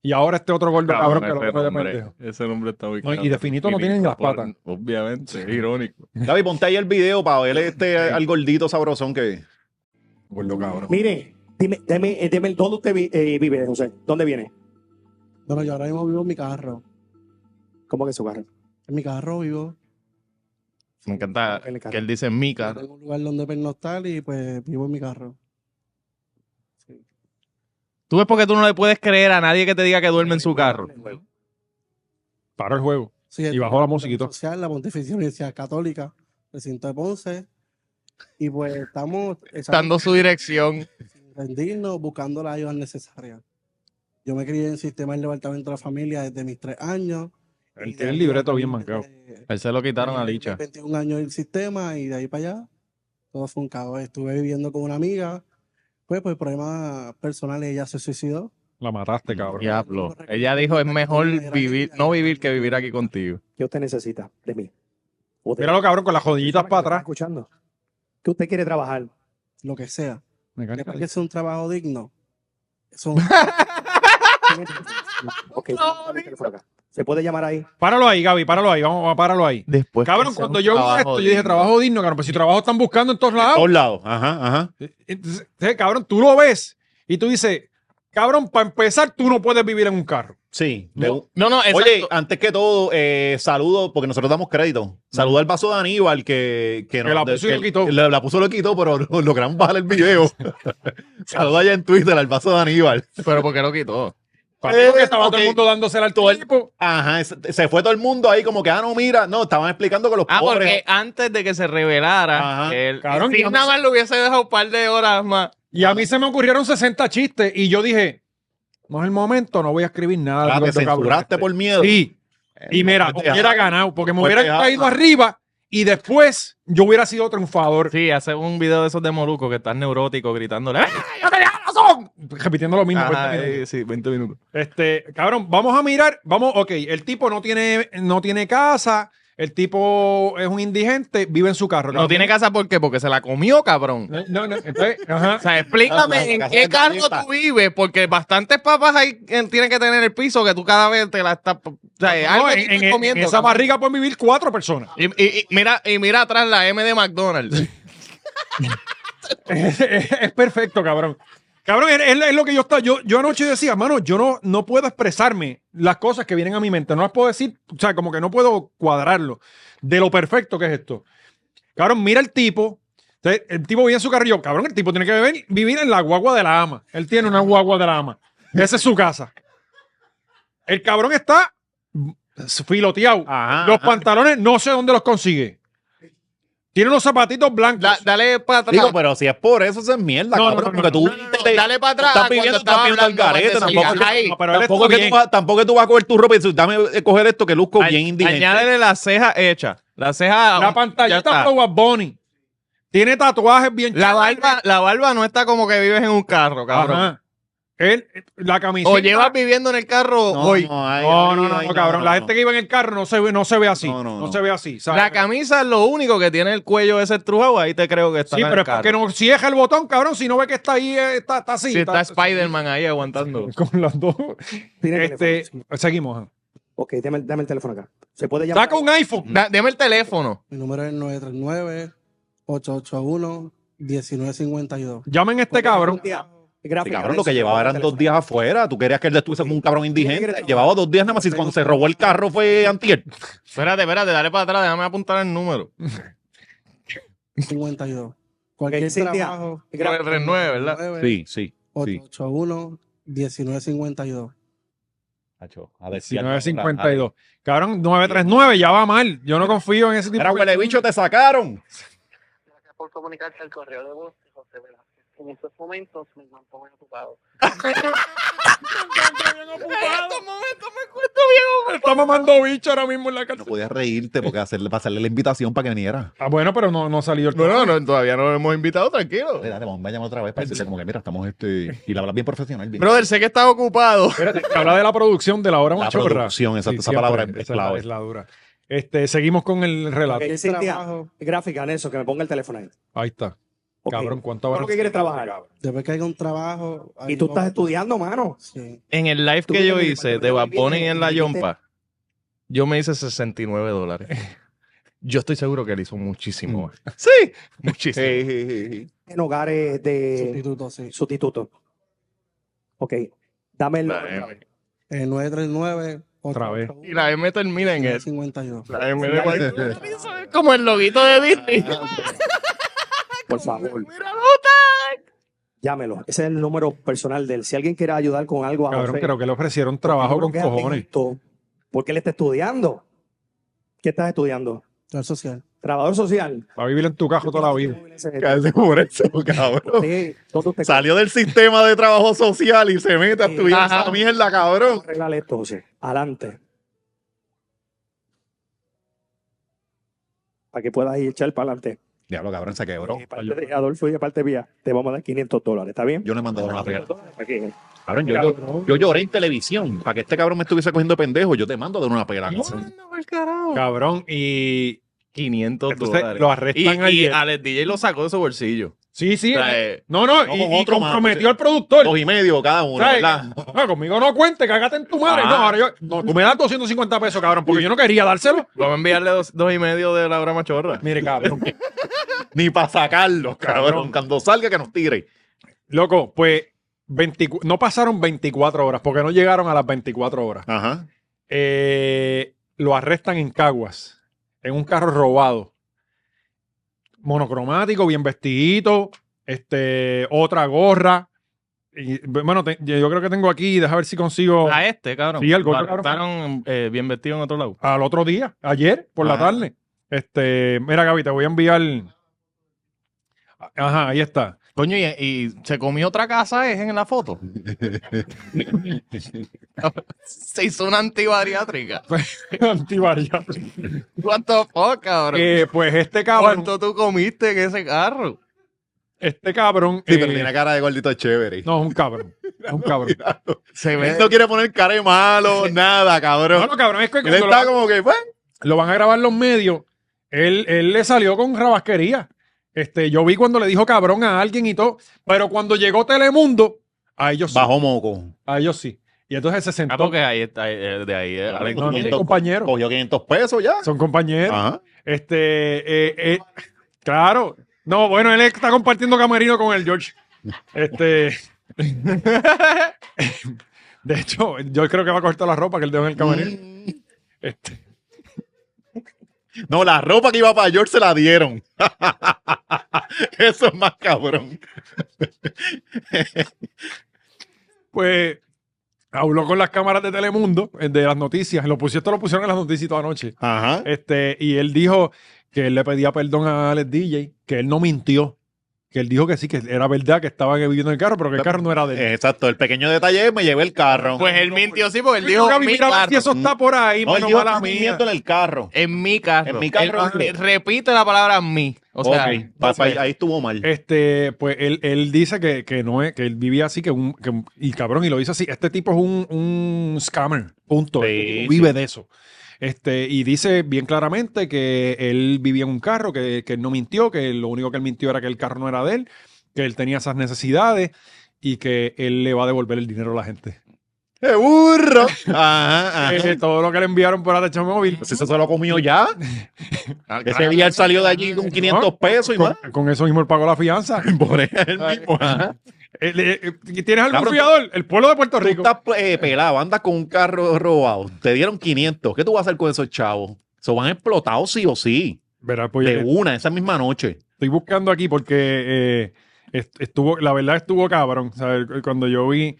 [SPEAKER 2] Y ahora este otro gordo
[SPEAKER 4] Cabrón,
[SPEAKER 2] cabrón que lo
[SPEAKER 4] ese,
[SPEAKER 2] fue de
[SPEAKER 4] nombre,
[SPEAKER 2] pendejo.
[SPEAKER 4] ese nombre está muy
[SPEAKER 2] No, y de finito no tiene ni las
[SPEAKER 4] por-
[SPEAKER 2] patas.
[SPEAKER 4] Obviamente, es irónico.
[SPEAKER 3] Gaby, ponte ahí el video para ver este al gordito sabrosón que.
[SPEAKER 2] Gordo cabrón.
[SPEAKER 5] Mire, dime, deme, eh, deme, ¿dónde usted vi- eh, vive, José? ¿Dónde viene?
[SPEAKER 6] Bueno, yo ahora mismo vivo en mi carro.
[SPEAKER 5] ¿Cómo que su carro?
[SPEAKER 6] En mi carro vivo.
[SPEAKER 4] Me
[SPEAKER 3] Ah,
[SPEAKER 4] encanta
[SPEAKER 5] En el carro.
[SPEAKER 4] que él dice mi carro.
[SPEAKER 6] Tengo un lugar donde pernoctar y pues vivo en mi carro.
[SPEAKER 4] Tú ves porque tú no le puedes creer a nadie que te diga que duerme en su carro.
[SPEAKER 2] Paró el juego.
[SPEAKER 6] Sí,
[SPEAKER 2] Y
[SPEAKER 6] estoy
[SPEAKER 2] bajó la
[SPEAKER 6] en
[SPEAKER 2] musiquita.
[SPEAKER 6] Social, la Pontificia Universidad Católica, recinto de Ponce. Y pues estamos
[SPEAKER 4] Dando su dirección.
[SPEAKER 6] sin rendirnos, buscando las ayudas necesarias. Yo me crié en el sistema del levantamiento de la familia desde mis tres años.
[SPEAKER 2] Él tiene el libreto bien mancado.
[SPEAKER 4] Él se lo quitaron a
[SPEAKER 6] Tenía
[SPEAKER 4] Licha.
[SPEAKER 6] 21 eh, años en el sistema y de ahí para allá todo fue un caos. Estuve viviendo con una amiga, pues por problemas personales ella se suicidó.
[SPEAKER 2] La mataste, cabrón.
[SPEAKER 4] Diablo. Ella dijo, es mejor vivir, no vivir que vivir aquí contigo.
[SPEAKER 5] ¿Qué usted necesita de mí? O de-
[SPEAKER 2] Míralo, cabrón, con las
[SPEAKER 5] persona
[SPEAKER 2] jodillitas
[SPEAKER 5] que
[SPEAKER 2] para
[SPEAKER 5] me está
[SPEAKER 2] atrás.
[SPEAKER 5] Escuchando. ¿Qué usted quiere trabajar?
[SPEAKER 6] Lo que sea.
[SPEAKER 2] Me
[SPEAKER 6] Me
[SPEAKER 2] encanta.
[SPEAKER 6] parece un trabajo digno. Eso-
[SPEAKER 5] Ok, por acá. ¿Se puede llamar ahí?
[SPEAKER 2] Páralo ahí, Gaby, páralo ahí. Vamos, vamos, páralo ahí.
[SPEAKER 4] Después.
[SPEAKER 2] Cabrón, cuando yo vi esto, yo dije trabajo digno, cabrón. Pero si trabajo están buscando en todos
[SPEAKER 3] A
[SPEAKER 2] lados.
[SPEAKER 3] todos lados. Ajá, ajá.
[SPEAKER 2] Entonces, eh, cabrón, tú lo ves y tú dices, cabrón, para empezar, tú no puedes vivir en un carro.
[SPEAKER 3] Sí. de
[SPEAKER 2] No.
[SPEAKER 3] un-
[SPEAKER 4] No, no,
[SPEAKER 3] Oye,
[SPEAKER 4] exacto.
[SPEAKER 3] antes que todo, eh, saludo, porque nosotros damos crédito. Saludo al vaso de Aníbal que, que,
[SPEAKER 2] la puso y lo quitó.
[SPEAKER 3] La, la puso y lo quitó, pero no- logramos bajar el
[SPEAKER 2] *laughs*
[SPEAKER 3] video. saludo allá en Twitter al vaso de Aníbal.
[SPEAKER 4] Pero porque lo quitó.
[SPEAKER 2] Para mí, porque
[SPEAKER 3] Eh,
[SPEAKER 2] estaba todo el
[SPEAKER 3] ok.
[SPEAKER 2] mundo dándosela al
[SPEAKER 3] Todo el-
[SPEAKER 2] tipo.
[SPEAKER 3] Ajá, es- se fue todo el mundo ahí como que, ah, no, mira, no, estaban explicando que los
[SPEAKER 4] Ah,
[SPEAKER 3] pobres...
[SPEAKER 4] porque antes de que se revelara,
[SPEAKER 3] Ajá.
[SPEAKER 4] él,
[SPEAKER 2] Cabrón,
[SPEAKER 4] si
[SPEAKER 2] yo no
[SPEAKER 4] nada más lo hubiese dejado un par de horas más.
[SPEAKER 2] Y a mí se me ocurrieron 60 chistes y yo dije, no es el momento, no voy a escribir nada.
[SPEAKER 3] Ah,
[SPEAKER 2] del
[SPEAKER 3] te
[SPEAKER 2] gordo cabrón
[SPEAKER 3] censuraste
[SPEAKER 2] este".
[SPEAKER 3] por miedo.
[SPEAKER 2] Sí. Y mira,
[SPEAKER 3] Pues te
[SPEAKER 2] hubiera
[SPEAKER 3] dejaron.
[SPEAKER 2] ganado, porque me
[SPEAKER 3] Pues
[SPEAKER 2] hubieran
[SPEAKER 3] te dejaron.
[SPEAKER 2] caído arriba y después yo hubiera sido triunfador.
[SPEAKER 4] Sí, hace un video de esos de Moruco que estás neurótico gritándole. ¡Ah, yo tenía razón!
[SPEAKER 2] Repitiendo lo mismo.
[SPEAKER 4] Ajá,
[SPEAKER 2] 20 minutos.
[SPEAKER 4] eh, sí, 20 minutos.
[SPEAKER 2] Este, cabrón, vamos a mirar, vamos, ok, el tipo no tiene, no tiene casa, el tipo es un indigente, vive en su carro.
[SPEAKER 4] No
[SPEAKER 2] cabrón.
[SPEAKER 4] tiene casa ¿por qué? porque se la comió, cabrón.
[SPEAKER 2] No, no, no, entonces, ajá.
[SPEAKER 4] *laughs* O sea, explícame
[SPEAKER 3] Ah, la
[SPEAKER 4] en
[SPEAKER 3] casa
[SPEAKER 4] qué
[SPEAKER 3] de
[SPEAKER 4] cargo
[SPEAKER 3] Daniela.
[SPEAKER 4] tú vives, porque bastantes papas ahí eh, tienen que tener el piso que tú cada vez te la estás. O sea, algo
[SPEAKER 2] No, en, e-
[SPEAKER 4] aquí estás
[SPEAKER 2] en- en
[SPEAKER 4] comiendo,
[SPEAKER 2] esa
[SPEAKER 4] cabrón.
[SPEAKER 2] barriga pueden vivir cuatro personas.
[SPEAKER 4] Y, y- y mira, y mira atrás la M de McDonald's.
[SPEAKER 2] es, es- es perfecto, cabrón. Cabrón, es, es- es lo que yo estaba. Yo, yo anoche decía, mano, yo no, no puedo expresarme las cosas que vienen a mi mente. No las puedo decir, o sea, como que no puedo cuadrarlo de lo perfecto que es esto. Cabrón, mira el tipo. Entonces, El tipo vive en su carrillo. Cabrón, el tipo tiene que beber- vivir en la guagua de la ama. Él tiene una guagua de la ama. Esa es su casa. El cabrón está filoteado.
[SPEAKER 3] Ajá,
[SPEAKER 2] los
[SPEAKER 3] ajá.
[SPEAKER 2] pantalones no sé dónde los consigue. Tiene unos zapatitos blancos.
[SPEAKER 4] Da- dale para atrás.
[SPEAKER 3] Digo, pero si es por eso, eso es mierda,
[SPEAKER 2] No, no,
[SPEAKER 3] cabrón.
[SPEAKER 2] no,
[SPEAKER 3] porque
[SPEAKER 2] no,
[SPEAKER 3] tú
[SPEAKER 2] no,
[SPEAKER 4] No,
[SPEAKER 3] te-
[SPEAKER 4] dale para atrás.
[SPEAKER 3] estás
[SPEAKER 4] cuando
[SPEAKER 3] viviendo-
[SPEAKER 4] estaba
[SPEAKER 3] estás viviendo
[SPEAKER 4] hablando,
[SPEAKER 3] al garete,
[SPEAKER 4] cuando
[SPEAKER 3] tampoco-
[SPEAKER 4] decía, "Ay,
[SPEAKER 2] No, Ah, pero él
[SPEAKER 3] tampoco,
[SPEAKER 2] está
[SPEAKER 3] que tú
[SPEAKER 2] bien.
[SPEAKER 3] vas, tampoco que tú vas a coger tu ropa y decir, dame eh, coger esto que luzco bien indigente.
[SPEAKER 4] Añádele la ceja hecha. La ceja.
[SPEAKER 2] La
[SPEAKER 4] Ah, ya
[SPEAKER 2] pantallita
[SPEAKER 4] está.
[SPEAKER 2] Flow Bonnie. Tiene tatuajes bien
[SPEAKER 4] La
[SPEAKER 2] chéveres.
[SPEAKER 4] barba, la barba no está como que vives en un carro, cabrón.
[SPEAKER 2] Ajá. Él, la camiseta.
[SPEAKER 4] O llevas viviendo en el carro
[SPEAKER 3] No,
[SPEAKER 4] hoy.
[SPEAKER 3] no, ay,
[SPEAKER 2] No,
[SPEAKER 3] ay,
[SPEAKER 2] no, no,
[SPEAKER 3] ay,
[SPEAKER 2] no, cabrón. la gente que iba en el carro no se ve, no se ve así. No,
[SPEAKER 3] No, no, no.
[SPEAKER 2] se ve así. ¿sabes?
[SPEAKER 4] La camisa es lo único que tiene el cuello ese estrujado, ahí te creo que está.
[SPEAKER 2] Sí,
[SPEAKER 4] en el
[SPEAKER 2] pero es
[SPEAKER 4] carro.
[SPEAKER 2] porque no cierra el botón, cabrón. Si no ve que está ahí, eh, está, está así.
[SPEAKER 4] Si está Spider-Man ahí aguantando.
[SPEAKER 2] *laughs* Con las dos.
[SPEAKER 5] Tiene el
[SPEAKER 2] Este,
[SPEAKER 5] teléfono, sí.
[SPEAKER 2] seguimos. ajá.
[SPEAKER 5] Ok, dame, el- dame el teléfono acá. ¿Se puede llamar?
[SPEAKER 2] Saca un este, iPhone.
[SPEAKER 4] Da- deme el teléfono.
[SPEAKER 6] Mi número es 939-881-1952.
[SPEAKER 2] Llamen a este cabrón.
[SPEAKER 3] Sí, cabrón, lo que llevaba eran dos días afuera. Tú querías que él estuviese como un cabrón indigente. Llevaba dos días nada más. Y cuando se robó el carro fue antier.
[SPEAKER 4] Espérate, espérate, dale para atrás, déjame apuntar el número.
[SPEAKER 6] 52. Cualquier
[SPEAKER 5] Cintia,
[SPEAKER 6] trabajo.
[SPEAKER 4] Con el renueve, ¿verdad?
[SPEAKER 6] 9,
[SPEAKER 3] sí.
[SPEAKER 6] 881-1952.
[SPEAKER 3] A ver,
[SPEAKER 2] 1952. Cabrón, 939, ya va mal. Yo no confío en ese tipo
[SPEAKER 3] Era huele bicho, te sacaron.
[SPEAKER 7] Gracias por comunicarse al correo de voz de José Velázquez. En estos momentos me mantengo ocupado.
[SPEAKER 2] Está mamando bicho ahora mismo en la
[SPEAKER 3] No
[SPEAKER 2] cárcel.
[SPEAKER 3] podías reírte porque hacerle, pasarle la invitación para que viniera.
[SPEAKER 2] Ah, bueno, pero no, no ha salido el
[SPEAKER 4] Bueno, no, todavía no lo hemos invitado, tranquilo.
[SPEAKER 3] Dale, dale, vamos a llamar otra vez para decirle como que mira, estamos este. Y la hablas bien profesional. Bien.
[SPEAKER 4] Brother, sé que estás ocupado.
[SPEAKER 2] Espérate, que habla de la producción de la hora
[SPEAKER 3] La
[SPEAKER 2] machorra.
[SPEAKER 3] producción, exacto, esa
[SPEAKER 2] siempre,
[SPEAKER 3] palabra es
[SPEAKER 2] esa
[SPEAKER 3] clave.
[SPEAKER 2] es la dura. Este, seguimos con el relato.
[SPEAKER 5] Ok.
[SPEAKER 6] Cualquier
[SPEAKER 5] Cintia.
[SPEAKER 6] trabajo.
[SPEAKER 5] Gráfica, Nelson, que me ponga el teléfono ahí.
[SPEAKER 2] Ahí está.
[SPEAKER 5] Ok.
[SPEAKER 2] Cabrón, ¿cuánto
[SPEAKER 5] ¿Para lo
[SPEAKER 2] habrá?
[SPEAKER 5] que quieres trabajar? cabrón?
[SPEAKER 6] Después que haya un trabajo.
[SPEAKER 5] Y tú estás estudiando, mano.
[SPEAKER 6] Sí.
[SPEAKER 4] En el live
[SPEAKER 5] Tú
[SPEAKER 4] que yo
[SPEAKER 5] vienes de
[SPEAKER 4] hice
[SPEAKER 5] Puerto
[SPEAKER 4] de
[SPEAKER 5] Rico,
[SPEAKER 4] Bad Bunny
[SPEAKER 5] vienes-
[SPEAKER 4] en la
[SPEAKER 5] viniste-
[SPEAKER 4] Yompa, yo me hice 69 dólares. *laughs* Yo estoy seguro que él hizo muchísimo más. *laughs*
[SPEAKER 3] Sí.
[SPEAKER 4] Muchísimo.
[SPEAKER 3] Sí, sí, sí, sí.
[SPEAKER 5] En hogares de
[SPEAKER 6] Sustituto, sí.
[SPEAKER 5] sustituto. Ok. Dame el.
[SPEAKER 4] Dale.
[SPEAKER 6] El 939.
[SPEAKER 2] Otra vez.
[SPEAKER 4] Y la M termina en eso.
[SPEAKER 6] 51.
[SPEAKER 4] La M de Como el loguito de Disney.
[SPEAKER 5] Por favor.
[SPEAKER 4] Míralo.
[SPEAKER 5] Llámelo. Ese es el número personal de él. Si alguien quiere ayudar con algo a
[SPEAKER 2] Cabrón,
[SPEAKER 5] José,
[SPEAKER 2] creo que le ofrecieron
[SPEAKER 5] porque
[SPEAKER 2] trabajo
[SPEAKER 5] yo creo
[SPEAKER 2] con
[SPEAKER 5] que hacen
[SPEAKER 2] cojones.
[SPEAKER 5] esto Porque él está estudiando. ¿Qué estás estudiando?
[SPEAKER 6] Social social.
[SPEAKER 5] Trabajador social.
[SPEAKER 2] Va a vivir en tu cajo toda la vida.
[SPEAKER 3] Casi por eso, cabrón.
[SPEAKER 5] Sí, ¿dónde usted
[SPEAKER 3] Salió del sistema de trabajo social y se mete a estudiar
[SPEAKER 4] Ajá.
[SPEAKER 3] esa mierda, cabrón.
[SPEAKER 5] Arreglar esto, José. Adelante. Para que puedas ir echar para adelante.
[SPEAKER 3] Diablo, cabrón, se quebró.
[SPEAKER 5] Y parte de Adolfo y aparte mía, te vamos a dar 500 dólares, ¿está bien?
[SPEAKER 3] Yo no he mandado una friega.
[SPEAKER 5] 500 dólares, ¿para qué?
[SPEAKER 3] Cabrón, yo, yo, yo lloré en televisión. Para que este cabrón me estuviese cogiendo pendejo, yo te mando de una pela. cabrón.
[SPEAKER 4] *laughs* Anda, por carajo.
[SPEAKER 2] Cabrón, y
[SPEAKER 4] 500
[SPEAKER 2] entonces
[SPEAKER 4] dólares.
[SPEAKER 2] lo
[SPEAKER 4] Y,
[SPEAKER 2] arrestan
[SPEAKER 4] y
[SPEAKER 2] ayer.
[SPEAKER 4] Alex DJ lo sacó de su bolsillo.
[SPEAKER 2] Sí,
[SPEAKER 4] O
[SPEAKER 2] sí.
[SPEAKER 4] sea,
[SPEAKER 2] eh,
[SPEAKER 4] eh,
[SPEAKER 2] No, no,
[SPEAKER 3] no,
[SPEAKER 2] y,
[SPEAKER 3] con
[SPEAKER 2] y
[SPEAKER 3] otro más,
[SPEAKER 2] comprometió
[SPEAKER 3] sí.
[SPEAKER 2] al productor.
[SPEAKER 3] Dos y medio cada uno,
[SPEAKER 2] ¿Sabes?
[SPEAKER 3] ¿verdad?
[SPEAKER 2] No, conmigo no cuente, cágate en tu madre.
[SPEAKER 4] Ah.
[SPEAKER 2] No, ahora yo, no, tú me das 250 pesos, cabrón, porque yo no quería dárselo.
[SPEAKER 4] vamos a enviarle dos, dos y medio de la hora machorra.
[SPEAKER 2] Mire, cabrón.
[SPEAKER 3] Ni para sacarlo,
[SPEAKER 2] Cabrón.
[SPEAKER 3] cabrón. Cuando salga, que nos tire.
[SPEAKER 2] Loco, pues 24 no pasaron 24 horas, porque no llegaron a las 24 horas.
[SPEAKER 3] Ajá.
[SPEAKER 2] Eh, lo arrestan en Caguas, en un carro robado. Monocromático, bien vestidito, este, otra gorra. Y, bueno, te- yo creo que tengo aquí, deja ver si consigo
[SPEAKER 4] A este, cabrón.
[SPEAKER 2] Sí, al gordo,
[SPEAKER 4] Lo arrestaron, eh, bien vestido en otro lado.
[SPEAKER 2] al otro día, ayer por la
[SPEAKER 3] Ajá.
[SPEAKER 2] tarde. Este, mira, Gaby, te voy a enviar. Ajá, ahí está. *laughs*
[SPEAKER 4] Coño, y, y se comió otra casa es en
[SPEAKER 3] *laughs*
[SPEAKER 4] la foto. se hizo una antivariátrica.
[SPEAKER 2] Pues, Antivariante.
[SPEAKER 4] What the fuck, cabrón.
[SPEAKER 2] Eh, pues este cabrón,
[SPEAKER 4] ¿Cuánto tú comiste en ese carro?
[SPEAKER 2] este cabrón.
[SPEAKER 3] Sí,
[SPEAKER 2] eh,
[SPEAKER 3] pero tiene cara de gordito chévere.
[SPEAKER 2] no, es un cabrón. Es un
[SPEAKER 3] *laughs*
[SPEAKER 2] cabrón.
[SPEAKER 4] Se
[SPEAKER 3] Él no quiere poner cara de
[SPEAKER 4] *laughs*
[SPEAKER 3] malo, nada,
[SPEAKER 2] No,
[SPEAKER 3] cabrón.
[SPEAKER 2] no, cabrón, es que
[SPEAKER 3] Él
[SPEAKER 2] cuando
[SPEAKER 3] está
[SPEAKER 2] lo,
[SPEAKER 3] como que, pues,
[SPEAKER 2] lo van a grabar los medios, él, él le salió con rabasquería. Este, yo vi cuando le dijo cabrón a alguien y todo, pero cuando llegó Telemundo, a ellos sí,
[SPEAKER 3] bajo moco.
[SPEAKER 2] a ellos sí. Y entonces se sentó.
[SPEAKER 4] Ah, porque ahí está, eh, de ahí. eh,
[SPEAKER 3] Claro,
[SPEAKER 4] Alex
[SPEAKER 2] no, no,
[SPEAKER 4] Rodríguez.
[SPEAKER 2] son compañeros,
[SPEAKER 3] Cogió 500 pesos ya.
[SPEAKER 2] son compañeros.
[SPEAKER 3] Ajá.
[SPEAKER 2] Este, eh, eh, claro. No, bueno, él está compartiendo camerino con el George. Este. *laughs* De hecho, yo creo que va a cortar la ropa que él dejó en el camerino. Este,
[SPEAKER 3] Mm. No, la ropa que iba para George se la dieron. *laughs* Eso es más cabrón.
[SPEAKER 2] pues habló con las cámaras de Telemundo, eh, de las noticias. Lo pusieron, esto lo pusieron en las noticias y toda la noche.
[SPEAKER 3] Ajá.
[SPEAKER 2] Este, y él dijo que él le pedía perdón a Alex DJ, que él no mintió. Que él dijo que sí, que era verdad que estaba viviendo en el carro, pero que el carro no era de él.
[SPEAKER 3] Exacto, el pequeño detalle es, me llevé el carro.
[SPEAKER 4] Pues él mintió, sí, porque él
[SPEAKER 2] Dijo,
[SPEAKER 4] dijo.
[SPEAKER 2] Gaby,
[SPEAKER 4] mi
[SPEAKER 2] mira a ver
[SPEAKER 4] carro.
[SPEAKER 2] si eso está por ahí,
[SPEAKER 3] no, él
[SPEAKER 2] mano,
[SPEAKER 3] dijo,
[SPEAKER 2] mala
[SPEAKER 3] "Estoy
[SPEAKER 2] mía".
[SPEAKER 3] durmiendo en el carro.
[SPEAKER 4] En mi carro.
[SPEAKER 3] En mi carro.
[SPEAKER 4] Él- eh, repite la palabra mi. O sea,
[SPEAKER 3] Ok, pa- pa- ahí estuvo mal.
[SPEAKER 2] Este, pues él, él dice que, que no es, que él vivía así, que un, que un- y cabrón, y lo dice así, este tipo es un, un scammer, punto,
[SPEAKER 3] Sí,
[SPEAKER 2] Este tipo
[SPEAKER 3] sí.
[SPEAKER 2] vive de eso. Este, y dice bien claramente que él vivía en un carro, que, que él no mintió, que lo único que él mintió era que el carro no era de él, que él tenía esas necesidades y que él le va a devolver el dinero a la gente.
[SPEAKER 3] ¡Qué burro! Ajá, ajá.
[SPEAKER 2] Eh, todo lo que le enviaron por ATH móvil.
[SPEAKER 3] Ah, Pues eso se lo comió ya.
[SPEAKER 4] ah,
[SPEAKER 3] Ese
[SPEAKER 4] claro.
[SPEAKER 3] día él salió de allí con 500 pesos y
[SPEAKER 2] Con,
[SPEAKER 3] más. *laughs*
[SPEAKER 2] con eso mismo él pagó la fianza.
[SPEAKER 3] Por él mismo. Ajá.
[SPEAKER 2] Eh, eh, eh, ¿Tienes algún
[SPEAKER 3] Cabrón,
[SPEAKER 2] fiador? El pueblo de Puerto
[SPEAKER 3] Tú
[SPEAKER 2] Rico.
[SPEAKER 3] estás eh, pelado, andas con un carro robado. Te dieron 500. ¿Qué tú vas a hacer con esos chavos? Se van explotados sí o sí.
[SPEAKER 2] Verá, pues,
[SPEAKER 3] De
[SPEAKER 2] eh,
[SPEAKER 3] una, esa misma noche.
[SPEAKER 2] Estoy buscando aquí porque eh, est- estuvo, la verdad estuvo cabrón. O sea, el- Cuando yo vi,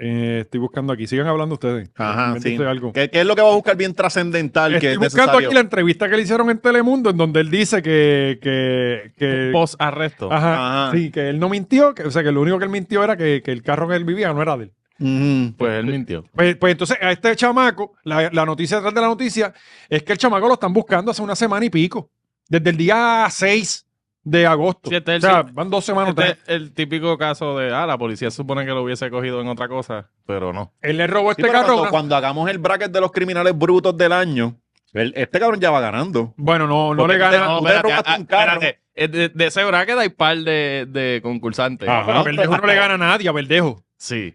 [SPEAKER 2] eh, estoy buscando aquí. Sigan hablando ustedes.
[SPEAKER 3] Ajá,
[SPEAKER 2] Invéntense
[SPEAKER 3] sí.
[SPEAKER 2] algo.
[SPEAKER 3] ¿Qué, qué es lo que va a buscar bien trascendental?
[SPEAKER 2] Estoy
[SPEAKER 3] que es
[SPEAKER 2] buscando
[SPEAKER 3] necesario?
[SPEAKER 2] aquí la entrevista que le hicieron en Telemundo, en donde él dice que, que, que-
[SPEAKER 4] Post arresto.
[SPEAKER 2] Ah. ajá,
[SPEAKER 3] Ajá.
[SPEAKER 2] sí, que él no mintió, que, o sea que lo único que él mintió era que, que el carro que él vivía no era de él.
[SPEAKER 3] Ujú.
[SPEAKER 4] Pues él mintió.
[SPEAKER 2] Pues, pues entonces a este chamaco, la, la noticia detrás de la noticia es que el chamaco lo están buscando hace una semana y pico, desde el día 6 de agosto.
[SPEAKER 4] Sí, este
[SPEAKER 2] o
[SPEAKER 4] es el-
[SPEAKER 2] sea, van dos semanas.
[SPEAKER 4] Este
[SPEAKER 2] atrás.
[SPEAKER 4] es el típico caso de, ah, la policía supone que lo hubiese cogido en otra cosa, pero no.
[SPEAKER 2] Él le robó este
[SPEAKER 3] Sí, pero
[SPEAKER 2] carro. a
[SPEAKER 3] cuando,
[SPEAKER 2] una-
[SPEAKER 3] cuando hagamos el bracket de los criminales brutos del año, el- este cabrón ya va ganando.
[SPEAKER 2] Bueno, no, no
[SPEAKER 3] Porque
[SPEAKER 2] le
[SPEAKER 3] tú te-
[SPEAKER 2] gana.
[SPEAKER 3] tú te robaste
[SPEAKER 4] ah,
[SPEAKER 3] un carro.
[SPEAKER 4] espérate. Eh, De, de ese bracket hay par de, de concursantes.
[SPEAKER 2] Ah, pero a Verdejo no le gana a nadie, a Verdejo.
[SPEAKER 4] Sí.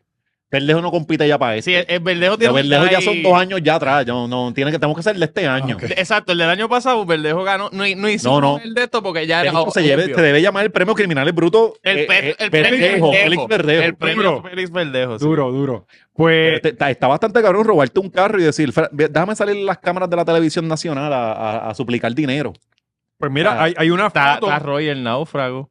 [SPEAKER 3] Verdejo no compite ya para eso.
[SPEAKER 4] Sí, el, el Verdejo tiene
[SPEAKER 3] Ya
[SPEAKER 4] un
[SPEAKER 3] Verdejo ya
[SPEAKER 4] tie-
[SPEAKER 3] son dos años ya atrás. Yo, no, tiene que, tenemos que hacerle este año.
[SPEAKER 2] Ah, ok.
[SPEAKER 4] Exacto, el del año pasado Verdejo ganó. No, no hicimos
[SPEAKER 3] No, no.
[SPEAKER 4] el de esto porque ya
[SPEAKER 3] De
[SPEAKER 4] era
[SPEAKER 3] hecho, se lleve-
[SPEAKER 4] obvio.
[SPEAKER 3] te debe llamar el premio Criminales Brutos.
[SPEAKER 4] el,
[SPEAKER 3] eh,
[SPEAKER 4] pe-
[SPEAKER 3] eh,
[SPEAKER 4] el
[SPEAKER 3] Verdejo, Félix Verdejo.
[SPEAKER 4] El premio
[SPEAKER 2] Duro.
[SPEAKER 4] Félix Verdejo. sí.
[SPEAKER 2] Duro, duro. Pues,
[SPEAKER 3] Pero este te- ta- está bastante cabrón robarte un carro y decir, "Fra- ve- déjame salir en las cámaras de la televisión nacional a, a- a suplicar dinero.
[SPEAKER 2] pues mira,
[SPEAKER 3] Ah.
[SPEAKER 2] hay, hay una
[SPEAKER 4] Está,
[SPEAKER 2] foto.
[SPEAKER 4] está Roy el náufrago.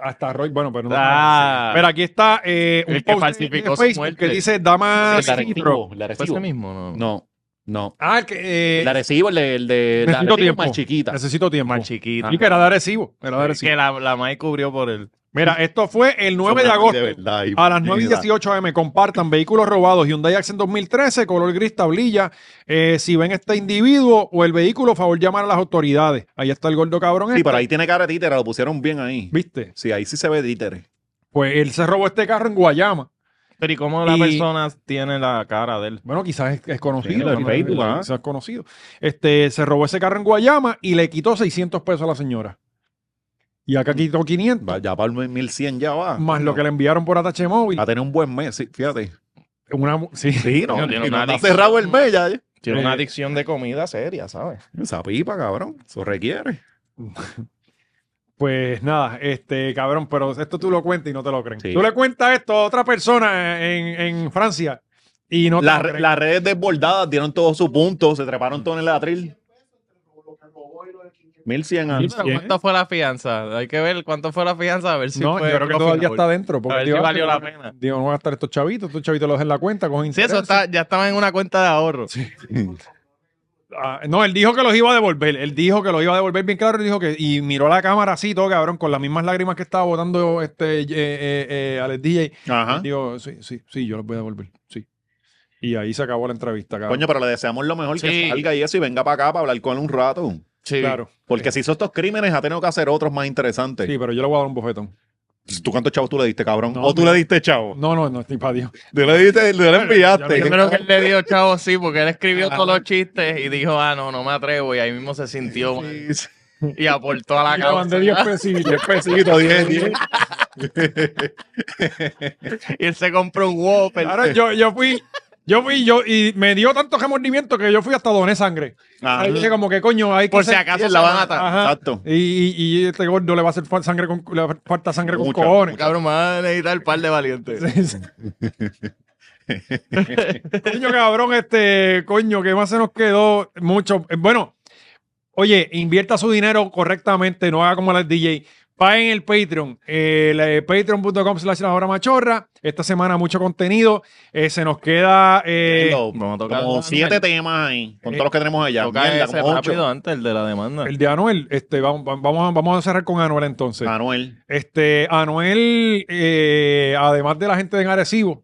[SPEAKER 2] hasta Roy, bueno, pero no.
[SPEAKER 3] Ah,
[SPEAKER 4] Está-
[SPEAKER 2] Pero aquí está eh, un
[SPEAKER 4] El que
[SPEAKER 2] post de-
[SPEAKER 4] falsificó
[SPEAKER 2] de
[SPEAKER 4] su
[SPEAKER 2] Facebook
[SPEAKER 4] muerte.
[SPEAKER 2] que dice Dama
[SPEAKER 3] el de
[SPEAKER 2] Citro.
[SPEAKER 3] Arecibo, el de
[SPEAKER 4] ¿Fue
[SPEAKER 3] Arecibo.
[SPEAKER 4] ese mismo? No.
[SPEAKER 3] No, no.
[SPEAKER 2] Ah, el que. eh,
[SPEAKER 3] El de Arecibo, el de, el de- el de
[SPEAKER 2] necesito
[SPEAKER 3] Arecibo
[SPEAKER 2] tiempo.
[SPEAKER 3] más chiquita.
[SPEAKER 2] Necesito tiempo.
[SPEAKER 4] Más chiquita.
[SPEAKER 2] Y que era de Arecibo. Era de Arecibo.
[SPEAKER 4] que la, la Mai cubrió por él.
[SPEAKER 2] Mira, esto fue el 9 de agosto. A las 9 y 18 am, compartan vehículos robados Hyundai Accent 2013, color gris tablilla. Eh, si ven este individuo o el vehículo, favor llamar a las autoridades. Ahí está el gordo cabrón.
[SPEAKER 3] Sí,
[SPEAKER 2] este.
[SPEAKER 3] pero ahí tiene cara de títera, lo pusieron bien ahí.
[SPEAKER 2] ¿Viste?
[SPEAKER 3] Sí, ahí sí se ve títere.
[SPEAKER 2] Pues él se robó este carro en Guayama.
[SPEAKER 4] Pero ¿y cómo la
[SPEAKER 2] Y-
[SPEAKER 4] persona tiene la cara de él?
[SPEAKER 2] Bueno, quizás es, es conocido.
[SPEAKER 3] Sí, lo del
[SPEAKER 2] ¿no?
[SPEAKER 3] Facebook,
[SPEAKER 2] Eh,
[SPEAKER 3] ah.
[SPEAKER 2] Quizás es conocido. Este, se robó ese carro en Guayama y le quitó 600 pesos a la señora. Y acá quitó 500,
[SPEAKER 3] Va- Ya para el 1100 ya va.
[SPEAKER 2] más lo que le enviaron por Atache Móvil.
[SPEAKER 3] Va a tener un buen mes, sí, fíjate.
[SPEAKER 2] Una, mu- sí. *laughs*
[SPEAKER 3] Sí, no,
[SPEAKER 4] No,
[SPEAKER 3] *laughs*
[SPEAKER 4] tiene
[SPEAKER 3] y no
[SPEAKER 4] una
[SPEAKER 3] está
[SPEAKER 4] adicción.
[SPEAKER 3] cerrado el mes ya. eh.
[SPEAKER 4] Tiene
[SPEAKER 2] Eh,
[SPEAKER 4] una adicción de comida seria, ¿sabes?
[SPEAKER 3] Esa pipa, cabrón, eso requiere.
[SPEAKER 2] Pues nada, este cabrón, pero esto tú lo cuentas y no te lo creen.
[SPEAKER 3] Sí.
[SPEAKER 2] Tú le cuentas esto a otra persona en, en Francia y no te
[SPEAKER 3] Las
[SPEAKER 2] lo
[SPEAKER 3] re-
[SPEAKER 2] creen.
[SPEAKER 3] las redes desbordadas dieron todos sus puntos, se treparon todos en el atril. 1100
[SPEAKER 4] Sí,
[SPEAKER 3] años.
[SPEAKER 4] pero
[SPEAKER 2] ¿Quién?
[SPEAKER 4] ¿Cuánto fue la fianza? Hay que ver cuánto fue la fianza, a ver si
[SPEAKER 2] no,
[SPEAKER 4] fue
[SPEAKER 2] yo creo que
[SPEAKER 4] otro
[SPEAKER 2] todavía
[SPEAKER 4] final.
[SPEAKER 2] está pues, dentro. Porque
[SPEAKER 4] A ver si
[SPEAKER 2] digo, ah,
[SPEAKER 4] valió la
[SPEAKER 2] no-
[SPEAKER 4] pena.
[SPEAKER 2] Digo, no van a estar estos chavitos, estos chavitos los en la cuenta con
[SPEAKER 4] Sí, eso
[SPEAKER 2] intereses.
[SPEAKER 4] está, ya estaba en una cuenta de ahorro.
[SPEAKER 2] Ah, no, él dijo que los iba a devolver. Él dijo que los iba a devolver bien claro. Y dijo que y miró la cámara así, todo cabrón, con las mismas lágrimas que estaba botando este eh, eh, eh, Alex DJ.
[SPEAKER 3] Ajá.
[SPEAKER 2] Digo, sí, sí, sí, yo los voy a devolver. Sí. Y ahí se acabó la entrevista, cabrón.
[SPEAKER 3] Coño, pero le deseamos lo mejor que
[SPEAKER 4] Sí.
[SPEAKER 3] salga y eso y venga para acá para hablar con él un rato.
[SPEAKER 4] Sí.
[SPEAKER 2] claro.
[SPEAKER 3] Porque si hizo estos crímenes, ha tenido que hacer otros más interesantes.
[SPEAKER 2] Sí, pero yo le voy a dar un bofetón.
[SPEAKER 3] ¿Tú cuántos chavos tú le diste, cabrón?
[SPEAKER 2] No,
[SPEAKER 3] ¿O tú
[SPEAKER 2] mira.
[SPEAKER 3] le diste chavo?
[SPEAKER 2] No, no, no, estoy para Dios.
[SPEAKER 3] Tú le diste, tú le
[SPEAKER 2] ya
[SPEAKER 4] Yo
[SPEAKER 3] enviaste.
[SPEAKER 4] creo que él le dio chavo, sí, porque él escribió
[SPEAKER 2] Ah.
[SPEAKER 4] todos los chistes y dijo, ah, no, no me atrevo. Y ahí mismo se sintió
[SPEAKER 3] Sí,
[SPEAKER 4] mal.
[SPEAKER 3] sí.
[SPEAKER 4] y aportó a la
[SPEAKER 2] Yo mandé
[SPEAKER 4] causa.
[SPEAKER 2] 10 pesitos.
[SPEAKER 3] Pesito, 10,
[SPEAKER 4] *laughs*
[SPEAKER 3] 10.
[SPEAKER 4] Y él se compró un Whopper.
[SPEAKER 2] Ahora yo, yo fui, yo fui, yo, y me dio tanto remordimiento que yo fui hasta doné sangre.
[SPEAKER 3] Ajá.
[SPEAKER 2] Ahí dije como que coño, hay que
[SPEAKER 4] Por si
[SPEAKER 2] ser-
[SPEAKER 4] acaso
[SPEAKER 3] Sí,
[SPEAKER 4] se
[SPEAKER 3] la
[SPEAKER 4] van
[SPEAKER 3] van
[SPEAKER 4] a
[SPEAKER 3] a-
[SPEAKER 4] atar.
[SPEAKER 2] Ajá.
[SPEAKER 3] Exacto.
[SPEAKER 2] Y, y, y este gordo le va a hacer fal- sangre con, le va a hacer falta sangre con
[SPEAKER 3] Mucha,
[SPEAKER 2] cojones.
[SPEAKER 4] *laughs* Cabrón, me van a necesitar un par de valientes.
[SPEAKER 2] *laughs* coño, cabrón, este, coño, que más se nos quedó mucho. Eh, Bueno, oye, invierta su dinero correctamente, no haga como las DJ. Paguen el Patreon, eh, la- patreon.com slash la hora machorra. Esta semana mucho contenido. Eh, se nos queda... eh,
[SPEAKER 3] Lo-
[SPEAKER 4] Vamos a tocar.
[SPEAKER 3] Como siete temas ahí, con
[SPEAKER 2] Eh,
[SPEAKER 3] todos los que tenemos allá.
[SPEAKER 4] Toca
[SPEAKER 3] Mierda,
[SPEAKER 4] ese
[SPEAKER 3] como ocho.
[SPEAKER 4] rápido antes, el de la demanda.
[SPEAKER 2] El de Anuel, este, vamos, vamos, a- vamos a cerrar con Anuel entonces.
[SPEAKER 3] Manuel.
[SPEAKER 2] Este, Anuel, eh, además de la gente de Arecibo,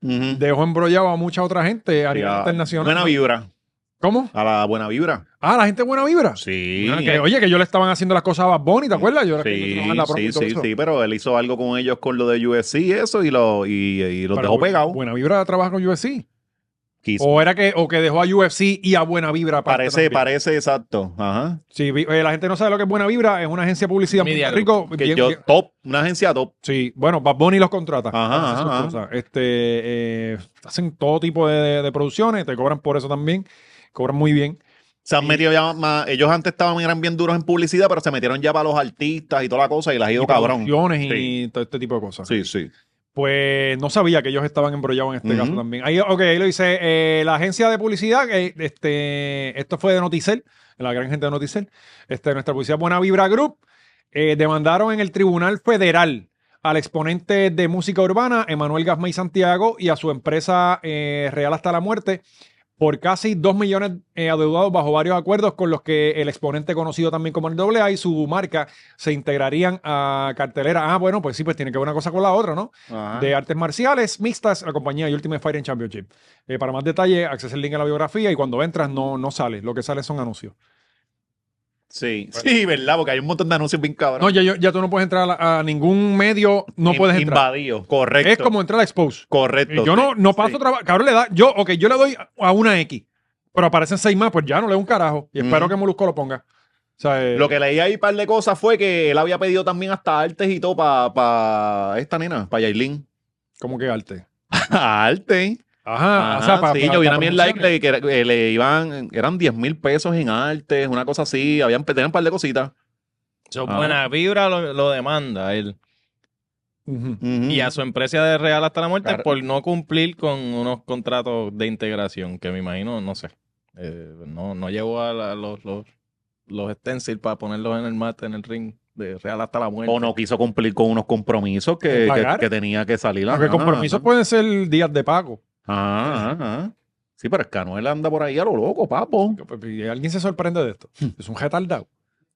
[SPEAKER 3] Ujú.
[SPEAKER 2] dejó embrollado a mucha otra gente a nivel
[SPEAKER 3] Ya.
[SPEAKER 2] internacional.
[SPEAKER 3] Buena vibra.
[SPEAKER 2] ¿Cómo?
[SPEAKER 3] A la buena vibra.
[SPEAKER 2] Ah, la gente buena vibra.
[SPEAKER 3] Sí.
[SPEAKER 2] Ah, que, oye, que yo le estaban haciendo las cosas a Bad Bunny, ¿te acuerdas? Yo era que yo
[SPEAKER 3] Sí,
[SPEAKER 2] trabajaba en la promo y
[SPEAKER 3] sí,
[SPEAKER 2] todo
[SPEAKER 3] sí,
[SPEAKER 2] eso.
[SPEAKER 3] sí, pero él hizo algo con ellos con lo de UFC y eso y, lo, y, y los
[SPEAKER 2] Pero
[SPEAKER 3] dejó
[SPEAKER 2] Bu-
[SPEAKER 3] pegados.
[SPEAKER 2] Buena Vibra trabaja con UFC.
[SPEAKER 3] Quiso.
[SPEAKER 2] O era que, o que dejó a UFC y a Buena Vibra. aparte
[SPEAKER 3] Parece,
[SPEAKER 2] también.
[SPEAKER 3] parece exacto. Ajá.
[SPEAKER 2] Sí, vi- eh, la gente no sabe lo que es Buena Vibra, es una agencia de publicidad en
[SPEAKER 4] Media
[SPEAKER 2] Puerto Rico.
[SPEAKER 3] Que
[SPEAKER 2] Pues bien-
[SPEAKER 3] yo,
[SPEAKER 2] bien-
[SPEAKER 3] top, una agencia top.
[SPEAKER 2] Sí, bueno, Bad Bunny los contrata.
[SPEAKER 3] Ajá,
[SPEAKER 2] para hacer
[SPEAKER 3] ajá,
[SPEAKER 2] sus
[SPEAKER 3] ajá.
[SPEAKER 2] cosas. Este, eh, hacen todo tipo de, de- de producciones, te cobran por eso también. Cobran muy bien.
[SPEAKER 3] Se han
[SPEAKER 2] Sí.
[SPEAKER 3] metido ya más. Ellos antes estaban eran bien duros en publicidad, pero se metieron ya para los artistas y toda la cosa y las ha ido
[SPEAKER 2] Y
[SPEAKER 3] cabrón.
[SPEAKER 2] producciones y todo este tipo de cosas.
[SPEAKER 3] Sí, sí.
[SPEAKER 2] Pues no sabía que ellos estaban embrollados en este
[SPEAKER 3] Ujú.
[SPEAKER 2] caso también. Ahí, ok, ahí lo dice eh, la agencia de publicidad. que, este, esto fue de Noticel, la gran gente de Noticel. Este, nuestra publicidad Buena Vibra Group eh, demandaron en el Tribunal Federal al exponente de música urbana, Emanuel Gazmey Santiago, y a su empresa eh, Real Hasta la Muerte por casi 2 millones eh, adeudados bajo varios acuerdos con los que el exponente conocido también como el AA y su marca se integrarían a cartelera. Ah, bueno, pues sí, pues tiene que ver una cosa con la otra, ¿no?
[SPEAKER 3] Ajá.
[SPEAKER 2] de artes marciales mixtas, la compañía Ultimate Fighting Championship. Eh, para más detalle, accesa el link a la biografía y cuando entras no, no sale, lo que sale son anuncios.
[SPEAKER 3] Sí, sí, ¿verdad? Porque hay un montón de anuncios bien
[SPEAKER 2] No,
[SPEAKER 3] cabrón.
[SPEAKER 2] ya, ya- ya tú no puedes entrar a, la- a ningún medio, no
[SPEAKER 3] In-
[SPEAKER 2] puedes entrar.
[SPEAKER 3] Invadido. Correcto.
[SPEAKER 2] Es como entrar a Expose.
[SPEAKER 3] Correcto.
[SPEAKER 2] Y yo no, no paso
[SPEAKER 3] Sí.
[SPEAKER 2] trabajo. Cabrón, le da, yo, ok, yo le doy a una X, pero aparecen seis más, pues ya no leo un carajo. Y espero
[SPEAKER 3] Ujú.
[SPEAKER 2] que Molusco lo ponga. sea, eh,
[SPEAKER 3] Lo que leí ahí un par de cosas fue que él había pedido también hasta artes y todo para esta nena, para Yailin.
[SPEAKER 2] ¿Cómo que arte?
[SPEAKER 3] Arte.
[SPEAKER 2] Ajá,
[SPEAKER 3] Ajá,
[SPEAKER 2] Ah, o sea, para.
[SPEAKER 3] sí, yo vi una mierda ahí que le, que era- que eh, le iban, eran 10 mil pesos en artes, una cosa así, habían, tenían un par de cositas.
[SPEAKER 4] Su
[SPEAKER 3] Ah.
[SPEAKER 4] buena vibra lo, lo demanda él.
[SPEAKER 3] Ujú.
[SPEAKER 4] Y a su empresa de Real hasta la muerte
[SPEAKER 2] Claro.
[SPEAKER 4] por no cumplir con unos contratos de integración, que me imagino, no sé. eh, no, no llevó a la- los, los, los stencils para ponerlos en el mate, en el ring de Real hasta la muerte.
[SPEAKER 3] O no quiso cumplir con unos compromisos que, que-
[SPEAKER 2] ¿Pagar?
[SPEAKER 3] que tenía que salir.
[SPEAKER 2] Porque
[SPEAKER 3] ajá,
[SPEAKER 2] compromisos
[SPEAKER 3] ajá. Ah,
[SPEAKER 2] pueden ser días de pago.
[SPEAKER 3] Ajá, ajá, ajá. Sí, pero es que Anuel anda por ahí a lo loco, papo.
[SPEAKER 2] pues, Y alguien se sorprende de esto. Es un retardado.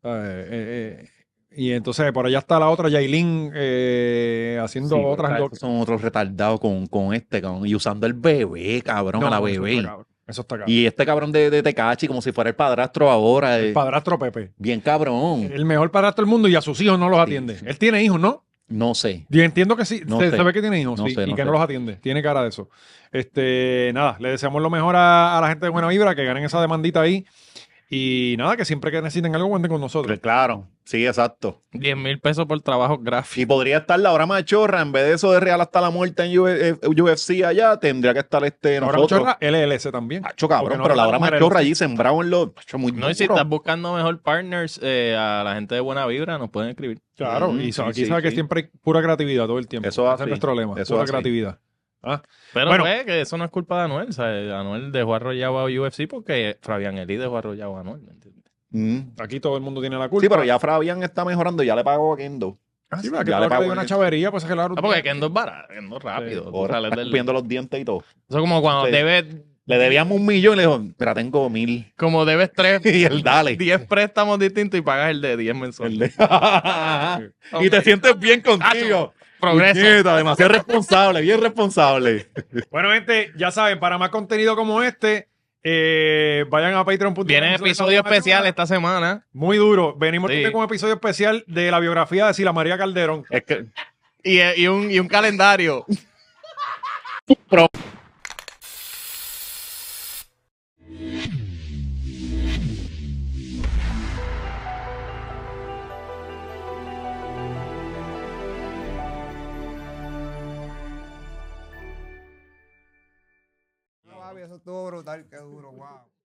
[SPEAKER 2] Eh, eh, eh, y entonces por allá está la otra Yailin eh,
[SPEAKER 3] Sí,
[SPEAKER 2] haciendo
[SPEAKER 3] pero
[SPEAKER 2] otras
[SPEAKER 3] está-
[SPEAKER 2] locas.
[SPEAKER 3] estos son otros retardados con, con este, cabrón. Y usando el bebé, cabrón, a la
[SPEAKER 2] eso
[SPEAKER 3] bebé.
[SPEAKER 2] está cabrón, Eso está cabrón.
[SPEAKER 3] Y este cabrón de, de Tecachi, como si fuera el padrastro ahora. eh,
[SPEAKER 2] El padrastro Pepe.
[SPEAKER 3] bien cabrón.
[SPEAKER 2] El mejor padrastro del mundo y a sus hijos no los atiende.
[SPEAKER 3] sí.
[SPEAKER 2] Él tiene hijos, ¿no?
[SPEAKER 3] No sé.
[SPEAKER 2] Yo entiendo que sí.
[SPEAKER 3] No
[SPEAKER 2] se,
[SPEAKER 3] sé.
[SPEAKER 2] se ve que tiene hijos,
[SPEAKER 3] No
[SPEAKER 2] sí,
[SPEAKER 3] sé,
[SPEAKER 2] y
[SPEAKER 3] no
[SPEAKER 2] que no
[SPEAKER 3] sé.
[SPEAKER 2] los atiende. Tiene cara de eso. Este, nada, le deseamos lo mejor a, a la gente de Buena Vibra, que ganen esa demandita ahí. Y nada, que siempre que necesiten algo, cuenten con nosotros.
[SPEAKER 3] Pero Pues Claro, sí, exacto.
[SPEAKER 4] 10 mil pesos por trabajo gráfico.
[SPEAKER 3] Y podría estar la hora machorra, en vez de eso de Real hasta la muerte en U- eh, UFC allá, tendría que estar este
[SPEAKER 2] Ahora
[SPEAKER 3] nosotros.
[SPEAKER 2] mucho LLC también.
[SPEAKER 3] Hacho,
[SPEAKER 2] Porque
[SPEAKER 3] cabrón,
[SPEAKER 2] no
[SPEAKER 3] pero la hora
[SPEAKER 2] hablamos de
[SPEAKER 3] machorra
[SPEAKER 2] la
[SPEAKER 3] allí sembrado en los. Hacho, muy
[SPEAKER 4] No, y si
[SPEAKER 3] duro.
[SPEAKER 4] estás buscando mejor partners, eh, a la gente de buena vibra nos pueden escribir.
[SPEAKER 2] Claro,
[SPEAKER 3] Mm,
[SPEAKER 2] y so-
[SPEAKER 3] sí,
[SPEAKER 2] aquí
[SPEAKER 3] sí,
[SPEAKER 2] sabes que
[SPEAKER 3] sí.
[SPEAKER 2] siempre hay pura creatividad todo el tiempo.
[SPEAKER 3] Eso
[SPEAKER 2] Ese
[SPEAKER 3] así,
[SPEAKER 2] es nuestro lema,
[SPEAKER 3] eso
[SPEAKER 2] pura
[SPEAKER 3] así.
[SPEAKER 2] creatividad.
[SPEAKER 4] Pero
[SPEAKER 2] Bueno.
[SPEAKER 4] pues, que eso no es culpa de Anuel. O sea, Anuel dejó arrollado a UFC porque Fabián Eli dejó arrollado a Anuel. ¿me entiendes?
[SPEAKER 3] Mm.
[SPEAKER 2] Aquí todo el mundo tiene la culpa.
[SPEAKER 3] Sí, pero ya Fabián está mejorando, ya le pagó a Kendo.
[SPEAKER 2] Ah, sí, pero que
[SPEAKER 3] ya le
[SPEAKER 2] ahora
[SPEAKER 3] pago
[SPEAKER 2] hay una
[SPEAKER 3] el-
[SPEAKER 2] chavería, pues es que la
[SPEAKER 4] Ah, porque Kendo es barato, Kendo es rápido. tú
[SPEAKER 3] Ahora
[SPEAKER 4] sales
[SPEAKER 3] está
[SPEAKER 4] del-
[SPEAKER 3] escupiendo los dientes y todo.
[SPEAKER 4] Eso es como cuando
[SPEAKER 3] Sí.
[SPEAKER 4] debes,
[SPEAKER 3] Le debíamos un millón y le dijo, pero tengo mil.
[SPEAKER 4] como debes tres,
[SPEAKER 3] *laughs* Y él, dale.
[SPEAKER 4] 10 préstamos distintos y pagas el de 10
[SPEAKER 3] El
[SPEAKER 4] mensuales.
[SPEAKER 3] de- *laughs* Y te
[SPEAKER 4] Ok.
[SPEAKER 3] sientes bien contigo.
[SPEAKER 4] Progreso.
[SPEAKER 3] Puñeta, demasiado responsable, bien responsable.
[SPEAKER 2] Bueno, gente, ya saben, para más contenido como este, eh, vayan a patreon.com.
[SPEAKER 4] Vienen episodios especiales esta semana.
[SPEAKER 2] Muy duro. Venimos
[SPEAKER 4] Sí.
[SPEAKER 2] también con un episodio especial de la biografía de Sila María Calderón.
[SPEAKER 3] Es que
[SPEAKER 4] Y, eh, y un, y un calendario.
[SPEAKER 8] Eso estuvo brutal, qué duro, wow.